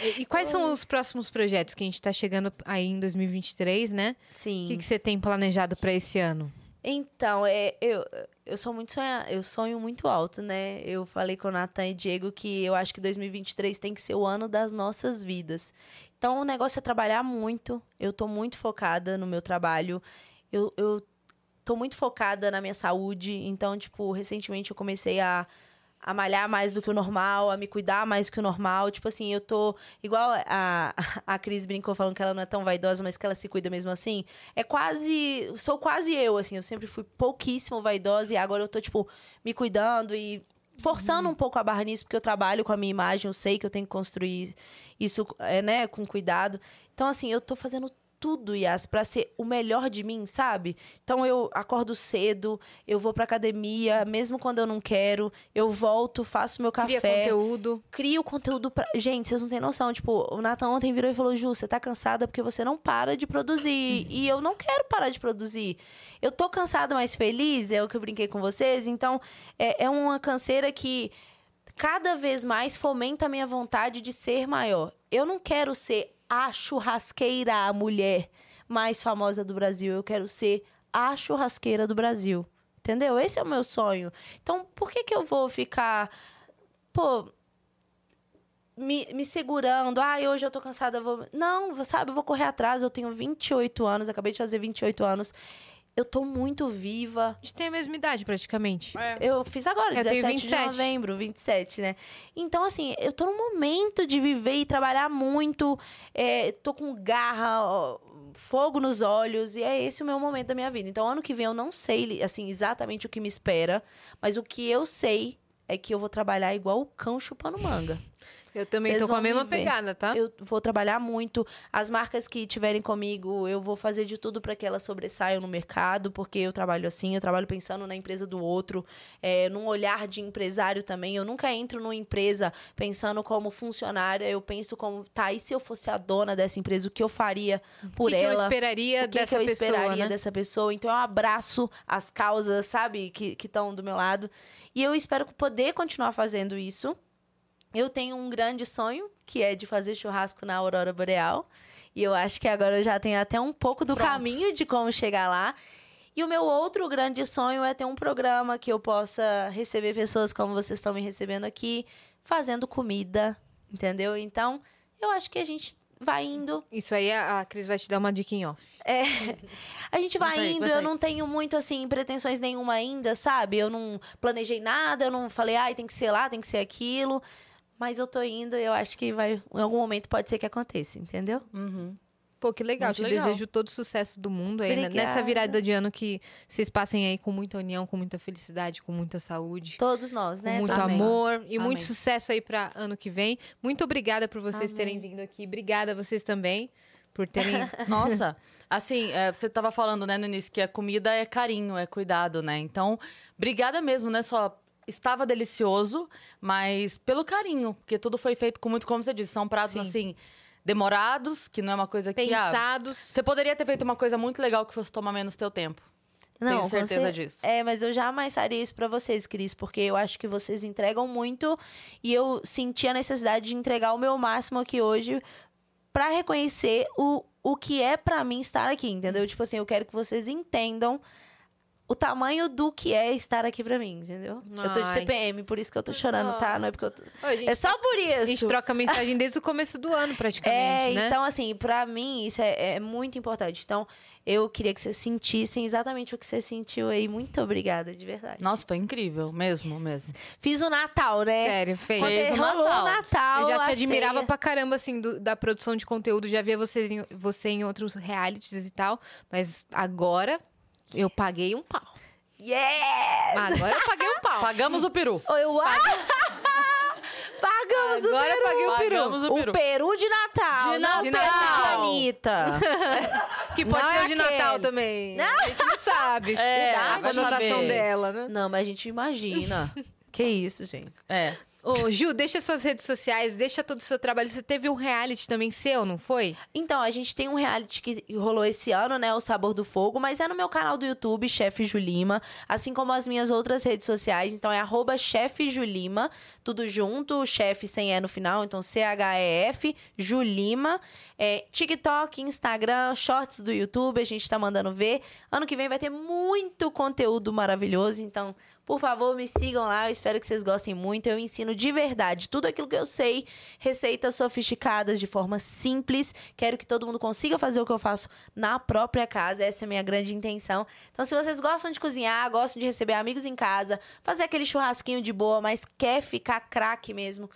Speaker 2: E, e quais são os próximos projetos que a gente tá chegando aí em 2023, né? O
Speaker 3: Sim.
Speaker 2: que que você tem planejado pra esse ano?
Speaker 3: Então, é, eu, eu sou muito sonha, eu sonho muito alto, né? Eu falei com o Natan e Diego que eu acho que 2023 tem que ser o ano das nossas vidas. Então, o negócio é trabalhar muito. Eu tô muito focada no meu trabalho. Eu, eu tô muito focada na minha saúde. Então, tipo, recentemente eu comecei a, a malhar mais do que o normal, a me cuidar mais do que o normal. Tipo assim, eu tô. Igual a, a Cris brincou falando que ela não é tão vaidosa, mas que ela se cuida mesmo assim. É quase. Sou quase eu, assim. Eu sempre fui pouquíssimo vaidosa e agora eu tô, tipo, me cuidando e
Speaker 2: Uhum.
Speaker 3: forçando um pouco a barra nisso, porque eu trabalho com a minha imagem, eu sei que eu tenho que construir isso, é, né, com cuidado. Então, assim, eu tô fazendo tudo, Yas, pra ser o melhor de mim, sabe? Então, eu acordo cedo, eu vou pra academia, mesmo quando eu não quero, eu volto, faço meu café
Speaker 2: Cria conteúdo.
Speaker 3: cria o conteúdo pra. Gente, vocês não têm noção. Tipo, o Nathan ontem virou e falou: Ju, você tá cansada porque você não para de produzir. E eu não quero parar de produzir. Eu tô cansada, mas feliz, é o que eu brinquei com vocês. Então, é, é uma canseira que cada vez mais fomenta a minha vontade de ser maior. Eu não quero ser a churrasqueira a mulher mais famosa do Brasil. Eu quero ser a churrasqueira do Brasil. Entendeu? Esse é o meu sonho. Então, por que, que eu vou ficar. Pô, me, me segurando. Ah, hoje eu tô cansada, eu vou. Não, vo- sabe, eu vou correr atrás. Eu tenho 28 anos, acabei de fazer 28 anos. Eu tô muito viva.
Speaker 2: A gente tem a mesma idade, praticamente.
Speaker 1: É.
Speaker 3: Eu fiz agora,
Speaker 2: Eu tenho
Speaker 3: 17
Speaker 2: 27.
Speaker 3: de novembro, 27, né? Então, assim, eu tô num momento de viver e trabalhar muito. é, tô com garra, ó, fogo nos olhos. E é esse o meu momento da minha vida. Então, ano que vem eu não sei, li- assim, exatamente o que me espera. Mas o que eu sei é que eu vou trabalhar igual o cão chupando manga.
Speaker 2: Eu também
Speaker 3: Vocês
Speaker 2: tô com a
Speaker 3: vão
Speaker 2: mesma
Speaker 3: me ver.
Speaker 2: pegada, tá?
Speaker 3: Eu vou trabalhar muito. As marcas que tiverem comigo, eu vou fazer de tudo para que elas sobressaiam no mercado, porque eu trabalho assim, eu trabalho pensando na empresa do outro, é, num olhar de empresário também. Eu nunca entro numa empresa pensando como funcionária, eu penso como, tá, e se eu fosse a dona dessa empresa, o que eu faria
Speaker 2: o
Speaker 3: por
Speaker 2: que, que eu
Speaker 3: ela?
Speaker 2: esperaria
Speaker 3: o que,
Speaker 2: dessa
Speaker 3: que eu
Speaker 2: pessoa,
Speaker 3: esperaria
Speaker 2: né?
Speaker 3: dessa pessoa. Então eu abraço as causas, sabe, que estão do meu lado. E eu espero poder continuar fazendo isso. Eu tenho um grande sonho, que é de fazer churrasco na Aurora Boreal. E eu acho que agora eu já tenho até um pouco do caminho de como chegar lá. E o meu outro grande sonho é ter um programa que eu possa receber pessoas como vocês estão me recebendo aqui, fazendo comida, entendeu? Então, eu acho que a gente vai indo
Speaker 2: Isso aí a a Cris vai te dar uma dica em off.
Speaker 3: A gente vai
Speaker 1: Conta aí,
Speaker 3: indo,
Speaker 1: conta
Speaker 3: eu
Speaker 1: aí.
Speaker 3: não tenho muito, assim, pretensões nenhuma ainda, sabe? Eu não planejei nada, eu não falei, ai, tem que ser lá, tem que ser aquilo. Mas eu tô indo, eu acho que vai, em algum momento pode ser que aconteça, entendeu?
Speaker 1: Uhum.
Speaker 2: Pô, que legal.
Speaker 1: Muito
Speaker 2: Te
Speaker 1: legal.
Speaker 2: desejo todo o sucesso do mundo aí, né? nessa
Speaker 3: Obrigada.
Speaker 2: virada de ano que vocês passem aí com muita união, com muita felicidade, com muita saúde.
Speaker 3: Todos nós,
Speaker 2: com
Speaker 3: né?
Speaker 2: muito
Speaker 3: Também.
Speaker 2: amor e
Speaker 1: Amém.
Speaker 2: muito sucesso aí pra ano que vem. Muito obrigada por vocês
Speaker 3: Amém.
Speaker 2: terem vindo aqui. Obrigada a vocês também por terem.
Speaker 3: <laughs>
Speaker 1: Nossa, assim, é, você tava falando, né, no início, que a comida é carinho, é cuidado, né? Então, obrigada mesmo, né? Só estava delicioso, mas pelo carinho, porque tudo foi feito com muito, como você disse, são pratos,
Speaker 2: Sim.
Speaker 1: assim, demorados, que não é uma coisa que... ah,
Speaker 2: pensados.
Speaker 1: você poderia ter feito uma coisa muito legal que fosse tomar menos teu tempo. Tenho
Speaker 3: com
Speaker 1: certeza
Speaker 3: cer-
Speaker 1: disso.
Speaker 3: É, mas eu jamais faria isso pra vocês, Cris, porque eu acho que vocês entregam muito e eu senti a necessidade de entregar o meu máximo aqui hoje pra reconhecer o, o que é pra mim estar aqui, entendeu?
Speaker 2: Uhum.
Speaker 3: Tipo assim, eu quero que vocês entendam o tamanho do que é estar aqui pra mim, entendeu? Eu tô de
Speaker 2: Ai.
Speaker 3: TPM, por isso que eu tô chorando, tá? Não é porque eu tô...
Speaker 2: Ô, gente,
Speaker 3: É só por
Speaker 2: a gente
Speaker 3: isso. <laughs>
Speaker 2: troca mensagem desde o começo do ano, praticamente,
Speaker 3: É,
Speaker 2: né?
Speaker 3: então, assim, pra mim isso é, é muito importante. Então, eu queria que vocês sentissem exatamente o que você sentiu aí. Muito obrigada, de verdade.
Speaker 1: Nossa, foi incrível, mesmo, mesmo.
Speaker 3: Fiz o Natal, né?
Speaker 2: Sério, fez.
Speaker 1: Quando Fez o
Speaker 3: rolou
Speaker 1: Natal.
Speaker 3: o Natal.
Speaker 2: Eu já
Speaker 3: a
Speaker 2: te admirava
Speaker 3: ceia.
Speaker 2: pra caramba, assim, do- da produção de conteúdo. Já via vocês em- você em outros realities e tal. Mas agora eu paguei um pau.
Speaker 3: Yeah!
Speaker 2: Agora eu paguei um
Speaker 3: <laughs>
Speaker 2: pau.
Speaker 1: Pagamos o peru.
Speaker 3: Oh, Eu... Ah! <laughs> Pagamos o
Speaker 2: Agora eu paguei o peru.
Speaker 1: Pagamos o peru.
Speaker 3: O peru de Natal.
Speaker 2: De
Speaker 3: não o
Speaker 2: Natal.
Speaker 3: peru da Anitta.
Speaker 2: Que pode
Speaker 3: Não
Speaker 2: ser
Speaker 3: é
Speaker 2: o de Natal
Speaker 3: aquele.
Speaker 2: também. A gente não sabe
Speaker 1: É,
Speaker 2: a
Speaker 1: vai
Speaker 2: conotação
Speaker 1: saber.
Speaker 2: dela, né?
Speaker 3: <laughs> não, mas a gente imagina. que isso, gente.
Speaker 1: É.
Speaker 2: Ô, Ju, deixa suas redes sociais, deixa todo o seu trabalho. Você teve um reality também seu, não foi?
Speaker 3: Então, a gente tem um reality que rolou esse ano, né? O Sabor do Fogo, mas é no meu canal do YouTube, Chefe Julima, assim como as minhas outras redes sociais. Então, é arroba Chefe Julima, tudo junto, chefe sem E no final, então C-H-E-F, Julima. É, TikTok, Instagram, shorts do YouTube, a gente tá mandando ver. Ano que vem vai ter muito conteúdo maravilhoso, então por favor, me sigam lá. Eu espero que vocês gostem muito. Eu ensino de verdade tudo aquilo que eu sei, receitas sofisticadas de forma simples. Quero que todo mundo consiga fazer o que eu faço na própria casa. Essa é a minha grande intenção. Então, se vocês gostam de cozinhar, gostam de receber amigos em casa, fazer aquele churrasquinho de boa, mas quer ficar craque mesmo,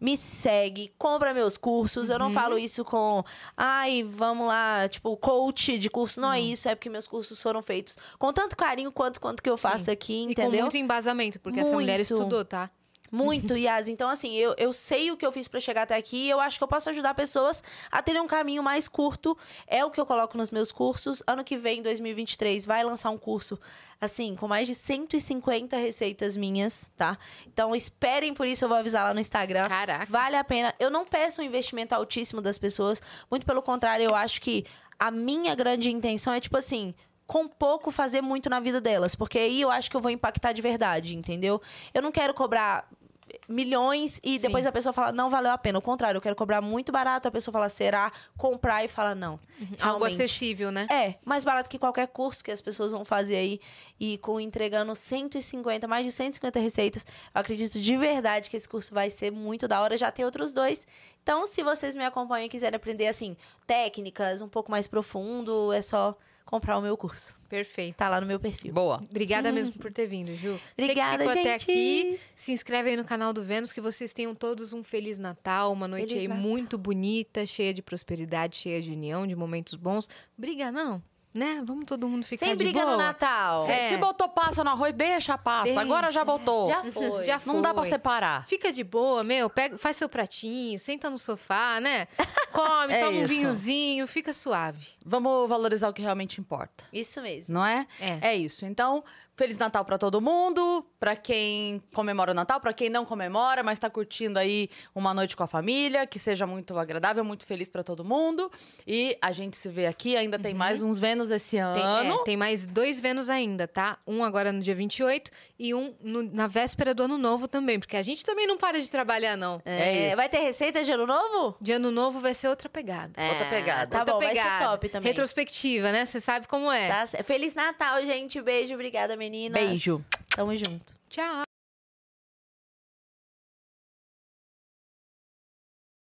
Speaker 3: me segue, compra meus cursos. Eu
Speaker 2: Uhum.
Speaker 3: não falo isso com, ai, vamos lá, tipo, coach de curso. Não é isso, é porque meus cursos foram feitos com tanto carinho quanto quanto que eu faço aqui,
Speaker 2: E com
Speaker 3: entendeu?
Speaker 2: muito embasamento, porque essa mulher
Speaker 3: Muito.
Speaker 2: estudou, tá?
Speaker 3: Muito, Yas. Então, assim, eu, eu sei o que eu fiz pra chegar até aqui e eu acho que eu posso ajudar pessoas a terem um caminho mais curto. É o que eu coloco nos meus cursos. Ano que vem, 2023, vai lançar um curso, assim, com mais de 150 receitas minhas, tá? Então, esperem por isso, eu vou avisar lá no Instagram.
Speaker 2: Caraca.
Speaker 3: Vale a pena. Eu não peço um investimento altíssimo das pessoas. Muito pelo contrário, eu acho que a minha grande intenção é, tipo assim, com pouco fazer muito na vida delas. Porque aí eu acho que eu vou impactar de verdade, entendeu? Eu não quero cobrar milhões e depois a pessoa fala, não valeu a pena. Ao contrário, eu quero cobrar muito barato. A pessoa fala, será? Comprar e fala, não.
Speaker 2: Uhum. Algo
Speaker 3: realmente.
Speaker 2: acessível, né?
Speaker 3: É, mais barato que qualquer curso que as pessoas vão fazer aí. E com entregando 150, mais de 150 receitas. Eu acredito de verdade que esse curso vai ser muito da hora. Já tem outros dois. Então, se vocês me acompanham e quiserem aprender, assim, técnicas um pouco mais profundo, é só comprar o meu curso.
Speaker 2: Perfeito.
Speaker 3: Tá lá no meu perfil.
Speaker 1: Boa.
Speaker 2: Obrigada mesmo por ter vindo, Ju. Você
Speaker 3: Obrigada,
Speaker 2: que ficou até
Speaker 3: gente.
Speaker 2: aqui. Se inscreve aí no canal do Vênus, que vocês tenham todos um Feliz Natal, uma noite
Speaker 3: Feliz
Speaker 2: aí
Speaker 3: Natal.
Speaker 2: muito bonita, cheia de prosperidade, cheia de união, de momentos bons. Briga não, né? Vamos todo mundo ficar
Speaker 3: Sem
Speaker 2: de
Speaker 3: briga
Speaker 2: boa.
Speaker 3: no
Speaker 2: <laughs>
Speaker 3: Natal.
Speaker 1: Se-
Speaker 2: É.
Speaker 1: Se botou passa no arroz, deixa a passa.
Speaker 3: Deixa.
Speaker 1: Agora já botou.
Speaker 3: Já foi.
Speaker 2: Já
Speaker 1: Não dá pra
Speaker 2: foi.
Speaker 1: separar.
Speaker 2: Fica de boa, meu. Pega, faz seu pratinho, senta no
Speaker 1: <laughs>
Speaker 2: sofá, né? Come,
Speaker 1: É
Speaker 2: toma um
Speaker 1: isso.
Speaker 2: vinhozinho, fica suave.
Speaker 1: Vamos valorizar o que realmente importa,
Speaker 3: Isso mesmo.
Speaker 1: não é?
Speaker 2: É.
Speaker 1: É isso. Então, Feliz Natal pra todo mundo, pra quem comemora o Natal, pra quem não comemora, mas tá curtindo aí uma noite com a família, que seja muito agradável, muito feliz pra todo mundo. E a gente se vê aqui, ainda tem mais uns Vênus esse
Speaker 2: Uhum. Tem,
Speaker 1: ano.
Speaker 2: é, tem mais dois Vênus ainda, tá? Um agora no dia 28 e um no- na véspera do ano novo também, porque a gente também não para de trabalhar, não.
Speaker 1: É isso.
Speaker 3: Vai ter receita de ano novo?
Speaker 2: De ano novo vai ser outra pegada.
Speaker 1: Outra pegada.
Speaker 3: Tá
Speaker 2: Outra
Speaker 3: bom, vai ser
Speaker 2: pegada.
Speaker 3: top também.
Speaker 2: Retrospectiva, né? Você sabe como é.
Speaker 3: Tá certo. Feliz Natal, gente. Beijo, obrigada, meninas.
Speaker 1: Beijo.
Speaker 3: Tamo junto.
Speaker 2: Tchau.